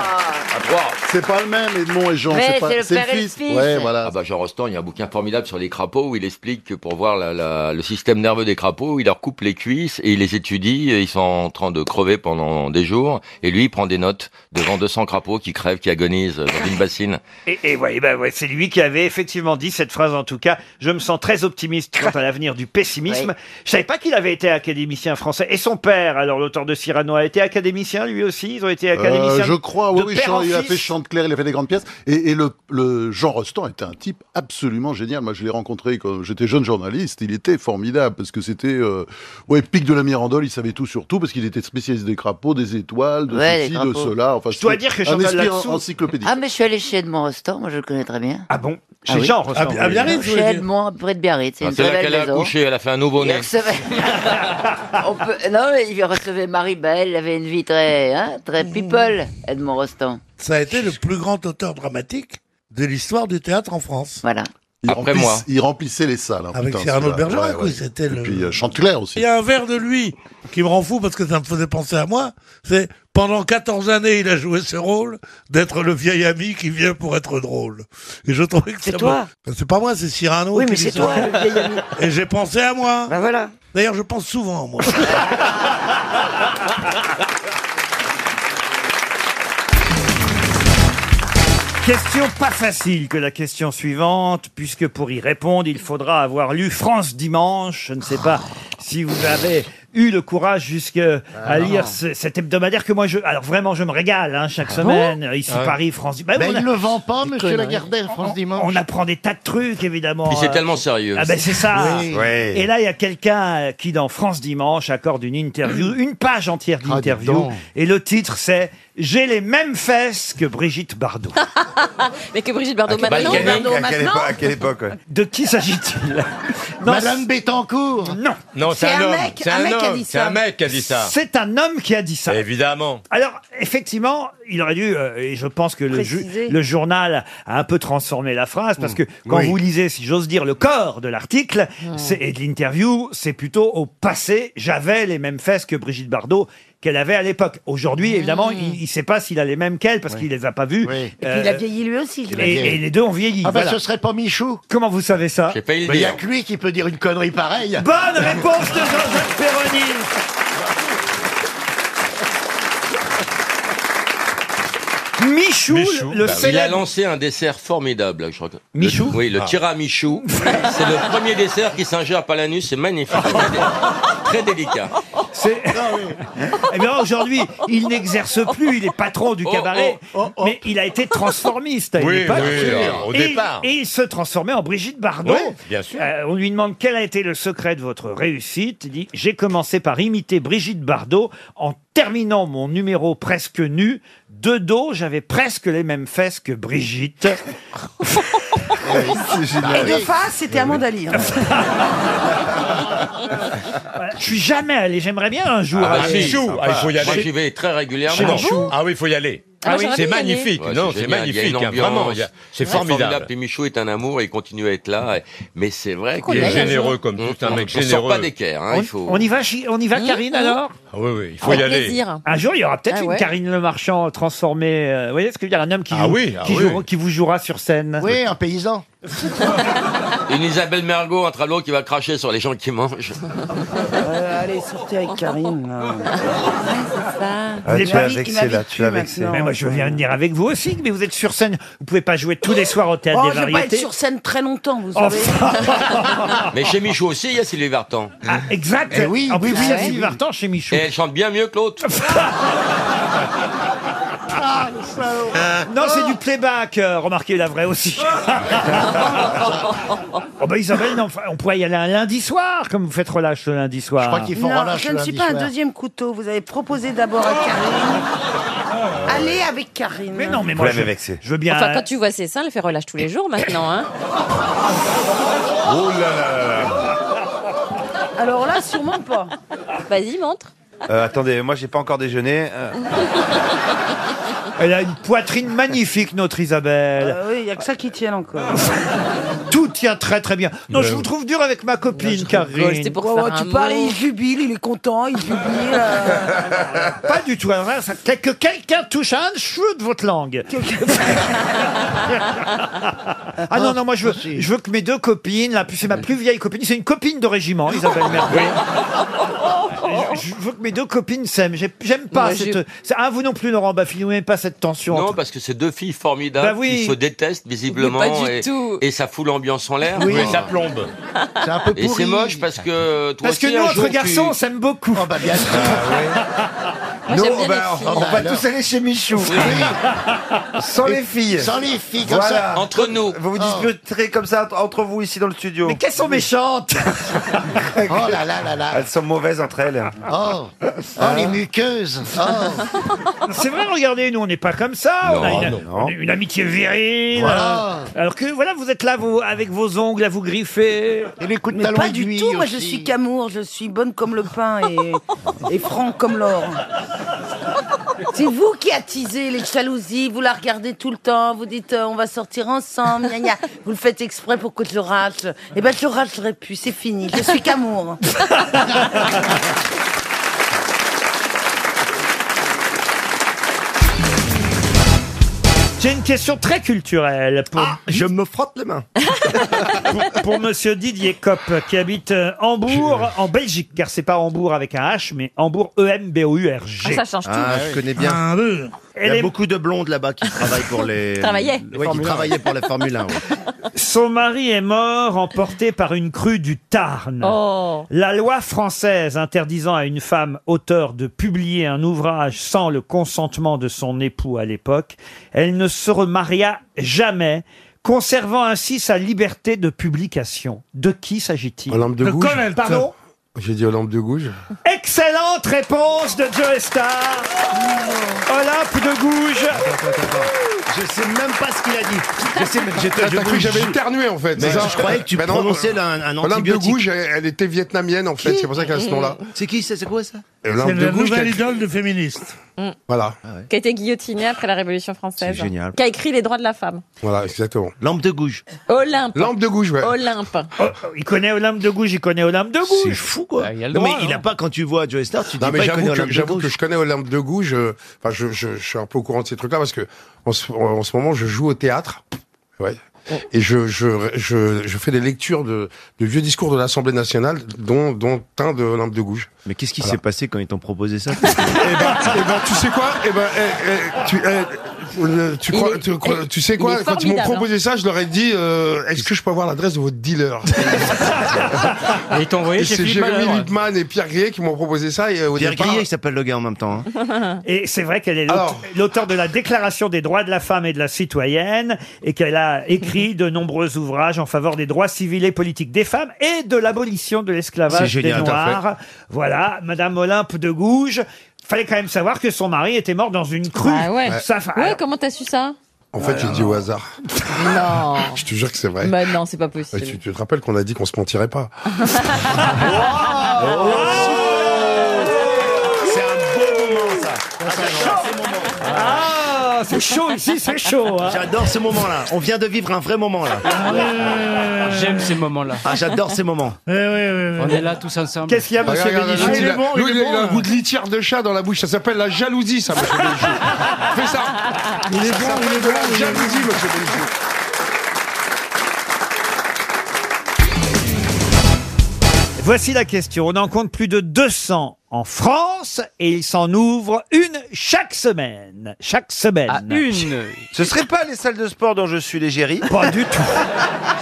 [SPEAKER 14] C'est pas le même, Edmond et Jean. C'est pas- c'est le fils. Ouais, voilà.
[SPEAKER 10] Ah bah Jean Rostand, il y a un bouquin formidable sur les crapauds où il explique que pour voir la- la- le système nerveux des crapauds, il leur coupe les cuisses et il les étudie. Et ils sont en train de crever pendant des jours. Et lui, il prend des notes devant 200 crapauds qui crèvent, qui agonisent dans une bassine.
[SPEAKER 1] Et, et ouais, bah ouais, c'est lui qui avait effectivement dit cette phrase en tout cas. Je me sens très optimiste quant à l'avenir du pessimisme. Je savais pas qu'il avait été académicien français. Et son père, alors l'auteur de Cyrano, a été académicien lui aussi. Ils ont été académiciens.
[SPEAKER 14] Euh, je crois, oui,
[SPEAKER 1] de
[SPEAKER 14] oui,
[SPEAKER 1] père
[SPEAKER 14] Jean-
[SPEAKER 1] en
[SPEAKER 14] il a
[SPEAKER 1] fils.
[SPEAKER 14] fait Chantecler, il a fait des grandes pièces. Et, et le, le Jean Rostand était un type absolument génial. Moi, je l'ai rencontré quand j'étais jeune journaliste. Il était formidable parce que c'était, euh, ouais, pic de la Mirandole, il savait tout sur tout parce qu'il était spécialiste des crapauds, des étoiles, de
[SPEAKER 21] Ouais,
[SPEAKER 14] ceci,
[SPEAKER 21] les
[SPEAKER 14] de
[SPEAKER 21] crapauds.
[SPEAKER 14] cela. Enfin,
[SPEAKER 1] Je dois
[SPEAKER 14] c'était
[SPEAKER 1] dire que
[SPEAKER 14] un
[SPEAKER 1] Chantal
[SPEAKER 14] esprit
[SPEAKER 1] Latsou-
[SPEAKER 14] en- encyclopédique.
[SPEAKER 21] Ah, mais je suis allé chez Edmond Rostand, moi je le connais très bien.
[SPEAKER 1] Ah bon Chez Jean Rostand, oui.
[SPEAKER 21] Chez Edmond, près de Biarritz. C'est
[SPEAKER 10] Ah,
[SPEAKER 21] une
[SPEAKER 10] C'est
[SPEAKER 21] très
[SPEAKER 10] là
[SPEAKER 21] belle
[SPEAKER 10] qu'elle a
[SPEAKER 21] maison.
[SPEAKER 10] accouché, elle a fait un
[SPEAKER 21] Il
[SPEAKER 10] nouveau-né.
[SPEAKER 21] recevait... On peut- Non, mais il recevait Marie-Belle, il avait une vie très, hein, très people, Edmond Rostand.
[SPEAKER 12] Ça a été le plus grand auteur dramatique de l'histoire du théâtre en France.
[SPEAKER 21] Voilà.
[SPEAKER 14] Il
[SPEAKER 10] Après
[SPEAKER 14] remplisse-
[SPEAKER 10] moi.
[SPEAKER 14] Il remplissait les salles. hein,
[SPEAKER 12] Avec
[SPEAKER 14] putain,
[SPEAKER 12] Cyrano de
[SPEAKER 14] celui-là.
[SPEAKER 12] Bergerac,
[SPEAKER 14] Ouais,
[SPEAKER 12] oui,
[SPEAKER 14] ouais.
[SPEAKER 12] c'était le...
[SPEAKER 14] Et puis, euh, Chantecler aussi.
[SPEAKER 12] Il y a un vers de lui qui me rend fou parce que ça me faisait penser à moi. C'est pendant 14 années, il a joué ce rôle d'être le vieil ami qui vient pour être drôle. Et je trouvais que
[SPEAKER 16] C'est
[SPEAKER 12] ça
[SPEAKER 16] toi.
[SPEAKER 12] me- Ben, C'est pas moi, c'est Cyrano.
[SPEAKER 16] Oui,
[SPEAKER 12] qui
[SPEAKER 16] mais
[SPEAKER 12] dit
[SPEAKER 16] c'est
[SPEAKER 12] ça.
[SPEAKER 16] toi, le vieil ami.
[SPEAKER 12] Et j'ai pensé à moi.
[SPEAKER 16] Ben voilà.
[SPEAKER 12] D'ailleurs, je pense souvent à moi.
[SPEAKER 1] Question pas facile que la question suivante, puisque pour y répondre, il faudra avoir lu France Dimanche. Je ne sais pas si vous avez eu le courage jusqu'à à
[SPEAKER 12] Ah, non.
[SPEAKER 1] lire ce- cet hebdomadaire que moi, je, alors vraiment, je me régale hein, chaque
[SPEAKER 12] Ah
[SPEAKER 1] semaine,
[SPEAKER 12] bon
[SPEAKER 1] ici
[SPEAKER 12] Ah ouais.
[SPEAKER 1] Paris, France. Bah,
[SPEAKER 12] Mais
[SPEAKER 1] on
[SPEAKER 12] il le vend pas,
[SPEAKER 1] Des
[SPEAKER 12] monsieur
[SPEAKER 1] conneries.
[SPEAKER 12] Lagardère, France
[SPEAKER 1] On- On apprend des tas de trucs, évidemment.
[SPEAKER 10] Puis c'est
[SPEAKER 1] Euh,
[SPEAKER 10] tellement sérieux.
[SPEAKER 1] Ah ben c'est ça.
[SPEAKER 10] Oui. Oui.
[SPEAKER 1] Et là, il y a quelqu'un euh, qui, dans France Dimanche, accorde une interview, une page entière
[SPEAKER 12] Mmh. Ah, dis
[SPEAKER 1] d'interview.
[SPEAKER 12] donc.
[SPEAKER 1] et le titre, c'est « J'ai les mêmes fesses que Brigitte Bardot
[SPEAKER 13] Mais que Brigitte Bardot
[SPEAKER 1] À quelle
[SPEAKER 13] maintenant,
[SPEAKER 1] époque
[SPEAKER 13] Bardot
[SPEAKER 1] À quelle
[SPEAKER 13] maintenant.
[SPEAKER 1] époque De qui s'agit-il
[SPEAKER 13] Madame
[SPEAKER 1] Bettencourt Non.
[SPEAKER 13] Non, c'est C'est un un homme. mec- C'est un un mec qui a homme. dit C'est ça. un
[SPEAKER 10] mec qui a dit ça.
[SPEAKER 1] C'est un homme qui a dit ça.
[SPEAKER 10] Évidemment.
[SPEAKER 1] Alors, effectivement, il aurait dû, euh, et je pense que le, ju-
[SPEAKER 10] Préciser.
[SPEAKER 1] le journal a un peu transformé la phrase, parce que
[SPEAKER 10] Mm.
[SPEAKER 1] quand
[SPEAKER 10] Oui.
[SPEAKER 1] vous lisez, si j'ose dire, le corps de l'article
[SPEAKER 13] Hmm.
[SPEAKER 1] c'est- et de l'interview, c'est plutôt au passé, j'avais les mêmes fesses que Brigitte Bardot qu'elle avait à l'époque. Aujourd'hui, évidemment,
[SPEAKER 13] Hmm.
[SPEAKER 1] il ne sait pas s'il a les mêmes qu'elle, parce qu'il les a pas vues.
[SPEAKER 16] Et
[SPEAKER 1] Euh,
[SPEAKER 16] puis il a vieilli lui aussi.
[SPEAKER 1] et, et les deux ont vieilli.
[SPEAKER 16] Ah bah
[SPEAKER 1] voilà.
[SPEAKER 16] ce serait pas Michou.
[SPEAKER 1] Comment vous savez ça
[SPEAKER 16] Mais il y a que lui qui peut dire une connerie pareille.
[SPEAKER 1] Bonne réponse de Jean-Jacques Perroni. Michou, le-
[SPEAKER 9] Bah
[SPEAKER 1] le
[SPEAKER 10] Bah Il a
[SPEAKER 1] célèbre...
[SPEAKER 10] lancé un dessert formidable, là, je crois. que-
[SPEAKER 1] Michou
[SPEAKER 10] Le- Oui, le
[SPEAKER 1] Ah.
[SPEAKER 10] tiramichou. c'est le premier dessert qui s'ingère par l'anus, c'est magnifique.
[SPEAKER 9] Ah
[SPEAKER 10] Très dé- Très délicat.
[SPEAKER 1] C'est... Eh bien, aujourd'hui, il n'exerce plus, il est patron
[SPEAKER 10] Oh,
[SPEAKER 1] du cabaret, mais il a été transformiste à une
[SPEAKER 10] Oui,
[SPEAKER 1] époque.
[SPEAKER 10] oui, alors, au
[SPEAKER 1] et,
[SPEAKER 10] départ.
[SPEAKER 1] et il se transformait en Brigitte Bardot.
[SPEAKER 10] Oui, bien sûr.
[SPEAKER 1] Euh, on lui demande quel a été le secret de votre réussite. Il dit J'ai commencé par imiter Brigitte Bardot en terminant mon numéro presque nu. De dos, j'avais presque les mêmes fesses que Brigitte.
[SPEAKER 13] Et de face,
[SPEAKER 2] Bah,
[SPEAKER 13] c'était Amanda Lear.
[SPEAKER 1] Je suis jamais allé, j'aimerais bien un jour.
[SPEAKER 9] Ah, bah,
[SPEAKER 1] aller.
[SPEAKER 9] si, Michou, ah, il faut y aller.
[SPEAKER 10] Moi, j'y vais très régulièrement.
[SPEAKER 9] Ah, bon Ah oui, il faut y aller.
[SPEAKER 10] Ah, oui,
[SPEAKER 9] c'est magnifique.
[SPEAKER 10] Ouais,
[SPEAKER 9] non, c'est
[SPEAKER 10] génial. Il y a
[SPEAKER 9] magnifique.
[SPEAKER 10] une
[SPEAKER 9] hein, vraiment,
[SPEAKER 10] ambiance.
[SPEAKER 9] il y a- c'est formidable.
[SPEAKER 10] Puis Michou est un amour et il continue à être là. Et- Mais c'est vrai
[SPEAKER 9] Il est généreux comme tout, c'est un
[SPEAKER 10] on-
[SPEAKER 9] mec
[SPEAKER 10] on sort
[SPEAKER 9] généreux.
[SPEAKER 10] pas d'équerre. hein, il faut...
[SPEAKER 1] On y va, chi- on y va,
[SPEAKER 9] Mmh,
[SPEAKER 1] Karine,
[SPEAKER 9] mmh.
[SPEAKER 1] alors
[SPEAKER 9] Ah oui, oui, il faut y aller.
[SPEAKER 1] Un jour, il y aura peut-être
[SPEAKER 9] Ah
[SPEAKER 1] une
[SPEAKER 9] ouais.
[SPEAKER 1] Karine Le Marchand transformée. euh, vous voyez ce que veut dire un homme qui,
[SPEAKER 9] Ah
[SPEAKER 1] joue-
[SPEAKER 9] oui, ah
[SPEAKER 1] qui,
[SPEAKER 9] oui.
[SPEAKER 1] jouera- qui vous jouera sur scène.
[SPEAKER 9] Oui,
[SPEAKER 1] un paysan.
[SPEAKER 10] Une Isabelle Mergot, un travelot qui va cracher sur les gens qui mangent.
[SPEAKER 25] Euh,
[SPEAKER 13] allez, sortez avec Karine.
[SPEAKER 1] Vous n'êtes pas vexé, là, Ah, tu Mais moi, je viens venir avec vous aussi, mais vous êtes sur scène. Vous pouvez pas jouer tous les soirs au théâtre
[SPEAKER 13] Oh,
[SPEAKER 1] des
[SPEAKER 13] je vais pas être
[SPEAKER 1] variétés.
[SPEAKER 13] sur scène très longtemps, vous savez.
[SPEAKER 10] Mais chez Michou aussi, il y a Sylvie Vartan.
[SPEAKER 1] Ah, exact.
[SPEAKER 10] Eh oui,
[SPEAKER 1] en plus,
[SPEAKER 10] oui,
[SPEAKER 1] il y a
[SPEAKER 10] oui,
[SPEAKER 1] Sylvie
[SPEAKER 10] oui.
[SPEAKER 1] Vartan chez Michou.
[SPEAKER 10] Et elle chante bien mieux que l'autre.
[SPEAKER 1] Ah, non, c'est du playback. euh, remarquez la vraie aussi. oh ben Isabelle, non, enfin, on pourrait y aller un lundi soir, comme vous faites relâche le lundi soir.
[SPEAKER 13] non, je ne suis pas un deuxième couteau. Vous avez proposé d'abord à Karine. Allez avec Karine. Mais
[SPEAKER 1] non, mais moi, je, je veux bien.
[SPEAKER 13] Enfin,
[SPEAKER 1] un-
[SPEAKER 13] quand tu vois, c'est ça, elle fait relâche tous les jours maintenant. Hein.
[SPEAKER 16] Oh là là là
[SPEAKER 13] Alors là, sûrement pas. Vas-y, montre.
[SPEAKER 17] Euh, attendez, moi j'ai pas encore déjeuné. Euh,
[SPEAKER 1] Elle a une poitrine magnifique, notre Isabelle.
[SPEAKER 13] Ah oui, il n'y a que ça qui tienne encore.
[SPEAKER 1] Tout tient très très bien. Non,
[SPEAKER 13] Ouais.
[SPEAKER 1] je vous trouve dur avec ma copine, Karine.
[SPEAKER 13] Ouais, ouais, tu parles, il jubile, il est content, il jubile. euh.
[SPEAKER 1] Pas du tout. alors là, ça- que quelqu'un touche à un cheveu de votre langue. ah non, non, moi je veux, je veux que mes deux copines, là, c'est ma plus vieille copine, c'est une copine de régiment, Isabelle Mergo. Je, je veux que mes deux copines s'aiment. J'ai- J'aime pas
[SPEAKER 10] Moi, j'ai-
[SPEAKER 1] cette. c'est- Ah, vous non plus, Laurent Baffy, vous n'aimez pas cette tension.
[SPEAKER 10] Non,
[SPEAKER 1] entre-
[SPEAKER 10] parce que c'est deux filles formidables
[SPEAKER 1] Bah oui.
[SPEAKER 10] qui se détestent visiblement.
[SPEAKER 1] Mais pas du
[SPEAKER 10] et,
[SPEAKER 1] tout.
[SPEAKER 10] et ça fout l'ambiance en l'air.
[SPEAKER 1] Oui.
[SPEAKER 10] quoi.
[SPEAKER 1] Mais ça plombe. C'est un peu
[SPEAKER 10] Et c'est
[SPEAKER 1] pourri.
[SPEAKER 10] moche parce que toi
[SPEAKER 1] Parce que
[SPEAKER 10] aussi,
[SPEAKER 1] nous,
[SPEAKER 10] un
[SPEAKER 1] entre
[SPEAKER 10] jour,
[SPEAKER 1] garçons, on
[SPEAKER 10] tu...
[SPEAKER 1] s'aime beaucoup. Oh, bah, bien sûr.
[SPEAKER 17] Moi, j'aime bien les
[SPEAKER 2] oh,
[SPEAKER 17] filles. Bah, alors.
[SPEAKER 1] aller chez Michou. Ah,
[SPEAKER 17] sans les filles.
[SPEAKER 1] Sans les filles, comme ça, Oh.
[SPEAKER 17] Entre nous. Vous vous disputerez comme ça entre- entre vous ici dans le studio.
[SPEAKER 1] Mais qu'elles sont méchantes
[SPEAKER 17] Oh là là là là. Elles sont mauvaises entre elles.
[SPEAKER 20] Oh, les muqueuses.
[SPEAKER 1] Ah. C'est vrai, regardez, nous, on n'est pas comme ça. on
[SPEAKER 17] Non,
[SPEAKER 1] a une,
[SPEAKER 17] non.
[SPEAKER 1] on a une amitié virile.
[SPEAKER 17] Voilà.
[SPEAKER 1] euh, alors que, voilà, vous êtes là vous, avec vos ongles à vous griffer. Et les coups
[SPEAKER 13] Mais pas du tout, moi je suis qu'amour, je suis bonne comme le pain et, et franc comme l'or. C'est vous qui attisez les jalousies, vous la regardez tout le temps, vous dites euh, on va sortir ensemble, gna gna. vous le faites exprès pour que je rate. Eh ben je rate, j'aurais pu, c'est fini, je suis qu'amour.
[SPEAKER 1] J'ai une question très culturelle. Pour...
[SPEAKER 17] Ah,
[SPEAKER 1] je me frotte les mains. pour, pour monsieur Didier Kopp, qui habite euh, Hambourg, en Belgique, car c'est pas Hambourg avec un H, mais Hambourg E E-M-B-O-U-R-G.
[SPEAKER 17] Ah, ça change tout. Ah, je connais bien. Ah, oui. Il y a beaucoup de blondes là-bas qui travaillent pour les.
[SPEAKER 1] Travaillaient.
[SPEAKER 17] Ouais, qui travaillaient pour la Formule 1. ouais.
[SPEAKER 1] Son mari est mort emporté par une crue du Tarn. La loi française interdisant à une femme auteure de publier un ouvrage sans le consentement de son époux à l'époque, elle ne se remaria jamais, conservant ainsi sa liberté de publication. De qui s'agit-il
[SPEAKER 29] Olympe de Gouges.
[SPEAKER 1] Pardon
[SPEAKER 29] J'ai dit Olympe de Gouges.
[SPEAKER 1] Excellente réponse de Joe Star. Olympe de Gouges.
[SPEAKER 17] Je sais même
[SPEAKER 29] Ah,
[SPEAKER 17] pas ce qu'il a dit. Je sais,
[SPEAKER 29] J'ai Ah, cru que j'avais éternué en fait.
[SPEAKER 17] Mais
[SPEAKER 29] c'est ça
[SPEAKER 17] je croyais que tu
[SPEAKER 29] Ben non,
[SPEAKER 17] prononçais
[SPEAKER 29] euh,
[SPEAKER 17] un- un
[SPEAKER 29] Olympe de
[SPEAKER 17] antibiotique.
[SPEAKER 29] Gouges, elle, elle était vietnamienne en fait, c'est pour ça qu'elle a ce nom-là.
[SPEAKER 17] C'est qui C'est c'est quoi ça
[SPEAKER 29] Et Olympe
[SPEAKER 12] C'est la
[SPEAKER 29] Gouges qui a
[SPEAKER 12] nouvelle
[SPEAKER 29] écrit-
[SPEAKER 12] idole de féministe.
[SPEAKER 13] Mm.
[SPEAKER 29] Voilà.
[SPEAKER 17] Ah
[SPEAKER 7] qui a été guillotinée après la Révolution française.
[SPEAKER 29] C'est génial.
[SPEAKER 7] Qui a écrit Les droits de la femme.
[SPEAKER 29] Voilà, exactement. Lampe de Gouges.
[SPEAKER 7] Olympe.
[SPEAKER 29] Lampe de Gouges, ouais.
[SPEAKER 7] Olympe.
[SPEAKER 1] Oh, Il connaît Olympe de Gouges, il connaît Olympe de Ah, Gouges. C'est fou quoi.
[SPEAKER 29] le droit,
[SPEAKER 17] mais il a pas quand tu vois Joe Star, tu dis
[SPEAKER 29] Non, mais
[SPEAKER 17] pas il connaît
[SPEAKER 29] j'avoue que,
[SPEAKER 17] Olympe de
[SPEAKER 29] j'avoue
[SPEAKER 17] Gouges.
[SPEAKER 29] que je connais Olympe de Gouges. euh, Enfin, je, je, je suis un peu au courant de ces trucs-là parce que en ce, en ce moment, je joue au théâtre. Ouais.
[SPEAKER 17] Oh.
[SPEAKER 29] Et je, je, je, je fais des lectures de, de vieux discours de l'Assemblée nationale, dont, dont un de Olympe de Gouges.
[SPEAKER 17] Mais qu'est-ce qui s'est passé quand ils t'ont proposé ça
[SPEAKER 29] Eh ben, tu sais quoi Eh ben, eh, eh, tu, eh, euh, tu, crois- tu crois- tu sais
[SPEAKER 7] il
[SPEAKER 29] quoi
[SPEAKER 7] est
[SPEAKER 29] Quand ils m'ont
[SPEAKER 17] hein.
[SPEAKER 7] formidable,
[SPEAKER 29] proposé ça, je leur ai dit euh, Est-ce que je peux avoir l'adresse de votre dealer
[SPEAKER 17] Et ils t'ont envoyé
[SPEAKER 29] Et
[SPEAKER 17] chez
[SPEAKER 29] C'est
[SPEAKER 17] Philippe
[SPEAKER 29] Jérémy
[SPEAKER 17] Malherbe.
[SPEAKER 29] Lipman et Pierre Grillet qui m'ont proposé ça. Et, euh, au
[SPEAKER 17] Pierre
[SPEAKER 29] départ-
[SPEAKER 17] Grillet, il s'appelle le gars en même temps. hein.
[SPEAKER 1] Et c'est vrai qu'elle est l'aute-
[SPEAKER 29] Alors.
[SPEAKER 1] l'auteur de la Déclaration des droits de la femme et de la citoyenne et qu'elle a écrit de nombreux ouvrages en faveur des droits civils et politiques des femmes et de l'abolition de
[SPEAKER 17] C'est
[SPEAKER 1] l'esclavage
[SPEAKER 17] génial,
[SPEAKER 1] des
[SPEAKER 17] tout à fait.
[SPEAKER 1] Noirs. Voilà, Madame Olympe de Gouges. Fallait quand même savoir que son mari était mort dans une crue.
[SPEAKER 7] Ah ouais.
[SPEAKER 1] Ça, fa-
[SPEAKER 7] ouais, comment t'as su ça
[SPEAKER 29] En fait, j'ai dit au hasard.
[SPEAKER 7] Non.
[SPEAKER 29] Je te jure que c'est vrai.
[SPEAKER 7] Bah non, c'est pas
[SPEAKER 29] Ouais,
[SPEAKER 7] possible.
[SPEAKER 29] tu, tu te rappelles qu'on a dit qu'on se mentirait pas
[SPEAKER 17] C'est un beau moment, ça.
[SPEAKER 1] Ah, c'est chaud ici, c'est chaud. hein.
[SPEAKER 17] J'adore ce moment-là. On vient de vivre un vrai moment là.
[SPEAKER 16] Ah
[SPEAKER 13] J'aime ces moments-là.
[SPEAKER 17] Ah, j'adore ces moments.
[SPEAKER 13] On est là tous ensemble.
[SPEAKER 1] Qu'est-ce qu'il y a, monsieur
[SPEAKER 29] Regarde, regarde,
[SPEAKER 1] Bénichou
[SPEAKER 29] lui, il a- lui, il a- il a un
[SPEAKER 17] hein.
[SPEAKER 29] goût de litière de chat dans la bouche. Ça s'appelle la jalousie, ça, monsieur Bénichou. Fais ça.
[SPEAKER 30] Il est
[SPEAKER 29] Ça
[SPEAKER 30] bon,
[SPEAKER 29] s'appelle
[SPEAKER 30] il est bon,
[SPEAKER 29] La
[SPEAKER 30] il est bon.
[SPEAKER 29] jalousie, monsieur Bénichou.
[SPEAKER 1] Voici la question. On en compte plus de 200 en France et il s'en ouvre une chaque semaine. Chaque
[SPEAKER 17] Ah,
[SPEAKER 1] semaine.
[SPEAKER 13] une.
[SPEAKER 17] Ce serait pas les salles de sport dont je suis l'égérie
[SPEAKER 1] Pas du tout.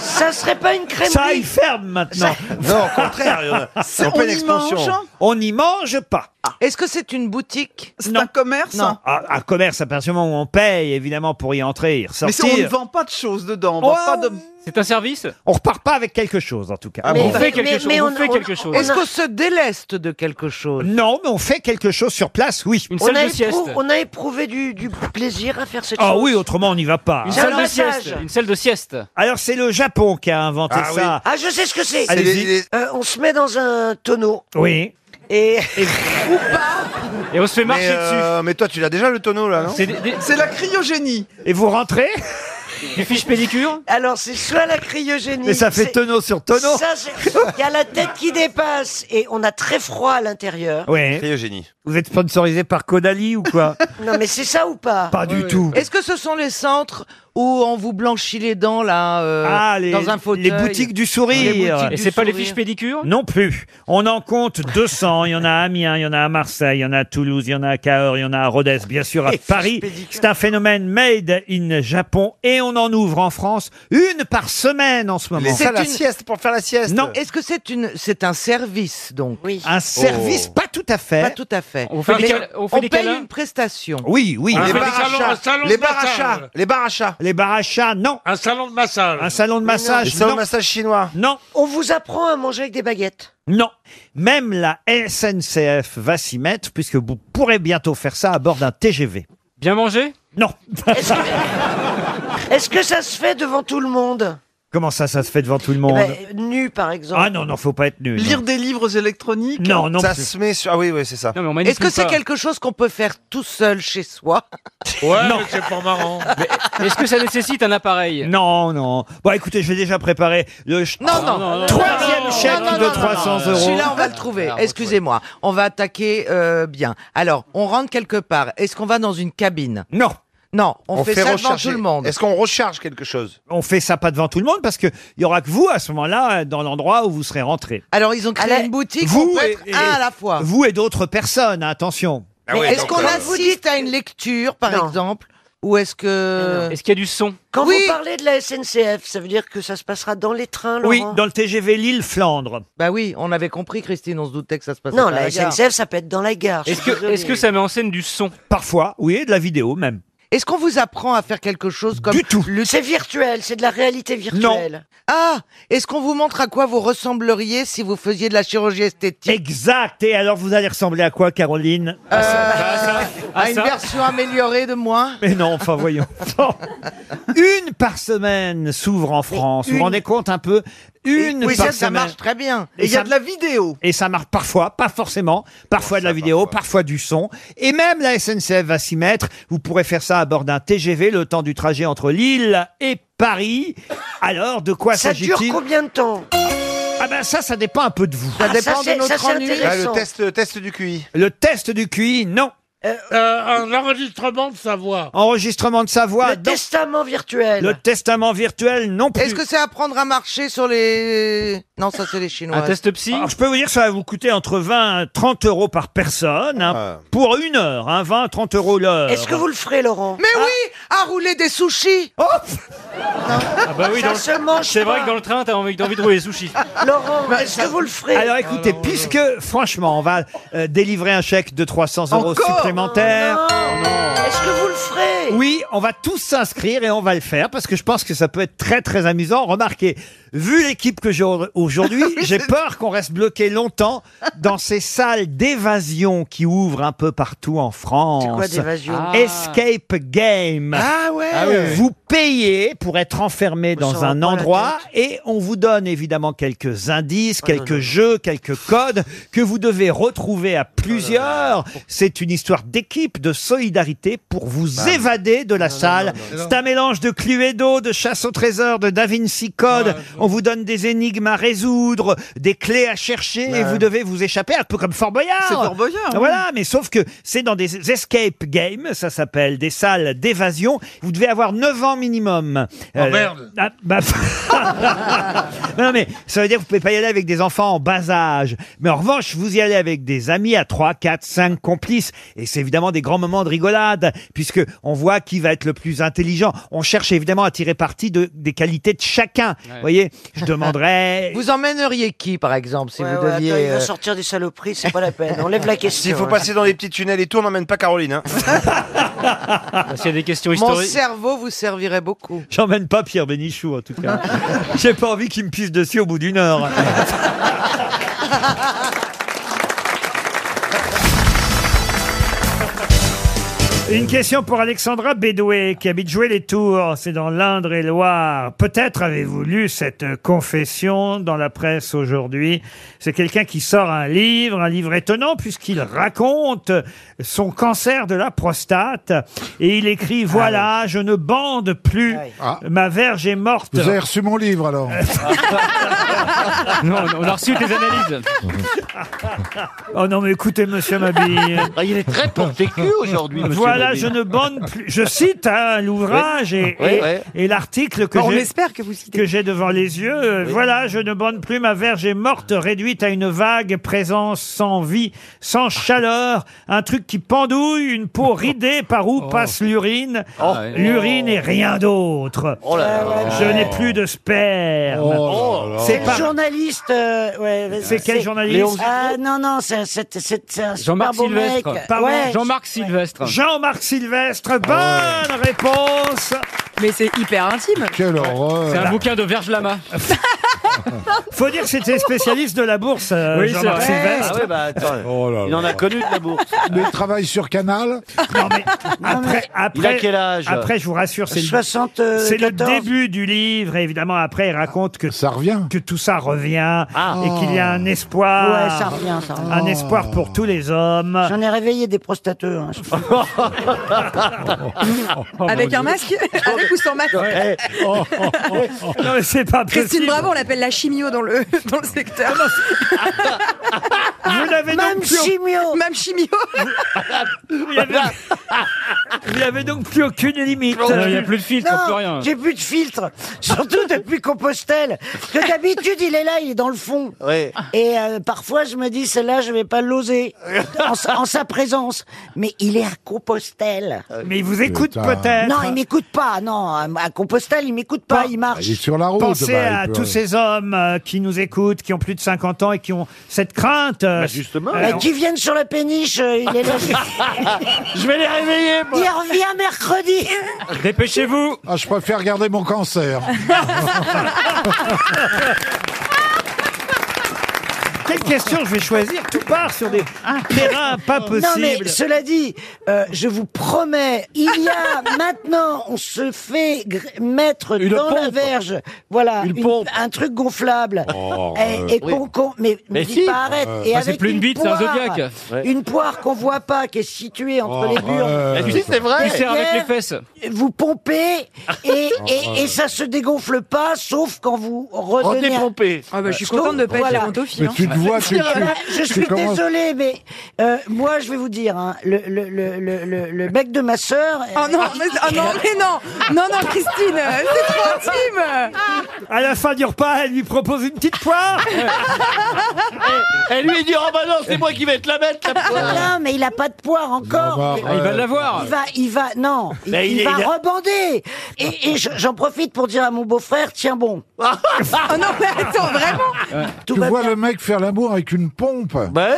[SPEAKER 17] Ça serait pas une crème
[SPEAKER 1] Ça, il ferme maintenant.
[SPEAKER 17] Non, au contraire. C'est en pleine expansion.
[SPEAKER 1] On n'y mange pas.
[SPEAKER 13] Ah.
[SPEAKER 25] Est-ce que c'est une boutique C'est un commerce
[SPEAKER 1] Non. Ah, Un, commerce, à partir du moment où on paye, évidemment, pour y entrer et y
[SPEAKER 25] Mais
[SPEAKER 1] ressortir.
[SPEAKER 25] c'est- on ne vend pas de choses dedans. On vend
[SPEAKER 1] Oh,
[SPEAKER 25] pas de...
[SPEAKER 13] C'est un service
[SPEAKER 1] On repart pas avec quelque chose, en tout cas.
[SPEAKER 13] Ah Mais- bon. On fait quelque mais- chose, mais on on- fait on- quelque chose.
[SPEAKER 25] Est-ce qu'on se déleste de quelque chose
[SPEAKER 1] Non, mais on fait quelque chose sur place, oui. Une
[SPEAKER 16] on, a éprou- on a éprouvé du, du plaisir à faire cette
[SPEAKER 1] Ah
[SPEAKER 16] chose.
[SPEAKER 1] oui, autrement, on n'y va pas.
[SPEAKER 16] Une
[SPEAKER 1] hein.
[SPEAKER 16] salle de sieste.
[SPEAKER 13] Une salle de sieste.
[SPEAKER 1] Alors, c'est le Japon qui a inventé
[SPEAKER 16] Ah,
[SPEAKER 1] ça.
[SPEAKER 16] oui. Ah, je sais ce que c'est.
[SPEAKER 1] Allez-y. C'est les- les-
[SPEAKER 16] Euh, on se met dans un tonneau.
[SPEAKER 1] Oui.
[SPEAKER 16] Et.
[SPEAKER 13] Et on se fait marcher
[SPEAKER 31] euh,
[SPEAKER 17] dessus. Mais toi, tu l'as déjà le tonneau
[SPEAKER 1] Ah
[SPEAKER 17] là, non
[SPEAKER 13] C'est des- des-
[SPEAKER 25] C'est la cryogénie.
[SPEAKER 1] Et vous rentrez
[SPEAKER 13] Du fiche pédicure
[SPEAKER 16] Alors, c'est soit la cryogénie.
[SPEAKER 1] Mais ça fait
[SPEAKER 16] c'est-
[SPEAKER 1] tonneau sur tonneau.
[SPEAKER 16] Ça, c'est- Il y a la tête qui dépasse et on a très froid à l'intérieur.
[SPEAKER 1] Oui. Vous êtes sponsorisé par Caudalie ou quoi
[SPEAKER 16] Non, mais c'est ça ou pas
[SPEAKER 1] Pas du tout.
[SPEAKER 25] Est-ce que ce sont les centres où on vous blanchit les dents là euh,
[SPEAKER 1] Ah, les,
[SPEAKER 25] dans un fauteuil
[SPEAKER 1] les boutiques du sourire.
[SPEAKER 13] Et c'est pas les fiches pédicures
[SPEAKER 1] Non plus. On en compte 200. Il y en a à Amiens, il y en a à Marseille, il y en a à Toulouse, il y en a à Cahors, il y en a à Rodez, bien sûr à
[SPEAKER 17] Et
[SPEAKER 1] Paris.
[SPEAKER 17] expédition.
[SPEAKER 1] C'est un phénomène made in Japon et on en ouvre en France une par semaine en ce moment.
[SPEAKER 25] C'est une-
[SPEAKER 17] pour faire la sieste.
[SPEAKER 1] Non.
[SPEAKER 25] Est-ce que c'est une c'est un service donc
[SPEAKER 16] Oui.
[SPEAKER 1] Un service,
[SPEAKER 25] Oh.
[SPEAKER 1] pas tout à fait.
[SPEAKER 25] Pas tout à fait.
[SPEAKER 13] On fait des
[SPEAKER 25] Mais
[SPEAKER 13] cal- on fait des
[SPEAKER 25] paye
[SPEAKER 13] câlins
[SPEAKER 25] une prestation.
[SPEAKER 1] Oui, oui.
[SPEAKER 25] Un
[SPEAKER 1] les
[SPEAKER 25] salon-
[SPEAKER 1] barachas.
[SPEAKER 25] un salon
[SPEAKER 1] les
[SPEAKER 25] de massage.
[SPEAKER 1] barachas. Les barachas. Les barachas, non. Un salon de massage. Un salon de massage, non.
[SPEAKER 17] massage chinois.
[SPEAKER 1] Non.
[SPEAKER 16] On vous apprend à manger avec des baguettes.
[SPEAKER 1] Non. Même la SNCF va s'y mettre puisque vous pourrez bientôt faire ça à bord d'un TGV.
[SPEAKER 13] Bien manger
[SPEAKER 1] Non.
[SPEAKER 16] Est-ce que ça se fait devant tout le monde
[SPEAKER 1] Comment ça, ça se fait devant tout le
[SPEAKER 16] Eh
[SPEAKER 1] monde
[SPEAKER 16] ben, Nu, par exemple.
[SPEAKER 1] Ah non, non, faut pas être nul. non.
[SPEAKER 25] Lire des livres électroniques
[SPEAKER 1] Non, non.
[SPEAKER 17] Ça
[SPEAKER 1] plus.
[SPEAKER 17] se met sur. Ah oui, oui, c'est ça.
[SPEAKER 25] Est-ce que c'est quelque chose qu'on peut faire tout seul chez soi
[SPEAKER 1] Ouais, Non. mais
[SPEAKER 13] c'est pas marrant. Est-ce que ça nécessite un appareil
[SPEAKER 1] Non, non. Bon, écoutez, je vais déjà préparer le ch-
[SPEAKER 25] Non, non, non, non.
[SPEAKER 1] troisième
[SPEAKER 25] Non,
[SPEAKER 1] chèque
[SPEAKER 25] Oh, non, non,
[SPEAKER 1] de
[SPEAKER 25] non,
[SPEAKER 1] 300 euros.
[SPEAKER 25] Celui-là, on va le trouver. Excusez-moi. On va attaquer euh, bien. Alors, on rentre quelque part. Est-ce qu'on va dans une cabine
[SPEAKER 1] Non.
[SPEAKER 25] Non, on, fait, ça devant
[SPEAKER 17] recharger-
[SPEAKER 25] tout le monde.
[SPEAKER 17] Est-ce qu'on recharge quelque chose
[SPEAKER 1] On fait ça pas devant tout le monde parce que il y aura que vous à ce moment-là dans l'endroit où vous serez rentré.
[SPEAKER 25] Alors, ils ont créé une boutique,
[SPEAKER 1] Vous
[SPEAKER 25] on peut
[SPEAKER 1] et-
[SPEAKER 25] être
[SPEAKER 1] et-
[SPEAKER 25] un à la fois.
[SPEAKER 17] Ah
[SPEAKER 1] Vous et d'autres personnes, hein, attention.
[SPEAKER 17] euh,
[SPEAKER 25] Mais Est-ce qu'on assiste à une lecture, par exemple
[SPEAKER 27] Ou est-ce que...
[SPEAKER 8] Est-ce qu'il y a du son
[SPEAKER 16] Quand
[SPEAKER 27] Oui.
[SPEAKER 16] vous parlez de la SNCF, ça veut dire que ça se passera dans les trains, Hein, Laurent
[SPEAKER 1] dans le TGV Lille-Flandre.
[SPEAKER 27] Bah oui, on avait compris, Christine, on se doutait que ça se passait
[SPEAKER 16] Non,
[SPEAKER 27] pas à
[SPEAKER 16] la
[SPEAKER 27] gare.
[SPEAKER 16] SNCF, ça peut être dans la gare. je
[SPEAKER 1] Est-ce
[SPEAKER 16] suis
[SPEAKER 1] que-
[SPEAKER 16] désolée.
[SPEAKER 1] est-ce que ça-
[SPEAKER 8] Ça met en scène du son.
[SPEAKER 1] Parfois, oui, et de la vidéo même.
[SPEAKER 27] Est-ce qu'on vous apprend à faire quelque chose comme... Du tout
[SPEAKER 16] C'est virtuel, c'est de la réalité virtuelle.
[SPEAKER 27] Ah Est-ce qu'on vous montre à quoi vous ressembleriez si vous faisiez de la chirurgie esthétique
[SPEAKER 1] Exact. Et alors, vous allez ressembler à quoi, Caroline
[SPEAKER 25] Euh.
[SPEAKER 1] Ah,
[SPEAKER 27] À une version améliorée de moi
[SPEAKER 1] Mais non, enfin voyons. une par semaine s'ouvre en France. Vous vous
[SPEAKER 27] une-
[SPEAKER 1] rendez compte un peu Une
[SPEAKER 27] Oui,
[SPEAKER 1] par
[SPEAKER 27] ça, ça
[SPEAKER 1] semaine.
[SPEAKER 27] marche très bien.
[SPEAKER 1] Et ça-
[SPEAKER 27] la vidéo.
[SPEAKER 1] Et ça marche parfois, pas forcément, parfois de la vidéo, parfois. du son. Et même la SNCF va s'y mettre. Vous pourrez faire ça à bord d'un TGV le temps du trajet entre Lille et Paris. Alors, de quoi
[SPEAKER 16] Ça dure
[SPEAKER 1] s'agit-il
[SPEAKER 16] combien de temps
[SPEAKER 1] Ah ben ça, ça dépend un peu de vous.
[SPEAKER 16] Ça Ah, ça, dépend de c'est- notre ça, c'est ennui. intéressant.
[SPEAKER 1] Ah, Bah, le, test, du QI. Le test du QI, non.
[SPEAKER 16] Euh,
[SPEAKER 12] Euh, un enregistrement de sa voix. Ah,
[SPEAKER 1] Enregistrement de sa voix.
[SPEAKER 27] Le
[SPEAKER 16] testament virtuel.
[SPEAKER 1] Le testament virtuel, non plus.
[SPEAKER 27] Est-ce que c'est apprendre à marcher sur les... Non, ça c'est les Chinois.
[SPEAKER 1] psy Alors, Ah, je peux vous dire que ça va vous coûter entre 20 et 30 euros par personne hein, pour une heure. Hein, 20 30 euros l'heure.
[SPEAKER 16] Ah. Est-ce que vous le ferez, Laurent
[SPEAKER 27] Mais oui À rouler des sushis
[SPEAKER 1] Oh
[SPEAKER 8] Ah bah oui,
[SPEAKER 16] Ça
[SPEAKER 8] dans le-
[SPEAKER 16] se mange
[SPEAKER 8] c'est vrai
[SPEAKER 16] pas.
[SPEAKER 8] que dans le train, t'as envie, t'as envie de rouler les sushis.
[SPEAKER 1] Ah,
[SPEAKER 16] Laurent, est-ce que vous le ferez
[SPEAKER 1] Bah, Alors écoutez, puisque franchement, on va euh, délivrer un chèque de 300 euros supplémentaires.
[SPEAKER 16] Est-ce que vous le ferez
[SPEAKER 1] Oui, on va tous s'inscrire et on va le faire parce que je pense que ça peut être très très amusant. Remarquez, vu l'équipe que j'ai au- aujourd'hui, j'ai peur qu'on reste bloqué longtemps dans ces salles d'évasion qui ouvrent un peu partout en France.
[SPEAKER 16] quoi, d'évasion Ah.
[SPEAKER 1] Escape game.
[SPEAKER 16] Ah ouais. Ah ouais.
[SPEAKER 1] Vous payez pour être enfermé dans
[SPEAKER 16] s'en rend
[SPEAKER 1] un
[SPEAKER 16] pas la
[SPEAKER 1] endroit et on vous donne évidemment quelques
[SPEAKER 9] Ah,
[SPEAKER 1] indices, quelques jeux, quelques codes que vous devez retrouver à
[SPEAKER 9] Oh
[SPEAKER 1] plusieurs. C'est une histoire d'équipe, de solidarité pour vous évader de la salle. C'est un mélange de Cluedo, de Chasse au trésor, de Da Vinci Code. on vous donne des énigmes à résoudre, des clés à chercher et vous devez vous échapper un peu comme Fort Boyard.
[SPEAKER 9] C'est Fort Boyard, oui.
[SPEAKER 1] Voilà, mais sauf que c'est dans des escape games, ça s'appelle, des salles d'évasion. Vous devez avoir 9 ans minimum.
[SPEAKER 12] Oh, merde.
[SPEAKER 1] ah, bah, non, mais ça veut dire que vous pouvez pas y aller avec des enfants en bas âge. Mais en revanche, vous y allez avec des amis à 3, 4, 5 complices. Et c'est évidemment des grands moments de rigolade, puisque on voit qui va être le plus intelligent. On cherche évidemment à tirer parti de, des qualités de chacun. Vous voyez, je demanderais...
[SPEAKER 27] Vous emmèneriez qui, par exemple, si
[SPEAKER 16] Ouais,
[SPEAKER 27] vous
[SPEAKER 16] ouais,
[SPEAKER 27] deviez...
[SPEAKER 16] attends, il va
[SPEAKER 27] euh,
[SPEAKER 16] sortir des saloperies, c'est pas la peine. On lève la question.
[SPEAKER 27] S'il faut
[SPEAKER 16] hein.
[SPEAKER 25] passer dans les petits tunnels et tout, on n'emmène pas Caroline. Hein.
[SPEAKER 8] S'il y a des questions
[SPEAKER 27] Mon
[SPEAKER 8] historiques.
[SPEAKER 27] cerveau vous servirait beaucoup.
[SPEAKER 1] J'emmène pas Pierre Bénichou, en tout cas. J'ai pas envie qu'il me pisse dessus au bout d'une heure. Une question pour Alexandra Bédoué, qui habite Jouer les Tours, c'est dans l'Indre-et-Loire. Peut-être avez-vous lu cette confession dans la presse aujourd'hui. C'est quelqu'un qui sort un livre, un livre étonnant, puisqu'il raconte son cancer de la prostate. Et il écrit,
[SPEAKER 20] Ah
[SPEAKER 1] voilà, je ne bande plus, ma verge est morte.
[SPEAKER 20] Vous avez reçu mon livre alors
[SPEAKER 8] Non, on a reçu tes analyses.
[SPEAKER 1] Oh non, mais écoutez, monsieur Mabille.
[SPEAKER 9] Ah, Il est très porté cul aujourd'hui, monsieur
[SPEAKER 1] Voilà,
[SPEAKER 9] Mabille.
[SPEAKER 1] je ne bande plus. Je cite hein, l'ouvrage et,
[SPEAKER 9] Oui,
[SPEAKER 1] et-
[SPEAKER 9] oui.
[SPEAKER 1] et l'article que
[SPEAKER 13] Bah,
[SPEAKER 9] Bon, on
[SPEAKER 1] j'ai-
[SPEAKER 9] espère
[SPEAKER 1] que j'ai devant les yeux. Euh, Voilà, je ne bande plus. Ma verge est morte, réduite à une vague présence sans vie, sans chaleur. Un truc qui pendouille, une peau ridée par
[SPEAKER 9] Oh.
[SPEAKER 1] où passe l'urine.
[SPEAKER 9] Ah, ouais.
[SPEAKER 1] L'urine et rien d'autre.
[SPEAKER 9] Oh
[SPEAKER 1] Je n'ai plus de
[SPEAKER 27] Oh
[SPEAKER 1] sperme.
[SPEAKER 9] C'est
[SPEAKER 1] Oh, C'est pas.
[SPEAKER 9] journaliste. euh, ouais, vas-y.
[SPEAKER 1] C'est quel journaliste Léon Zico
[SPEAKER 9] Ah, Non, non, c'est c'est- c'est- c'est un super
[SPEAKER 8] Jean-Marc
[SPEAKER 9] beau mec.
[SPEAKER 8] Sylvestre. Pardon,
[SPEAKER 9] Ouais.
[SPEAKER 8] Jean-Marc Sylvestre.
[SPEAKER 1] Jean-Marc
[SPEAKER 20] Ah
[SPEAKER 1] Sylvestre, bonne réponse
[SPEAKER 9] Mais c'est hyper intime.
[SPEAKER 20] Quelle horreur
[SPEAKER 8] C'est un bouquin de Verge Lama.
[SPEAKER 1] Faut dire que c'était spécialiste de la bourse, euh,
[SPEAKER 8] Oui, c'est
[SPEAKER 1] Jean-Marc
[SPEAKER 8] vrai.
[SPEAKER 1] Sylvestre.
[SPEAKER 8] Ah ouais, bah,
[SPEAKER 20] Il en a connu de la bourse. Mais il travaille sur Canal
[SPEAKER 1] Après, ah, après,
[SPEAKER 20] Il a quel âge
[SPEAKER 1] Après, je vous rassure, c'est le-
[SPEAKER 20] 60, euh,
[SPEAKER 1] c'est le
[SPEAKER 20] 14.
[SPEAKER 1] début du livre. Et évidemment, après, il raconte que ça revient, que tout ça revient,
[SPEAKER 8] Ah.
[SPEAKER 1] et qu'il y a
[SPEAKER 20] Oh.
[SPEAKER 1] un espoir.
[SPEAKER 9] Ouais, ça revient, ça revient.
[SPEAKER 1] Un espoir pour tous les hommes.
[SPEAKER 9] J'en ai réveillé des prostateux. hein, je te dis.
[SPEAKER 11] Avec un masque Avec ou sans masque
[SPEAKER 8] Oh,
[SPEAKER 1] Non, mais c'est pas
[SPEAKER 11] Christine
[SPEAKER 1] possible.
[SPEAKER 11] Bravo, on l'appelle la chimio dans le, dans le secteur.
[SPEAKER 1] Ah, Vous l'avez
[SPEAKER 13] Même
[SPEAKER 1] donc plus-
[SPEAKER 13] chimio. Même chimio.
[SPEAKER 1] Vous n'avez donc plus aucune limite.
[SPEAKER 8] Non, il y a plus de filtre,
[SPEAKER 1] Non,
[SPEAKER 8] plus rien.
[SPEAKER 16] J'ai plus de filtre, surtout depuis Compostelle. Parce que d'habitude, il est là, il est dans le fond.
[SPEAKER 32] Ouais.
[SPEAKER 16] Et euh, parfois, je me dis, celle-là, je vais pas l'oser en, sa- en sa présence. Mais il est à Compostelle.
[SPEAKER 1] Mais il vous écoute Putain. peut-être.
[SPEAKER 16] Euh, Non, il m'écoute pas. Non, à à Compostelle, il m'écoute pas. Ah, Il marche.
[SPEAKER 1] Il est sur la
[SPEAKER 16] route,
[SPEAKER 1] Pensez
[SPEAKER 16] bah, il
[SPEAKER 1] à
[SPEAKER 16] peut-
[SPEAKER 1] tous ces hommes euh, qui nous écoutent, qui ont plus de 50 ans et qui ont cette crainte. euh, euh,
[SPEAKER 16] Bah, qui viennent sur la péniche, euh, il est là.
[SPEAKER 1] Je vais les réveiller, moi.
[SPEAKER 16] Il revient mercredi.
[SPEAKER 17] Dépêchez-vous ah, Je préfère garder mon cancer.
[SPEAKER 1] Quelle question je vais choisir Tout part sur des terrains pas possibles.
[SPEAKER 16] Ah. Non, mais cela dit, euh, je vous promets, il y a maintenant, on se fait gr- mettre
[SPEAKER 33] Une
[SPEAKER 16] dans la
[SPEAKER 33] pompe.
[SPEAKER 16] verge, voilà, une- un truc gonflable. Eh,
[SPEAKER 33] Oh, euh,
[SPEAKER 16] et et
[SPEAKER 33] oui.
[SPEAKER 16] qu'on- qu'on- mais,
[SPEAKER 33] Mais
[SPEAKER 16] me dis
[SPEAKER 33] si.
[SPEAKER 16] pas, arrête.
[SPEAKER 33] Euh,
[SPEAKER 16] et
[SPEAKER 33] ça,
[SPEAKER 16] avec
[SPEAKER 33] c'est plus une bite, c'est un
[SPEAKER 16] poire,
[SPEAKER 33] zodiaque. Ouais.
[SPEAKER 16] Une poire qu'on voit pas, qui est située entre
[SPEAKER 33] Oh,
[SPEAKER 16] les burnes.
[SPEAKER 33] ouais. Et puis, Si, c'est vrai.
[SPEAKER 8] Ah, Tu sers avec
[SPEAKER 16] Derrière,
[SPEAKER 8] les fesses.
[SPEAKER 16] Vous pompez et, et,
[SPEAKER 8] ouais.
[SPEAKER 16] et ça se dégonfle pas, sauf quand vous redonnez.
[SPEAKER 25] Redépompez.
[SPEAKER 16] Ah
[SPEAKER 25] Ah bah, je suis contente de pas être gérontophile, Mais hein. tu te vois, tu- tu-
[SPEAKER 16] Je
[SPEAKER 25] tu
[SPEAKER 16] suis
[SPEAKER 25] commences-
[SPEAKER 16] désolé, mais euh, moi, je vais vous dire, hein, le, le, le, le, le- le mec de ma sœur. euh,
[SPEAKER 13] Oh non, mais, ah non, mais non, non, non, Christine, euh, c'est trop intime.
[SPEAKER 1] À la fin du repas, elle lui propose une petite poire.
[SPEAKER 25] Et, et lui, il dit Oh bah non, c'est moi qui vais te la mettre, la poire.
[SPEAKER 16] Non, mais il a pas de poire encore.
[SPEAKER 25] Ah, il va l'avoir.
[SPEAKER 16] Il va, il va, non, il,
[SPEAKER 25] Mais il
[SPEAKER 16] il
[SPEAKER 25] est-
[SPEAKER 16] va
[SPEAKER 25] il a-
[SPEAKER 16] rebander. Et, et je- j'en profite pour dire à mon beau-frère, tiens bon. oh
[SPEAKER 13] Ah, non, mais attends, vraiment.
[SPEAKER 17] tu vois le mec faire l'amour avec une pompe
[SPEAKER 1] Bah
[SPEAKER 25] Ben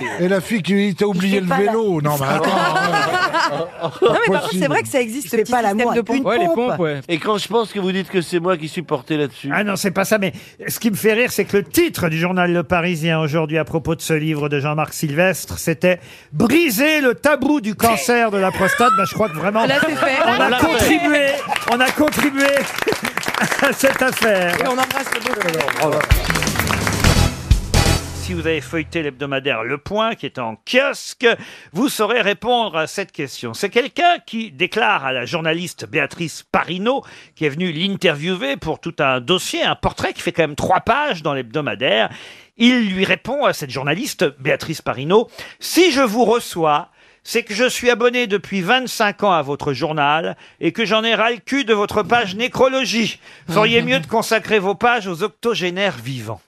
[SPEAKER 25] oui
[SPEAKER 17] Et la fille qui lui dit T'as oublié
[SPEAKER 13] fait
[SPEAKER 17] le
[SPEAKER 13] pas
[SPEAKER 17] vélo Non,
[SPEAKER 1] Ah,
[SPEAKER 17] mais attends
[SPEAKER 13] Non, mais par contre, c'est vrai que ça existe, ce petit système de pompe.
[SPEAKER 25] Et quand je pense que vous dites que c'est moi qui suis porté là-dessus.
[SPEAKER 1] Ah non, c'est pas ça, mais ce qui me fait rire, c'est que le titre du journal Le Parisien aujourd'hui à propos de ce livre de Jean-Marc Sylvestre, c'était « Briser le tabou du cancer de la prostate Ben, Je crois que vraiment,
[SPEAKER 9] Là, c'est fait.
[SPEAKER 1] on
[SPEAKER 9] On
[SPEAKER 1] a
[SPEAKER 9] l'a
[SPEAKER 1] contribué, on a contribué à cette affaire.
[SPEAKER 9] Et on embrasse le
[SPEAKER 1] Si vous avez feuilleté l'hebdomadaire Le Point, qui est en kiosque, vous saurez répondre à cette question. C'est quelqu'un qui déclare à la journaliste Béatrice Parino, qui est venue l'interviewer pour tout un dossier, un portrait qui fait quand même trois pages dans l'hebdomadaire. Il lui répond à cette journaliste, Béatrice Parino, Si je vous reçois, c'est que je suis abonné depuis 25 ans à votre journal et que j'en ai ras le cul de votre page nécrologie. Feriez mieux de consacrer vos pages aux octogénaires vivants.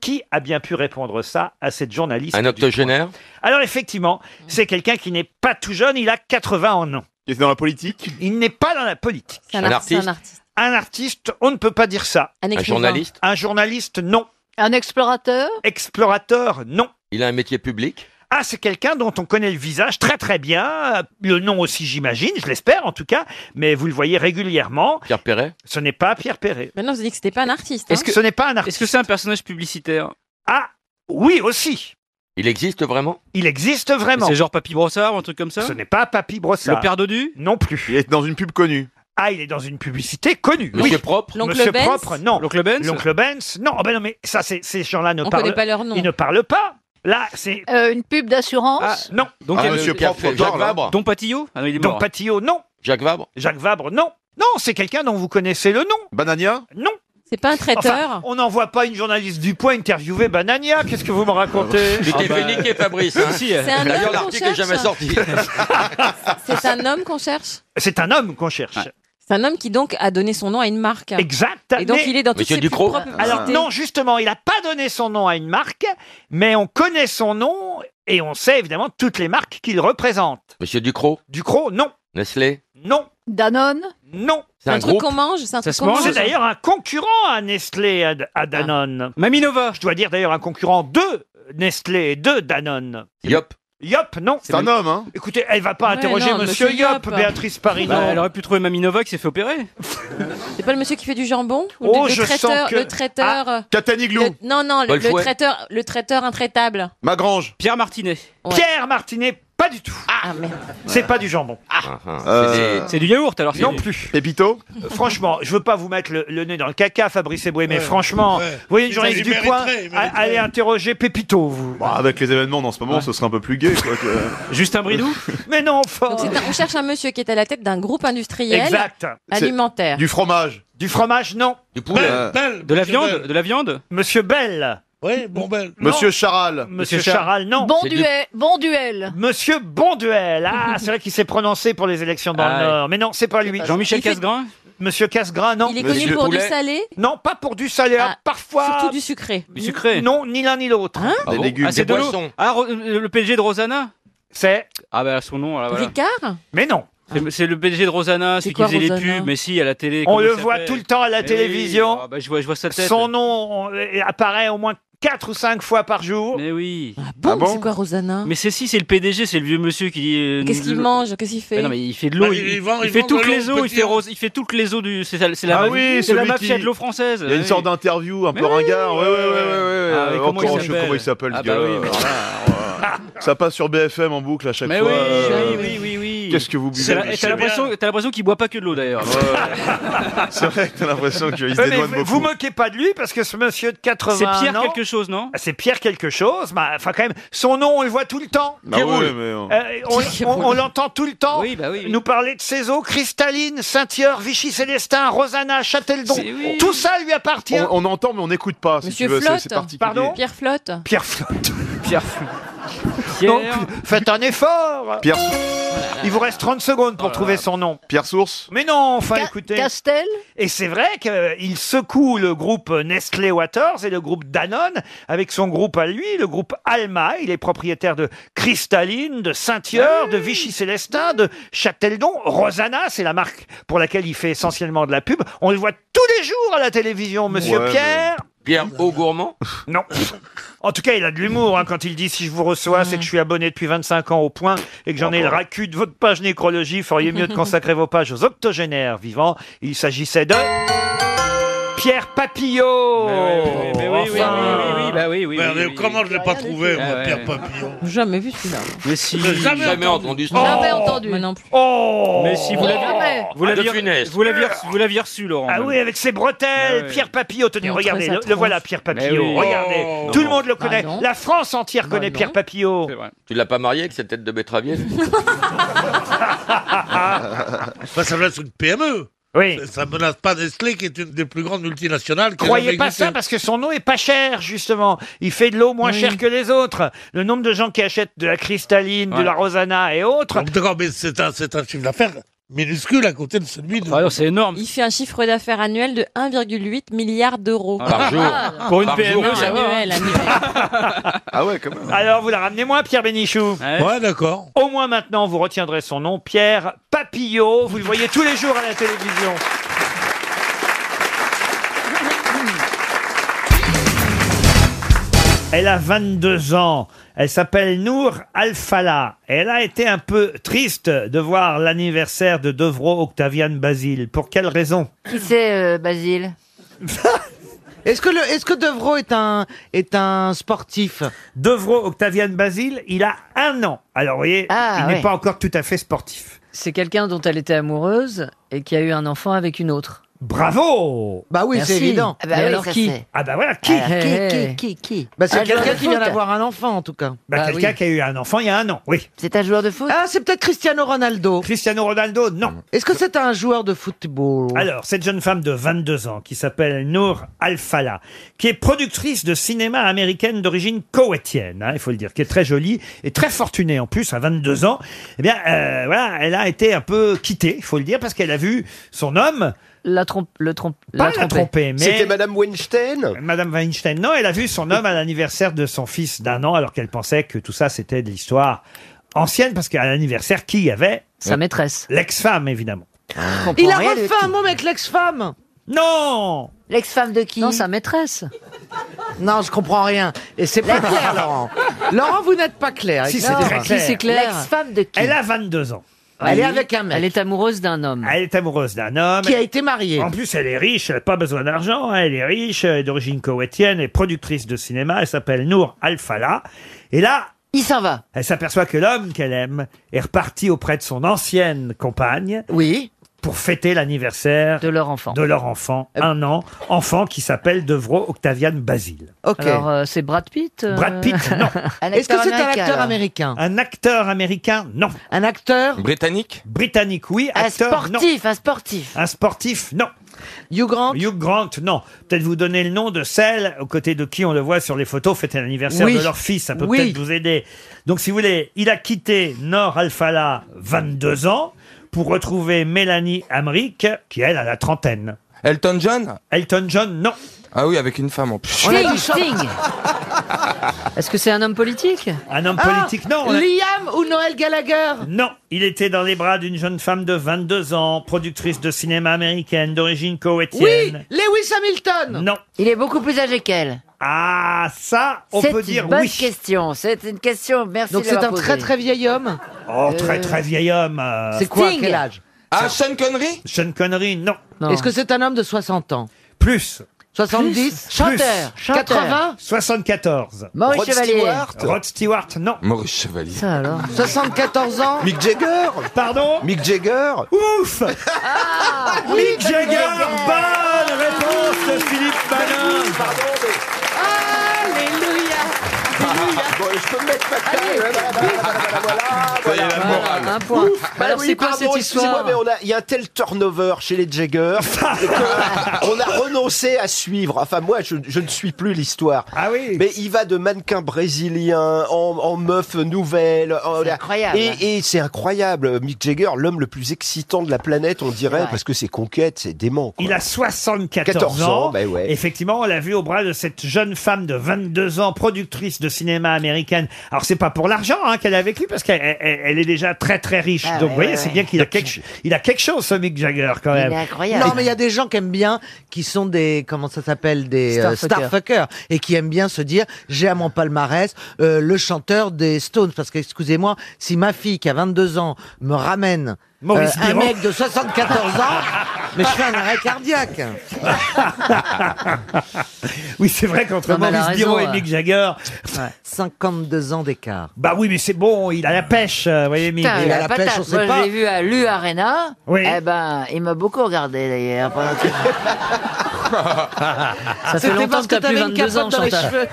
[SPEAKER 1] Qui a bien pu répondre ça à cette journaliste
[SPEAKER 10] Un octogénaire
[SPEAKER 1] Alors effectivement, c'est quelqu'un qui n'est pas tout jeune, il a 80 en an. Il est dans la politique Il n'est pas dans la politique.
[SPEAKER 10] C'est un Un ar- artiste c'est un artiste.
[SPEAKER 1] Un artiste, on ne peut pas dire ça.
[SPEAKER 10] Un Un écrivain journaliste
[SPEAKER 1] Un journaliste, non. Un explorateur Explorateur, non.
[SPEAKER 10] Il a un métier public
[SPEAKER 1] Ah, c'est quelqu'un dont on connaît le visage très très bien, euh, le nom aussi j'imagine, je l'espère en tout cas, mais vous le voyez régulièrement.
[SPEAKER 10] Pierre Perret
[SPEAKER 1] Ce n'est pas Pierre Perret.
[SPEAKER 7] Maintenant, vous dites que c'était pas un artiste. hein.
[SPEAKER 1] Est-ce que ce n'est pas un artiste
[SPEAKER 8] Est-ce que c'est un personnage publicitaire
[SPEAKER 1] Ah, oui aussi.
[SPEAKER 10] Il existe vraiment
[SPEAKER 1] Il existe vraiment.
[SPEAKER 8] C'est genre Papy Brossard ou un truc comme ça
[SPEAKER 10] Hein
[SPEAKER 1] Ce n'est pas Papy Brossard.
[SPEAKER 8] Le père Dodu
[SPEAKER 1] Non plus.
[SPEAKER 8] Il est dans une pub connue.
[SPEAKER 1] Ah, il est dans une publicité connue.
[SPEAKER 10] Monsieur
[SPEAKER 1] oui.
[SPEAKER 10] Propre
[SPEAKER 1] L'oncle
[SPEAKER 10] L'oncle
[SPEAKER 1] Monsieur
[SPEAKER 10] Benz
[SPEAKER 1] Propre, non.
[SPEAKER 8] L'oncle Benz
[SPEAKER 1] L'oncle Benz, non. Ah ben non, mais ça, c'est- ces gens-là ne
[SPEAKER 8] On
[SPEAKER 1] parlent
[SPEAKER 8] connaît pas leur nom.
[SPEAKER 1] Ils ne parlent pas. Là, c'est.
[SPEAKER 11] une pub d'assurance
[SPEAKER 1] Non.
[SPEAKER 8] Donc euh,
[SPEAKER 10] Ah,
[SPEAKER 8] il y a
[SPEAKER 10] Monsieur
[SPEAKER 8] le- qui a
[SPEAKER 10] Propre,
[SPEAKER 8] fait-
[SPEAKER 10] Jean
[SPEAKER 8] Jacques Vabre.
[SPEAKER 10] Vabre.
[SPEAKER 8] Don Patillo Ah non, il est
[SPEAKER 1] Donc
[SPEAKER 8] mort.
[SPEAKER 1] Patillo, non.
[SPEAKER 10] Jacques Vabre
[SPEAKER 1] Jacques Vabre, non. Non, c'est quelqu'un dont vous connaissez le nom. Banania Non.
[SPEAKER 7] C'est pas un traiteur
[SPEAKER 1] Enfin, on n'en voit pas une journaliste du point interviewer Banania. Qu'est-ce que vous me
[SPEAKER 8] Ah,
[SPEAKER 1] racontez
[SPEAKER 10] Il était fait
[SPEAKER 8] bah.
[SPEAKER 10] niquer, Fabrice. hein.
[SPEAKER 1] Si, euh. C'est un
[SPEAKER 10] D'ailleurs,
[SPEAKER 1] homme qu'on
[SPEAKER 10] l'article n'est jamais
[SPEAKER 1] cherche.
[SPEAKER 10] sorti.
[SPEAKER 7] C'est un homme qu'on cherche
[SPEAKER 1] C'est un homme qu'on cherche.
[SPEAKER 7] C'est un homme qui donc a donné son nom à une marque.
[SPEAKER 1] Exact.
[SPEAKER 7] Et donc
[SPEAKER 1] mais- Ah.
[SPEAKER 7] il est dans toutes ses plus propres
[SPEAKER 1] Alors
[SPEAKER 7] publicités.
[SPEAKER 1] non, justement, il n'a pas donné son nom à une marque, mais on connaît son nom et on sait évidemment toutes les marques qu'il représente.
[SPEAKER 10] Monsieur Ducrot
[SPEAKER 1] Ducrot, non.
[SPEAKER 10] Nestlé
[SPEAKER 1] Non.
[SPEAKER 11] Danone
[SPEAKER 1] Non.
[SPEAKER 10] C'est un Un truc groupe
[SPEAKER 7] qu'on mange, c'est un Ça truc se qu'on mange. mange.
[SPEAKER 1] C'est d'ailleurs un concurrent à Nestlé, à, à
[SPEAKER 7] Ah.
[SPEAKER 1] Danone. Maminova. Je dois dire d'ailleurs un concurrent de Nestlé et de Danone.
[SPEAKER 10] Yop.
[SPEAKER 1] Yop, non.
[SPEAKER 8] C'est un homme, hein.
[SPEAKER 1] Écoutez, elle va pas
[SPEAKER 7] Ouais,
[SPEAKER 1] interroger
[SPEAKER 7] non,
[SPEAKER 1] Monsieur,
[SPEAKER 7] monsieur
[SPEAKER 1] Yop,
[SPEAKER 7] Yop.
[SPEAKER 1] Béatrice Parino.
[SPEAKER 8] Bah, elle aurait pu trouver Maminova qui s'est fait opérer.
[SPEAKER 7] C'est pas le monsieur qui fait du jambon Ou
[SPEAKER 8] Oh,
[SPEAKER 7] le, le
[SPEAKER 8] je sens
[SPEAKER 7] traiteur,
[SPEAKER 8] que-
[SPEAKER 1] Ah.
[SPEAKER 7] le traiteur. euh,
[SPEAKER 8] Cataniglou.
[SPEAKER 7] le- Non, non, le,
[SPEAKER 8] Paul
[SPEAKER 7] le
[SPEAKER 8] Fouet.
[SPEAKER 7] traiteur, le traiteur intraitable.
[SPEAKER 8] Magrange. Pierre Martinet.
[SPEAKER 1] Pierre Martinet, pas du tout.
[SPEAKER 7] Ah, merde.
[SPEAKER 1] C'est pas du jambon.
[SPEAKER 8] Euh, Ah. C'est du yaourt alors
[SPEAKER 1] Non plus. Pépito Franchement, je veux pas vous mettre le, le nez dans le caca, Fabrice Eboué, mais
[SPEAKER 34] Ouais,
[SPEAKER 1] franchement,
[SPEAKER 34] ouais.
[SPEAKER 1] vous voyez une
[SPEAKER 34] Il
[SPEAKER 1] journaliste du
[SPEAKER 34] mériterait,
[SPEAKER 1] coin,
[SPEAKER 34] il mériterait.
[SPEAKER 1] a- allez interroger Pépito, vous.
[SPEAKER 31] Bah, avec les événements en ce moment, ce serait un peu plus gay. Quoi,
[SPEAKER 8] Juste un bridou
[SPEAKER 1] Mais non, fort
[SPEAKER 7] Donc, c'est un- on cherche un monsieur qui est à la tête d'un groupe industriel
[SPEAKER 1] Exact.
[SPEAKER 7] alimentaire.
[SPEAKER 1] fromage. Du fromage, non. Du
[SPEAKER 8] poulet. Bell, Bell, De la monsieur viande, Bell.
[SPEAKER 1] De la viande
[SPEAKER 8] Viande
[SPEAKER 1] Monsieur Bell.
[SPEAKER 34] Eh,
[SPEAKER 12] Oui,
[SPEAKER 34] ben,
[SPEAKER 12] Bombel.
[SPEAKER 1] Monsieur Charal. Monsieur Charal, non.
[SPEAKER 19] Bon duel, bon duel.
[SPEAKER 1] Monsieur Bonduel. Ah, c'est vrai qu'il s'est prononcé pour les élections dans
[SPEAKER 6] Ah
[SPEAKER 1] le
[SPEAKER 6] ouais.
[SPEAKER 1] Nord. Mais non, c'est pas lui.
[SPEAKER 6] Jean-Michel
[SPEAKER 1] Il fait-
[SPEAKER 6] Casgrain
[SPEAKER 1] Monsieur Casgrain, non.
[SPEAKER 7] Il est connu pour du salé Ah,
[SPEAKER 1] Non, pas pour du salé. hein, parfois.
[SPEAKER 7] Surtout du sucré.
[SPEAKER 1] Du sucré Non, ni l'un ni l'autre.
[SPEAKER 8] Ah bon Ah, c'est de l'eau. Ah, Ro- euh, le PDG de Rosanna
[SPEAKER 1] C'est
[SPEAKER 8] Ah, bah, son nom, là, voilà.
[SPEAKER 7] Ricard
[SPEAKER 1] Mais non.
[SPEAKER 8] C'est- C'est le PDG de Rosanna, celui qui
[SPEAKER 1] quoi,
[SPEAKER 8] faisait les
[SPEAKER 1] Rosanna
[SPEAKER 8] pubs, mais si, à la télé.
[SPEAKER 1] On
[SPEAKER 8] comment
[SPEAKER 1] le
[SPEAKER 8] il
[SPEAKER 1] voit
[SPEAKER 8] s'appelle
[SPEAKER 1] tout le temps à
[SPEAKER 8] Mais
[SPEAKER 1] la
[SPEAKER 8] oui,
[SPEAKER 1] télévision.
[SPEAKER 8] ah, bah, je, vois, je vois sa tête.
[SPEAKER 1] Son nom on- euh, apparaît au moins 4 ou 5 fois par jour.
[SPEAKER 8] Mais oui. Ah
[SPEAKER 7] Bon, c'est quoi Rosanna
[SPEAKER 8] Mais c'est si, c'est le PDG, c'est le vieux monsieur qui dit. euh,
[SPEAKER 7] Qu'est-ce qu'il
[SPEAKER 8] le-
[SPEAKER 7] mange Qu'est-ce qu'il fait
[SPEAKER 8] Mais non, mais il fait de l'eau.
[SPEAKER 12] Bah,
[SPEAKER 8] il,
[SPEAKER 12] il vend-
[SPEAKER 8] il
[SPEAKER 12] il
[SPEAKER 8] fait
[SPEAKER 12] vend
[SPEAKER 8] toutes
[SPEAKER 12] de
[SPEAKER 8] les
[SPEAKER 12] l'eau,
[SPEAKER 8] eaux. Il
[SPEAKER 12] petit.
[SPEAKER 8] fait, rose- il fait toutes les eaux du. C'est ça- c'est la,
[SPEAKER 12] Ah
[SPEAKER 8] mafia-
[SPEAKER 12] oui,
[SPEAKER 8] c'est la
[SPEAKER 12] celui
[SPEAKER 8] mafia
[SPEAKER 12] qui-
[SPEAKER 8] de l'eau française. Ah
[SPEAKER 17] Il y a une
[SPEAKER 8] oui.
[SPEAKER 17] sorte d'interview un peu
[SPEAKER 8] Mais oui.
[SPEAKER 17] ringard. Ouais, ouais, ouais, ouais. ouais.
[SPEAKER 8] Ah oui,
[SPEAKER 17] Encore,
[SPEAKER 8] comment il
[SPEAKER 17] je sais
[SPEAKER 8] s'appelle
[SPEAKER 17] comment il s'appelle,
[SPEAKER 8] Ah
[SPEAKER 17] ce gars-là.
[SPEAKER 8] bah oui, mais-
[SPEAKER 17] Ah, ouais. Ça passe sur BFM en boucle à chaque
[SPEAKER 8] Mais
[SPEAKER 17] fois.
[SPEAKER 8] oui,
[SPEAKER 17] euh,
[SPEAKER 8] oui, oui, oui, oui.
[SPEAKER 17] Qu'est-ce que vous buvez
[SPEAKER 8] C'est la- T'as
[SPEAKER 17] monsieur
[SPEAKER 8] l'impression- t'as l'impression qu'il boit pas que de l'eau d'ailleurs.
[SPEAKER 17] C'est vrai que t'as l'impression qu'il se
[SPEAKER 1] Ouais, mais
[SPEAKER 17] dédouane
[SPEAKER 1] vous-
[SPEAKER 17] beaucoup.
[SPEAKER 1] vous moquez pas de lui parce que ce monsieur de 80
[SPEAKER 8] C'est Pierre
[SPEAKER 1] ans-
[SPEAKER 8] quelque chose, non
[SPEAKER 1] Ah, C'est Pierre quelque chose, bah, enfin quand même, son nom on le voit tout le temps.
[SPEAKER 17] Bah
[SPEAKER 1] Kéroul.
[SPEAKER 17] ouais, mais on-
[SPEAKER 1] Euh, on on- on l'entend tout le temps.
[SPEAKER 17] bah
[SPEAKER 1] Nous parler de ses eaux, Cristalline, Saint-Hieur, Vichy-Célestin, Rosanna, Châteldon.
[SPEAKER 17] C'est- oui.
[SPEAKER 1] Tout ça lui appartient.
[SPEAKER 17] On, on entend, mais on n'écoute pas. Si
[SPEAKER 7] Monsieur
[SPEAKER 17] tu veux, c'est-
[SPEAKER 7] Flotte
[SPEAKER 17] c'est particulier.
[SPEAKER 1] Pardon
[SPEAKER 7] Pierre Flotte
[SPEAKER 1] Pierre Flotte.
[SPEAKER 8] Pierre
[SPEAKER 1] Donc, faites un effort.
[SPEAKER 17] Pierre-
[SPEAKER 1] Il vous reste 30 secondes pour trouver son nom.
[SPEAKER 17] Pierre Source
[SPEAKER 1] Mais non, enfin écoutez.
[SPEAKER 19] Castel
[SPEAKER 1] Et c'est vrai qu'il secoue le groupe Nestlé Waters et le groupe Danone avec son groupe à lui, le groupe Alma. Il est propriétaire de Cristalline, de Saint-Hieur, de Vichy-Célestin, de Châteldon. Rosanna, c'est la marque pour laquelle il fait essentiellement de la pub. On le voit tous les jours à la télévision, monsieur
[SPEAKER 10] Ouais, mais-
[SPEAKER 1] Pierre.
[SPEAKER 10] Pierre au gourmand
[SPEAKER 1] Non. En tout cas, il a de l'humour hein, quand il dit si je vous reçois, c'est que je suis abonné depuis 25 ans au point et que j'en ai le racu de votre page nécrologie. Feriez mieux de consacrer vos pages aux octogénaires vivants. Il s'agissait de Pierre Papillot.
[SPEAKER 8] Mais oui, oui, oui,
[SPEAKER 1] Enfin.
[SPEAKER 8] oui, oui, bah oui, oui,
[SPEAKER 12] Merde,
[SPEAKER 8] oui, oui,
[SPEAKER 12] comment je l'ai pas trouvé,
[SPEAKER 8] Ah
[SPEAKER 12] moi,
[SPEAKER 8] ouais.
[SPEAKER 12] Pierre Papillon
[SPEAKER 7] Jamais vu celui-là.
[SPEAKER 8] Mais si,
[SPEAKER 12] Jamais Oh.
[SPEAKER 10] Jamais entendu ce nom.
[SPEAKER 19] J'avais entendu.
[SPEAKER 7] Moi non plus.
[SPEAKER 1] Oh
[SPEAKER 8] Mais si vous l'aviez,
[SPEAKER 19] Jamais.
[SPEAKER 8] vous
[SPEAKER 10] Ah, de
[SPEAKER 8] l'aviez,
[SPEAKER 10] Funès.
[SPEAKER 8] vous l'aviez, reçu- vous l'aviez reçu, Laurent.
[SPEAKER 1] Ah
[SPEAKER 8] même.
[SPEAKER 1] oui, avec ses bretelles,
[SPEAKER 8] Ah ouais.
[SPEAKER 1] Pierre Papillot. Tenez,
[SPEAKER 8] Montre
[SPEAKER 1] regardez,
[SPEAKER 8] sa
[SPEAKER 1] le, le
[SPEAKER 8] tronche.
[SPEAKER 1] voilà Pierre Papillot.
[SPEAKER 8] oui.
[SPEAKER 1] Regardez,
[SPEAKER 10] Oh.
[SPEAKER 1] tout le monde le
[SPEAKER 7] Bah
[SPEAKER 1] connaît.
[SPEAKER 7] non.
[SPEAKER 1] La France entière connaît
[SPEAKER 7] non.
[SPEAKER 1] Pierre Papillot.
[SPEAKER 8] Bah C'est vrai.
[SPEAKER 10] Tu l'as pas marié avec cette tête de betteravier
[SPEAKER 12] Bah, ça reste une PME.
[SPEAKER 1] Oui.
[SPEAKER 12] Ça- Ça menace pas Nestlé, qui est une des plus grandes multinationales. qui a
[SPEAKER 1] Croyez
[SPEAKER 12] jamais
[SPEAKER 1] pas
[SPEAKER 12] existé.
[SPEAKER 1] ça parce que son eau est pas chère justement. Il fait de l'eau moins
[SPEAKER 12] Oui.
[SPEAKER 1] chère que les autres. Le nombre de gens qui achètent de la cristalline, de
[SPEAKER 12] Ouais.
[SPEAKER 1] la rosana et autres.
[SPEAKER 12] Donc, D'accord, mais c'est un, c'est un chiffre d'affaires minuscule à côté de celui de.
[SPEAKER 8] Ah non, c'est énorme.
[SPEAKER 7] Il fait un chiffre d'affaires annuel de 1,8 milliard d'euros. Ah.
[SPEAKER 10] Par jour.
[SPEAKER 8] Pour une
[SPEAKER 10] Par jour,
[SPEAKER 8] PME, ça va.
[SPEAKER 7] Annuel, annuel.
[SPEAKER 17] Ah ouais, quand même.
[SPEAKER 1] Alors vous la ramenez moins Pierre Bénichou.
[SPEAKER 12] Ouais, d'accord.
[SPEAKER 1] Au moins maintenant vous retiendrez son nom, Pierre Papillot. Vous le voyez tous les jours à la télévision. Elle a 22 ans. Elle s'appelle Nour Alfala. Elle a été un peu triste de voir l'anniversaire de Devro Octavian Basile. Pour quelle raison
[SPEAKER 21] Ah,
[SPEAKER 14] Qui c'est, euh, Basile
[SPEAKER 27] Est-ce que, le, est-ce que Devro est un, est un sportif
[SPEAKER 1] Devro Octavian Basile, il a un an. Alors, vous voyez,
[SPEAKER 14] Ah,
[SPEAKER 1] il
[SPEAKER 14] ouais.
[SPEAKER 1] n'est pas encore tout à fait sportif.
[SPEAKER 14] C'est quelqu'un dont elle était amoureuse et qui a eu un enfant avec une autre.
[SPEAKER 1] Bravo
[SPEAKER 27] Bah oui,
[SPEAKER 14] Merci.
[SPEAKER 27] c'est évident.
[SPEAKER 14] Ah bah
[SPEAKER 27] Mais
[SPEAKER 14] oui,
[SPEAKER 27] alors
[SPEAKER 14] ça,
[SPEAKER 27] qui
[SPEAKER 14] c'est-
[SPEAKER 1] Ah bah voilà, qui
[SPEAKER 14] Alors, qui,
[SPEAKER 27] Eh,
[SPEAKER 14] qui, qui, qui
[SPEAKER 27] bah, C'est
[SPEAKER 1] Ah,
[SPEAKER 14] Un joueur
[SPEAKER 27] quelqu'un
[SPEAKER 14] de
[SPEAKER 27] qui vient
[SPEAKER 14] foot
[SPEAKER 27] d'avoir un enfant, en tout cas.
[SPEAKER 1] Bah,
[SPEAKER 14] Bah
[SPEAKER 1] Quelqu'un
[SPEAKER 14] oui.
[SPEAKER 1] qui a eu un enfant il y a un an, oui.
[SPEAKER 14] C'est un joueur de foot
[SPEAKER 27] Ah, c'est peut-être Cristiano Ronaldo.
[SPEAKER 1] Cristiano Ronaldo, non.
[SPEAKER 27] Est-ce que c'est un joueur de football
[SPEAKER 1] Alors, cette jeune femme de 22 ans, qui s'appelle Nour Al-Fala, qui est productrice de cinéma américaine d'origine koweïtienne, hein, il faut le dire, qui est très jolie et très fortunée en plus, à 22 ans, eh bien, euh, voilà, elle a été un peu quittée, il faut le dire, parce qu'elle a vu son homme,
[SPEAKER 14] La trompe, le trompe,
[SPEAKER 1] pas
[SPEAKER 14] la
[SPEAKER 1] la tromper, mais...
[SPEAKER 2] Madame Weinstein
[SPEAKER 1] Madame Weinstein, non, elle a vu son homme à l'anniversaire de son fils d'un an, alors qu'elle pensait que tout ça, c'était de l'histoire ancienne, parce qu'à l'anniversaire, qui y avait
[SPEAKER 14] Sa maîtresse.
[SPEAKER 1] L'ex-femme, évidemment.
[SPEAKER 27] Il a refait un mot avec l'ex-femme.
[SPEAKER 1] Non
[SPEAKER 14] L'ex-femme de qui Non, sa maîtresse.
[SPEAKER 27] Non, je comprends rien. Et c'est pas clair, Laurent. Laurent, vous n'êtes pas clair.
[SPEAKER 1] Si,
[SPEAKER 27] Excusez-moi.
[SPEAKER 1] c'est très clair.
[SPEAKER 14] c'est clair. L'ex-femme de qui
[SPEAKER 1] Elle a 22 ans.
[SPEAKER 27] Elle est avec un
[SPEAKER 14] Elle
[SPEAKER 27] mec
[SPEAKER 14] est amoureuse d'un homme.
[SPEAKER 1] Elle est amoureuse d'un homme.
[SPEAKER 27] qui a été marié.
[SPEAKER 1] En plus, elle est riche, elle n'a pas besoin d'argent, hein, elle est riche, elle est d'origine koweïtienne, elle est productrice de cinéma, elle s'appelle Nour Al-Fala. Et là,
[SPEAKER 14] Il s'en va.
[SPEAKER 1] elle s'aperçoit que l'homme qu'elle aime est reparti auprès de son ancienne compagne
[SPEAKER 27] Oui.
[SPEAKER 1] pour fêter l'anniversaire
[SPEAKER 14] De leur enfant. Euh.
[SPEAKER 1] de leur enfant, un an, enfant qui s'appelle Devro Octavian Basile.
[SPEAKER 27] Ok.
[SPEAKER 14] Alors, euh, c'est Brad Pitt euh,
[SPEAKER 1] Brad Pitt, non.
[SPEAKER 27] Est-ce que c'est un acteur américain
[SPEAKER 1] Un acteur américain, non.
[SPEAKER 27] Un acteur
[SPEAKER 10] Britannique
[SPEAKER 1] Britannique, oui.
[SPEAKER 14] Un
[SPEAKER 1] Acteur, non.
[SPEAKER 14] sportif, un sportif.
[SPEAKER 1] Un sportif, non. Hugh Grant Hugh Grant, non. Peut-être vous donner le nom de celle aux côtés de qui on le voit sur les photos fêter l'anniversaire
[SPEAKER 8] Oui.
[SPEAKER 1] de leur fils. Ça peut
[SPEAKER 8] Oui.
[SPEAKER 1] peut-être vous aider. Donc, si vous voulez, il a quitté Nord Alphala 22 ans pour retrouver Mélanie Amric, qui elle a la trentaine. Elton John Elton John, non. Ah oui, avec une femme en plus.
[SPEAKER 7] Sting, Sting. Est-ce que c'est un homme politique
[SPEAKER 1] Un homme politique, non. on a-
[SPEAKER 7] Ah, Liam ou Noël Gallagher
[SPEAKER 1] Non, il était dans les bras d'une jeune femme de 22 ans, productrice de cinéma américaine d'origine
[SPEAKER 21] Ah,
[SPEAKER 7] Oui,
[SPEAKER 1] koweïtienne.
[SPEAKER 7] Lewis Hamilton
[SPEAKER 1] Non.
[SPEAKER 7] Il est beaucoup plus âgé qu'elle.
[SPEAKER 1] Ah, ça, on peut dire
[SPEAKER 11] C'est une bonne
[SPEAKER 1] oui.
[SPEAKER 11] question. C'est une question. Merci.
[SPEAKER 7] Donc
[SPEAKER 11] de
[SPEAKER 7] c'est
[SPEAKER 11] l'avoir
[SPEAKER 7] un très,
[SPEAKER 11] posée.
[SPEAKER 7] très vieil homme
[SPEAKER 1] Oh, très
[SPEAKER 7] Euh,
[SPEAKER 1] très vieil homme. euh.
[SPEAKER 7] c'est quoi, Sting. quel âge
[SPEAKER 1] Ah, Sean Connery Sean Connery, non.
[SPEAKER 25] Est-ce que c'est un homme de 60 ans
[SPEAKER 1] Plus.
[SPEAKER 25] 70
[SPEAKER 1] Plus.
[SPEAKER 25] Chanteur.
[SPEAKER 1] Plus.
[SPEAKER 25] 80
[SPEAKER 1] 74.
[SPEAKER 25] Maurice Rod Chevalier. Stewart
[SPEAKER 1] Rod Stewart, non.
[SPEAKER 3] Maurice Chevalier.
[SPEAKER 7] Ça alors
[SPEAKER 25] 74 ans
[SPEAKER 3] Mick Jagger
[SPEAKER 1] Pardon
[SPEAKER 3] Mick Jagger
[SPEAKER 1] Ouf Mick Jagger Bonne réponse de Philippe Manin
[SPEAKER 11] Alléluia.
[SPEAKER 6] Bon, je peux me mettre ma clé.
[SPEAKER 20] Voilà,
[SPEAKER 6] voilà.
[SPEAKER 7] un point. Bah alors, c'est quoi cette histoire
[SPEAKER 20] mais on a- il y a un tel turnover chez les Jagger que on a renoncé à suivre. Enfin, moi, je, je ne suis plus l'histoire.
[SPEAKER 1] Ah oui.
[SPEAKER 20] Mais il va de mannequin brésilien en, en meuf nouvelle. en-
[SPEAKER 11] incroyable.
[SPEAKER 20] Et, et c'est incroyable. Mick Jagger, l'homme le plus excitant de la planète, on dirait, parce que ses conquêtes, c'est dément. quoi.
[SPEAKER 1] Il a 74
[SPEAKER 20] 14
[SPEAKER 1] ans.
[SPEAKER 20] ans, ben ouais.
[SPEAKER 1] Effectivement, on l'a vu au bras de cette jeune femme de 22 ans, productrice de cinéma américaine. Alors, c'est pas pour l'argent hein, qu'elle a avec lui, parce qu'elle elle- elle est déjà très très riche.
[SPEAKER 25] Ah
[SPEAKER 1] Donc,
[SPEAKER 25] ouais,
[SPEAKER 1] vous voyez,
[SPEAKER 25] ouais,
[SPEAKER 1] c'est
[SPEAKER 25] ouais.
[SPEAKER 1] bien qu'il a, quelque- il a quelque chose, ce Mick Jagger, quand même.
[SPEAKER 25] Non, mais il y a des gens qui aiment bien, qui sont des, comment ça s'appelle, des euh,
[SPEAKER 1] Starfuckers.
[SPEAKER 25] starfuckers, et qui aiment bien se dire, j'ai à mon palmarès euh, le chanteur des Stones, parce que, excusez-moi, si ma fille qui a 22 ans me ramène euh,
[SPEAKER 7] Maurice
[SPEAKER 25] un
[SPEAKER 7] Piron.
[SPEAKER 25] mec de 74 ans, mais je fais un arrêt cardiaque.
[SPEAKER 1] oui, c'est vrai qu'entre
[SPEAKER 25] Non, mais elle a
[SPEAKER 1] Maurice
[SPEAKER 25] raison,
[SPEAKER 1] Biron et
[SPEAKER 25] ouais.
[SPEAKER 1] Mick Jagger.
[SPEAKER 25] 52 ans d'écart.
[SPEAKER 1] Bah oui, mais c'est bon, il a la pêche, euh, vous voyez, Mick.
[SPEAKER 11] Putain, il a la patate. Moi, je l'ai vu à l'U Arena.
[SPEAKER 1] Oui.
[SPEAKER 11] Eh ben, il m'a beaucoup regardé d'ailleurs. pendant que-
[SPEAKER 1] Ah,
[SPEAKER 7] Ça fait
[SPEAKER 11] C'était
[SPEAKER 7] longtemps
[SPEAKER 11] parce
[SPEAKER 7] que t'as
[SPEAKER 11] que
[SPEAKER 7] plus
[SPEAKER 11] t'avais une
[SPEAKER 7] 22 ans,
[SPEAKER 11] capote dans les
[SPEAKER 7] Chantal.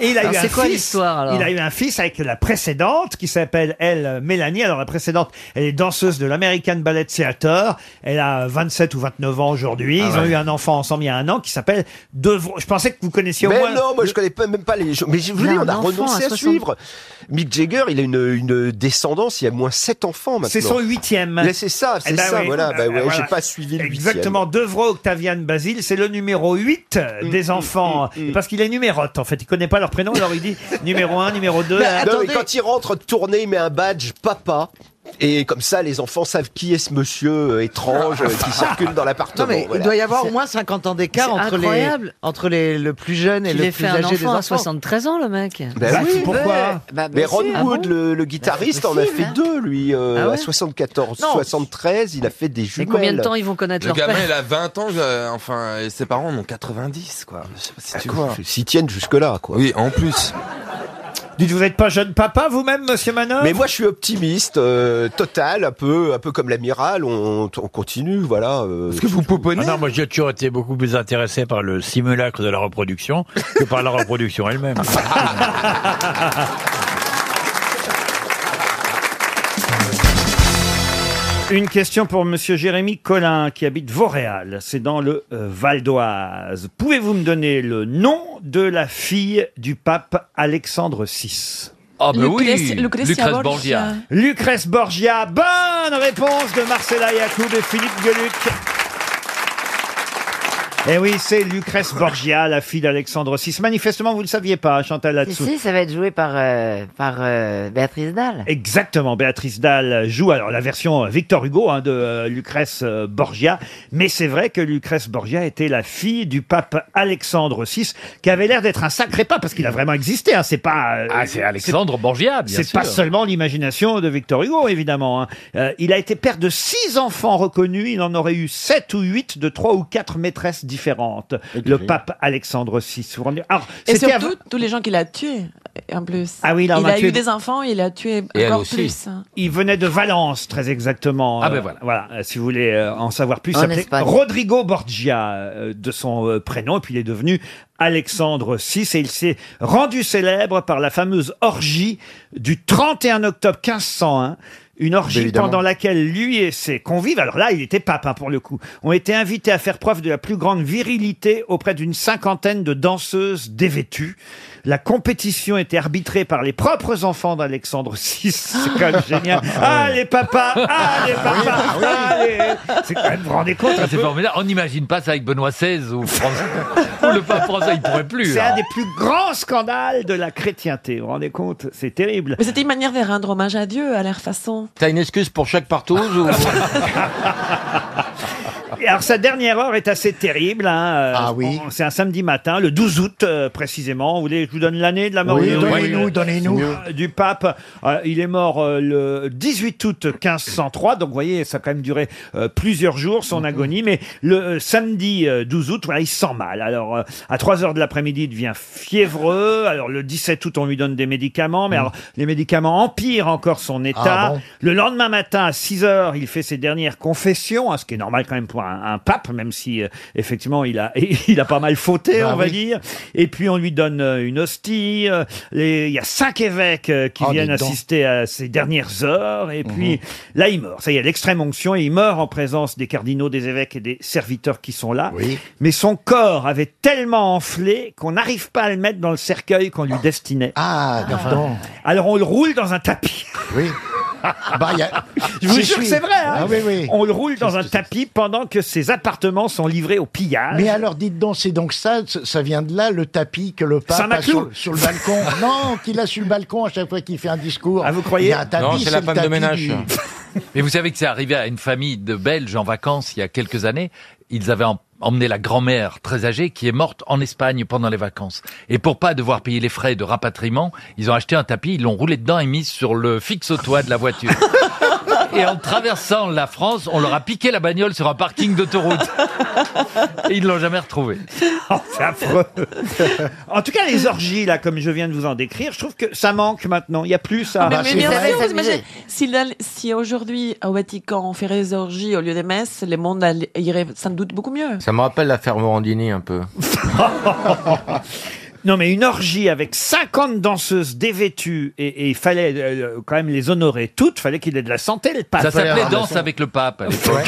[SPEAKER 1] Et il a
[SPEAKER 7] Alors,
[SPEAKER 1] eu un
[SPEAKER 7] c'est quoi
[SPEAKER 1] fils.
[SPEAKER 7] l'histoire, alors
[SPEAKER 1] Il a eu un fils avec la précédente qui s'appelle elle Mélanie. Alors la précédente, elle est danseuse de l'American Ballet Theater. Elle a 27 ou 29 ans aujourd'hui.
[SPEAKER 20] Ah
[SPEAKER 1] Ils ont
[SPEAKER 20] ouais.
[SPEAKER 1] eu un enfant ensemble il y a un an qui s'appelle Devro. Je pensais que vous connaissiez au
[SPEAKER 20] mais
[SPEAKER 1] moins.
[SPEAKER 20] non, moi je connais pas- même pas les gens. Mais je vous
[SPEAKER 1] Il a
[SPEAKER 20] dis, on
[SPEAKER 1] un
[SPEAKER 20] a
[SPEAKER 1] enfant
[SPEAKER 20] renoncé
[SPEAKER 1] à
[SPEAKER 20] à,
[SPEAKER 1] 60.
[SPEAKER 20] suivre. Mick Jagger, il a une, une descendance, il y a moins 7 enfants maintenant.
[SPEAKER 1] C'est son huitième.
[SPEAKER 20] Mais C'est ça, c'est
[SPEAKER 1] Eh ben
[SPEAKER 20] ça,
[SPEAKER 1] oui.
[SPEAKER 20] voilà. Bah
[SPEAKER 1] Euh,
[SPEAKER 20] ouais,
[SPEAKER 1] voilà.
[SPEAKER 20] J'ai pas suivi le huitième.
[SPEAKER 1] Exactement, Devro Octavian Basile, c'est le numéro 8
[SPEAKER 20] Mm,
[SPEAKER 1] des enfants. Et Parce qu'il est numérote, en fait. Il connaît pas leur prénom, alors il dit numéro 1, numéro 2.
[SPEAKER 20] Mais non, mais quand il rentre de tournée, il met un badge papa. Et comme ça, les enfants savent qui est ce monsieur euh, étrange euh, qui circule dans l'appartement.
[SPEAKER 25] Non, mais
[SPEAKER 20] voilà.
[SPEAKER 25] il doit y avoir au moins 50 ans d'écart
[SPEAKER 7] C'est
[SPEAKER 25] entre les,
[SPEAKER 7] incroyable.
[SPEAKER 25] entre les, le plus jeune et
[SPEAKER 7] Il
[SPEAKER 25] le
[SPEAKER 7] a
[SPEAKER 25] plus
[SPEAKER 7] fait un
[SPEAKER 25] âgé des
[SPEAKER 7] enfant à
[SPEAKER 25] enfants.
[SPEAKER 7] 73 ans, le mec.
[SPEAKER 20] Bah oui,
[SPEAKER 7] pourquoi
[SPEAKER 20] mais Ron Wood, le, le guitariste,
[SPEAKER 7] Bah, c'est
[SPEAKER 20] en a
[SPEAKER 7] possible,
[SPEAKER 20] fait
[SPEAKER 7] hein.
[SPEAKER 20] deux, lui, euh,
[SPEAKER 7] Ah ouais
[SPEAKER 20] à 74,
[SPEAKER 7] Non.
[SPEAKER 20] 73, il a fait des
[SPEAKER 7] Mais
[SPEAKER 20] jumelles.
[SPEAKER 7] combien de temps ils vont connaître
[SPEAKER 20] Le
[SPEAKER 7] leur
[SPEAKER 20] gamin,
[SPEAKER 7] père
[SPEAKER 20] il a-
[SPEAKER 3] Elle a 20 ans, euh, enfin, et ses parents en ont 90, quoi. Je sais pas
[SPEAKER 1] Ah,
[SPEAKER 3] si tu vois.
[SPEAKER 20] S'ils tiennent jusque-là, quoi. Oui, en plus.
[SPEAKER 1] Dites, vous n'êtes pas jeune papa, vous-même, monsieur Manon
[SPEAKER 20] Mais moi, je suis optimiste, euh, total, un peu, un peu comme l'amiral, on, on continue, voilà. euh,
[SPEAKER 9] Ah Non, moi j'ai toujours été beaucoup plus intéressé par le simulacre de la reproduction que par la reproduction elle-même.
[SPEAKER 1] Une question pour Monsieur Jérémy Collin qui habite Vauréal, c'est dans le euh, Val d'Oise. Pouvez-vous me donner le nom de la fille du pape Alexandre VI
[SPEAKER 18] Ah ben Lucrèce- euh. oui, Lucrezia Lucrèce Borgia. Borgia.
[SPEAKER 1] Lucrèce Borgia, bonne réponse de Marcella Yacoub et Philippe Gueluc. Eh oui, c'est Lucrèce Borgia, la fille d'Alexandre VI. Manifestement, vous ne le saviez pas, Chantal
[SPEAKER 11] Si,
[SPEAKER 1] là-dessous.
[SPEAKER 11] si, ça va être joué par, euh, par euh, Béatrice Dalle.
[SPEAKER 1] Exactement, Béatrice Dalle joue alors la version Victor Hugo hein, de euh, Lucrèce euh, Borgia, mais c'est vrai que Lucrèce Borgia était la fille du pape Alexandre VI, qui avait l'air d'être un sacré pape parce qu'il a vraiment existé. Hein, c'est pas euh,
[SPEAKER 18] Ah, c'est Alexandre Borgia, bien
[SPEAKER 1] C'est
[SPEAKER 18] sûr.
[SPEAKER 1] pas seulement l'imagination de Victor Hugo, évidemment. hein. Euh, il a été père de six enfants reconnus. Il en aurait eu sept ou huit de trois ou quatre maîtresses différentes. Le pape Alexandre VI. Vous vous rendez- Alors,
[SPEAKER 15] Et
[SPEAKER 1] c'était
[SPEAKER 15] surtout,
[SPEAKER 1] avant-
[SPEAKER 15] tous les gens qu'il a tués, en plus.
[SPEAKER 1] Ah oui, il en
[SPEAKER 15] il
[SPEAKER 1] a
[SPEAKER 15] a,
[SPEAKER 1] tué-
[SPEAKER 15] eu des enfants, il a tué
[SPEAKER 1] Et elle
[SPEAKER 15] encore
[SPEAKER 1] aussi.
[SPEAKER 15] plus. hein.
[SPEAKER 1] Il venait de Valence, très exactement.
[SPEAKER 18] Ah ben
[SPEAKER 1] Euh,
[SPEAKER 18] voilà.
[SPEAKER 1] euh, si vous voulez euh, en savoir plus, il
[SPEAKER 18] En
[SPEAKER 1] s'appelait
[SPEAKER 18] Espagne.
[SPEAKER 1] Rodrigo Borgia euh, de son euh, prénom, et puis il est devenu Alexandre VI, et il s'est rendu célèbre par la fameuse orgie du 31 octobre 1501 Une orgie
[SPEAKER 6] évidemment.
[SPEAKER 1] pendant laquelle lui et ses convives, alors là, il était pape hein, pour le coup, ont été invités à faire preuve de la plus grande virilité auprès d'une cinquantaine de danseuses dévêtues. La compétition était arbitrée par les propres enfants d'Alexandre VI. C'est quand même génial. Ah, les papas Ah, les papas Ah, les- C'est quand même, vous vous rendez compte un
[SPEAKER 18] Ah, C'est
[SPEAKER 1] peu
[SPEAKER 18] formidable. On n'imagine pas ça avec Benoît XVI ou, François- ou le pape François, il pourrait plus.
[SPEAKER 1] C'est
[SPEAKER 10] Ah.
[SPEAKER 18] hein.
[SPEAKER 1] un des plus grands scandales de la chrétienté. Vous vous rendez compte C'est terrible.
[SPEAKER 22] Mais c'était une manière de rendre hommage à Dieu, à leur façon.
[SPEAKER 10] T'as une excuse pour chaque partouze ou...
[SPEAKER 1] Et alors sa dernière heure est assez terrible. ah oui. C'est un samedi matin, le 12 août euh, précisément. Vous voulez, je vous donne l'année de la mort
[SPEAKER 2] Oui,
[SPEAKER 1] du-
[SPEAKER 2] donnez-nous, donnez-nous.
[SPEAKER 1] Euh, du pape. Euh, il est mort euh, le 18 août 1503. Donc vous voyez, ça a quand même duré euh, plusieurs jours
[SPEAKER 2] Mhm.
[SPEAKER 1] son agonie. Mais le euh, samedi euh, 12 août, voilà, il se sent mal. Alors euh, à 3 heures de l'après-midi, il devient fiévreux. Alors le 17 août, on lui donne des médicaments, mais alors les médicaments empirent encore son état.
[SPEAKER 2] Mhm. Ah bon
[SPEAKER 1] Le lendemain matin, à 6 heures, il fait ses dernières confessions, hein, ce qui est normal quand même pour un, un pape, même si euh, effectivement il a, il a pas mal fauté,
[SPEAKER 2] Bah
[SPEAKER 1] on va
[SPEAKER 2] oui.
[SPEAKER 1] dire. Et puis on lui donne euh, une hostie. euh, les- Il y a cinq évêques euh, qui
[SPEAKER 2] Ah,
[SPEAKER 1] viennent
[SPEAKER 2] dis donc. Mhm.
[SPEAKER 1] assister à ses dernières heures. Et puis là, il meurt. Ça y est, l'extrême onction. Et il meurt en présence des cardinaux, des évêques et des serviteurs qui sont là. Mais son corps avait tellement enflé qu'on n'arrive pas à le mettre dans le cercueil qu'on lui destinait. Ah,
[SPEAKER 2] donc.
[SPEAKER 1] Alors on le roule dans un tapis. Oui.
[SPEAKER 2] Bah,
[SPEAKER 1] Je vous
[SPEAKER 2] j'y
[SPEAKER 1] jure que
[SPEAKER 2] suis.
[SPEAKER 1] c'est vrai. hein.
[SPEAKER 2] Ah oui, oui.
[SPEAKER 1] On le roule dans un tapis pendant que ses appartements sont livrés au pillage.
[SPEAKER 2] Mais alors, dites donc, c'est donc ça, c- ça vient de là, le tapis que le pape a
[SPEAKER 1] Saint-Maclou.
[SPEAKER 2] sur, sur le balcon. non, qu'il a sur le balcon à chaque fois qu'il fait un discours. Ah, vous
[SPEAKER 1] croyez
[SPEAKER 2] Il y a un tapis,
[SPEAKER 18] Non, c'est la
[SPEAKER 2] le
[SPEAKER 18] femme de
[SPEAKER 2] tapis
[SPEAKER 18] ménage.
[SPEAKER 2] du-
[SPEAKER 18] Mais vous savez que c'est arrivé à une famille de Belges en vacances il y a quelques années. Ils avaient em- emmené la grand-mère très âgée qui est morte en Espagne pendant les vacances. Et pour pas devoir payer les frais de rapatriement, ils ont acheté un tapis, ils l'ont roulé dedans et mis sur le fixe au toit de la voiture. Et en traversant la France, on leur a piqué la bagnole sur un parking d'autoroute. Et ils l'ont jamais retrouvé.
[SPEAKER 1] c'est affreux. En tout cas, les orgies, là, comme je viens de vous en décrire, je trouve que ça manque maintenant. Il n'y a plus ça.
[SPEAKER 22] Ah, mais, mais bien sûr, vous imaginez, si, la- si aujourd'hui, au Vatican, on ferait des orgies au lieu des messes, le monde allait- irait sans doute beaucoup mieux.
[SPEAKER 10] Ça me rappelle l'affaire Morandini un peu.
[SPEAKER 1] Non, mais une orgie avec 50 danseuses dévêtues et et il fallait euh, quand même les honorer toutes. fallait qu'il ait de la santé, le pape.
[SPEAKER 18] Ça s'appelait Danse avec le pape à l'époque.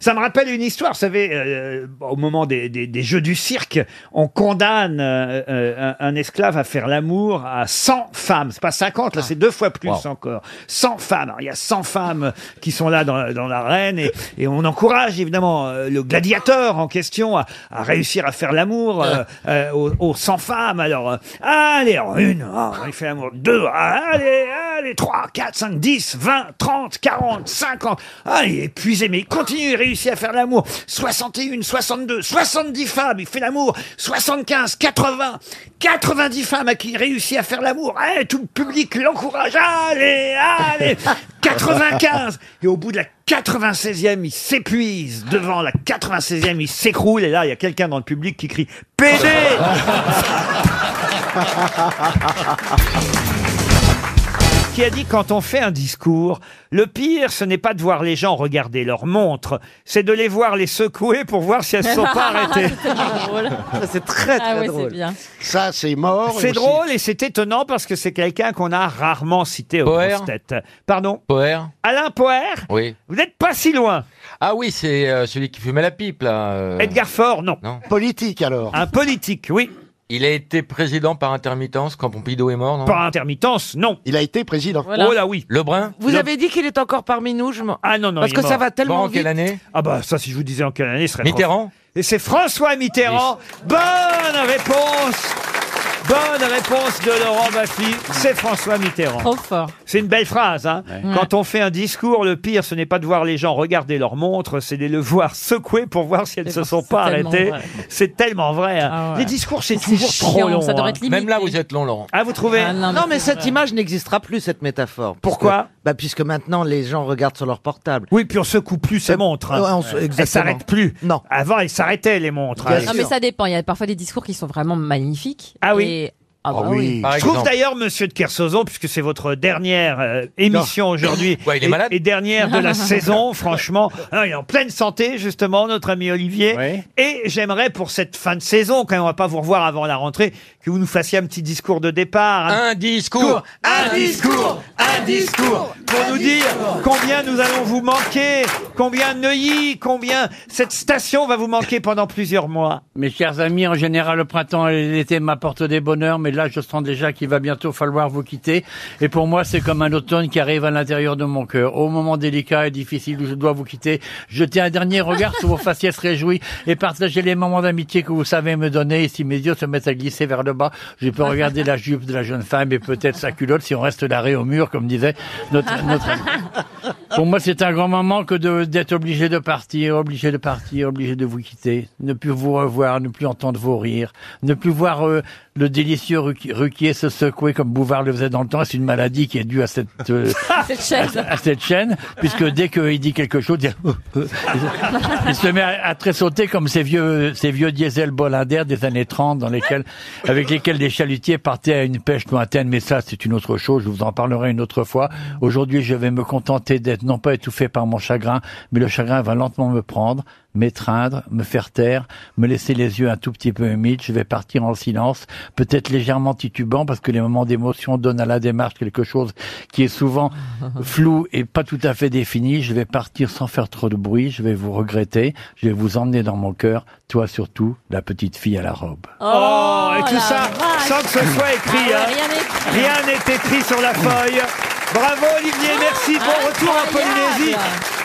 [SPEAKER 1] Ça me rappelle une histoire, vous savez, euh, au moment des, des- des Jeux du cirque, on condamne euh, euh, un, un esclave à faire l'amour à 100 femmes. C'est pas 50, là, c'est deux fois plus
[SPEAKER 2] Wow.
[SPEAKER 1] encore. 100 femmes. Alors, il y a 100 femmes euh, qui sont là dans, dans l'arène et, et on encourage évidemment euh, le gladiateur en question à, à réussir à faire l'amour euh, euh, aux, aux 100 femmes. Alors, euh, allez, alors, une, ah, il fait l'amour, deux, ah, allez, allez, trois, quatre, cinq, dix, vingt, trente, quarante, cinquante. Allez, épuisé, mais il continue, il réussit à faire l'amour. 61, 62, 70 femmes, il fait l'amour. 75, 80, 90 femmes à qui il réussit à faire l'amour. Allez, tout le public l'encourage. Allez, allez. 95. Et au bout de la 96e, il s'épuise. Devant la 96e, il s'écroule. Et là, il y a quelqu'un dans le public qui crie PD qui a dit quand on fait un discours, le pire, ce n'est pas de voir les gens regarder leur montre, c'est de les voir les secouer pour voir si elles ne sont pas arrêtées.
[SPEAKER 2] C'est très,
[SPEAKER 1] très Ah ouais, c'est drôle. bien.
[SPEAKER 2] Ça, c'est mort.
[SPEAKER 1] C'est drôle et c'est étonnant parce que c'est quelqu'un qu'on a rarement cité aux grosses têtes. Pardon
[SPEAKER 10] Poher
[SPEAKER 1] Alain Poher
[SPEAKER 10] Oui.
[SPEAKER 1] Vous n'êtes pas si loin.
[SPEAKER 10] Ah oui, c'est euh, celui qui fumait la pipe, là. euh.
[SPEAKER 1] Edgar Faure, non.
[SPEAKER 10] Politique, alors.
[SPEAKER 1] Un politique, oui.
[SPEAKER 10] Il a été président par intermittence quand Pompidou est mort, non
[SPEAKER 1] Par intermittence, non.
[SPEAKER 10] Il a été président.
[SPEAKER 1] Voilà. Oh là oui.
[SPEAKER 10] Lebrun
[SPEAKER 13] Vous avez dit qu'il est encore parmi nous, je m'en-
[SPEAKER 1] Ah non, non,
[SPEAKER 13] Parce
[SPEAKER 1] il
[SPEAKER 13] que
[SPEAKER 1] est
[SPEAKER 13] ça
[SPEAKER 1] mort.
[SPEAKER 13] va tellement
[SPEAKER 1] Mort en
[SPEAKER 13] vite.
[SPEAKER 1] quelle année Ah bah ça, si je vous disais en quelle année, ce serait
[SPEAKER 10] Mitterrand
[SPEAKER 1] Et c'est François Mitterrand. Bonne réponse Bonne réponse de Laurent Baffy, c'est François Mitterrand.
[SPEAKER 7] Trop fort.
[SPEAKER 1] C'est une belle phrase. Hein
[SPEAKER 7] Ouais.
[SPEAKER 1] Quand on fait un discours, le pire, ce n'est pas de voir les gens regarder leur montre, c'est de les voir secouer pour voir si elles ne se sont pas
[SPEAKER 7] c'est tellement
[SPEAKER 1] arrêtées.
[SPEAKER 7] vrai. Ah
[SPEAKER 1] C'est tellement vrai. hein. Les discours, c'est toujours trop long. hein.
[SPEAKER 10] Même là, vous êtes long, Laurent.
[SPEAKER 1] Ah, vous trouvez
[SPEAKER 27] non, mais, cette image n'existera plus, cette métaphore.
[SPEAKER 1] Pourquoi
[SPEAKER 27] Puisque- bah, Puisque maintenant, les gens regardent sur leur portable. Euh,
[SPEAKER 1] Oui, puis on secoue plus ces montres. hein.
[SPEAKER 27] ouais, on se-
[SPEAKER 1] Elles
[SPEAKER 27] exactement.
[SPEAKER 1] s'arrêtent plus. Non. Avant, elles s'arrêtaient, les montres. hein.
[SPEAKER 7] Non, mais ça dépend. Il y a parfois des discours qui sont vraiment magnifiques.
[SPEAKER 1] Ah oui.
[SPEAKER 7] Et- Ah bah oui.
[SPEAKER 1] Je trouve d'ailleurs, monsieur de Kersozon, puisque c'est votre dernière euh, émission aujourd'hui.
[SPEAKER 10] Ouais, il est
[SPEAKER 1] et-
[SPEAKER 10] malade
[SPEAKER 1] Et, dernière de la saison, franchement. Alors, il est en pleine santé, justement, notre ami Olivier. Et j'aimerais, pour cette fin de saison, quand même, on va pas vous revoir avant la rentrée, que vous nous fassiez un petit discours de départ.
[SPEAKER 10] Un discours
[SPEAKER 1] Un discours Un discours pour nous dire combien nous allons vous manquer, combien Neuilly, combien cette station va vous manquer pendant plusieurs mois.
[SPEAKER 9] Mes chers amis, en général, le printemps et l'été m'apportent des bonheurs, mais là, je sens déjà qu'il va bientôt falloir vous quitter. Et pour moi, c'est comme un automne qui arrive à l'intérieur de mon cœur. Au moment délicat et difficile où je dois vous quitter, jetez un dernier regard sur vos faciès réjouis et partagez les moments d'amitié que vous savez me donner. Et si mes yeux se mettent à glisser vers le bas, je peux regarder la jupe de la jeune femme et peut-être sa culotte si on reste l'arrêt au mur, comme disait notre, notre ami. Pour moi, c'est un grand moment que de- d'être obligé de partir, obligé de partir, obligé de vous quitter, ne plus vous revoir, ne plus entendre vos rires, ne plus voir euh, le délicieux Ruqui- Ruquier se secouer comme Bouvard le faisait dans le temps. C'est une maladie qui est due à cette, euh, Cette à, à cette chaîne, puisque dès qu'il dit quelque chose, il, il se met à, à tressauter comme ces vieux, ces vieux diesel bolindaires des années 30, dans lesquels, avec lesquels les chalutiers partaient à une pêche lointaine. Mais ça, c'est une autre chose. Je vous en parlerai une autre fois. Aujourd'hui, je vais me contenter d'être non pas étouffé par mon chagrin, mais le chagrin va lentement me prendre m'étreindre, me faire taire, me laisser les yeux un tout petit peu humides, je vais partir en silence, peut-être légèrement titubant parce que les moments d'émotion donnent à la démarche quelque chose qui est souvent flou et pas tout à fait défini, je vais partir sans faire trop de bruit, je vais vous regretter, je vais vous emmener dans mon cœur, toi surtout, la petite fille à la robe.
[SPEAKER 1] Oh, et tout ça sans que ce soit écrit.
[SPEAKER 9] Ah
[SPEAKER 1] hein.
[SPEAKER 9] ouais, rien n'est Oh,
[SPEAKER 1] Rien n'est écrit sur la feuille. Bravo Olivier, merci. Bon retour en Polynésie.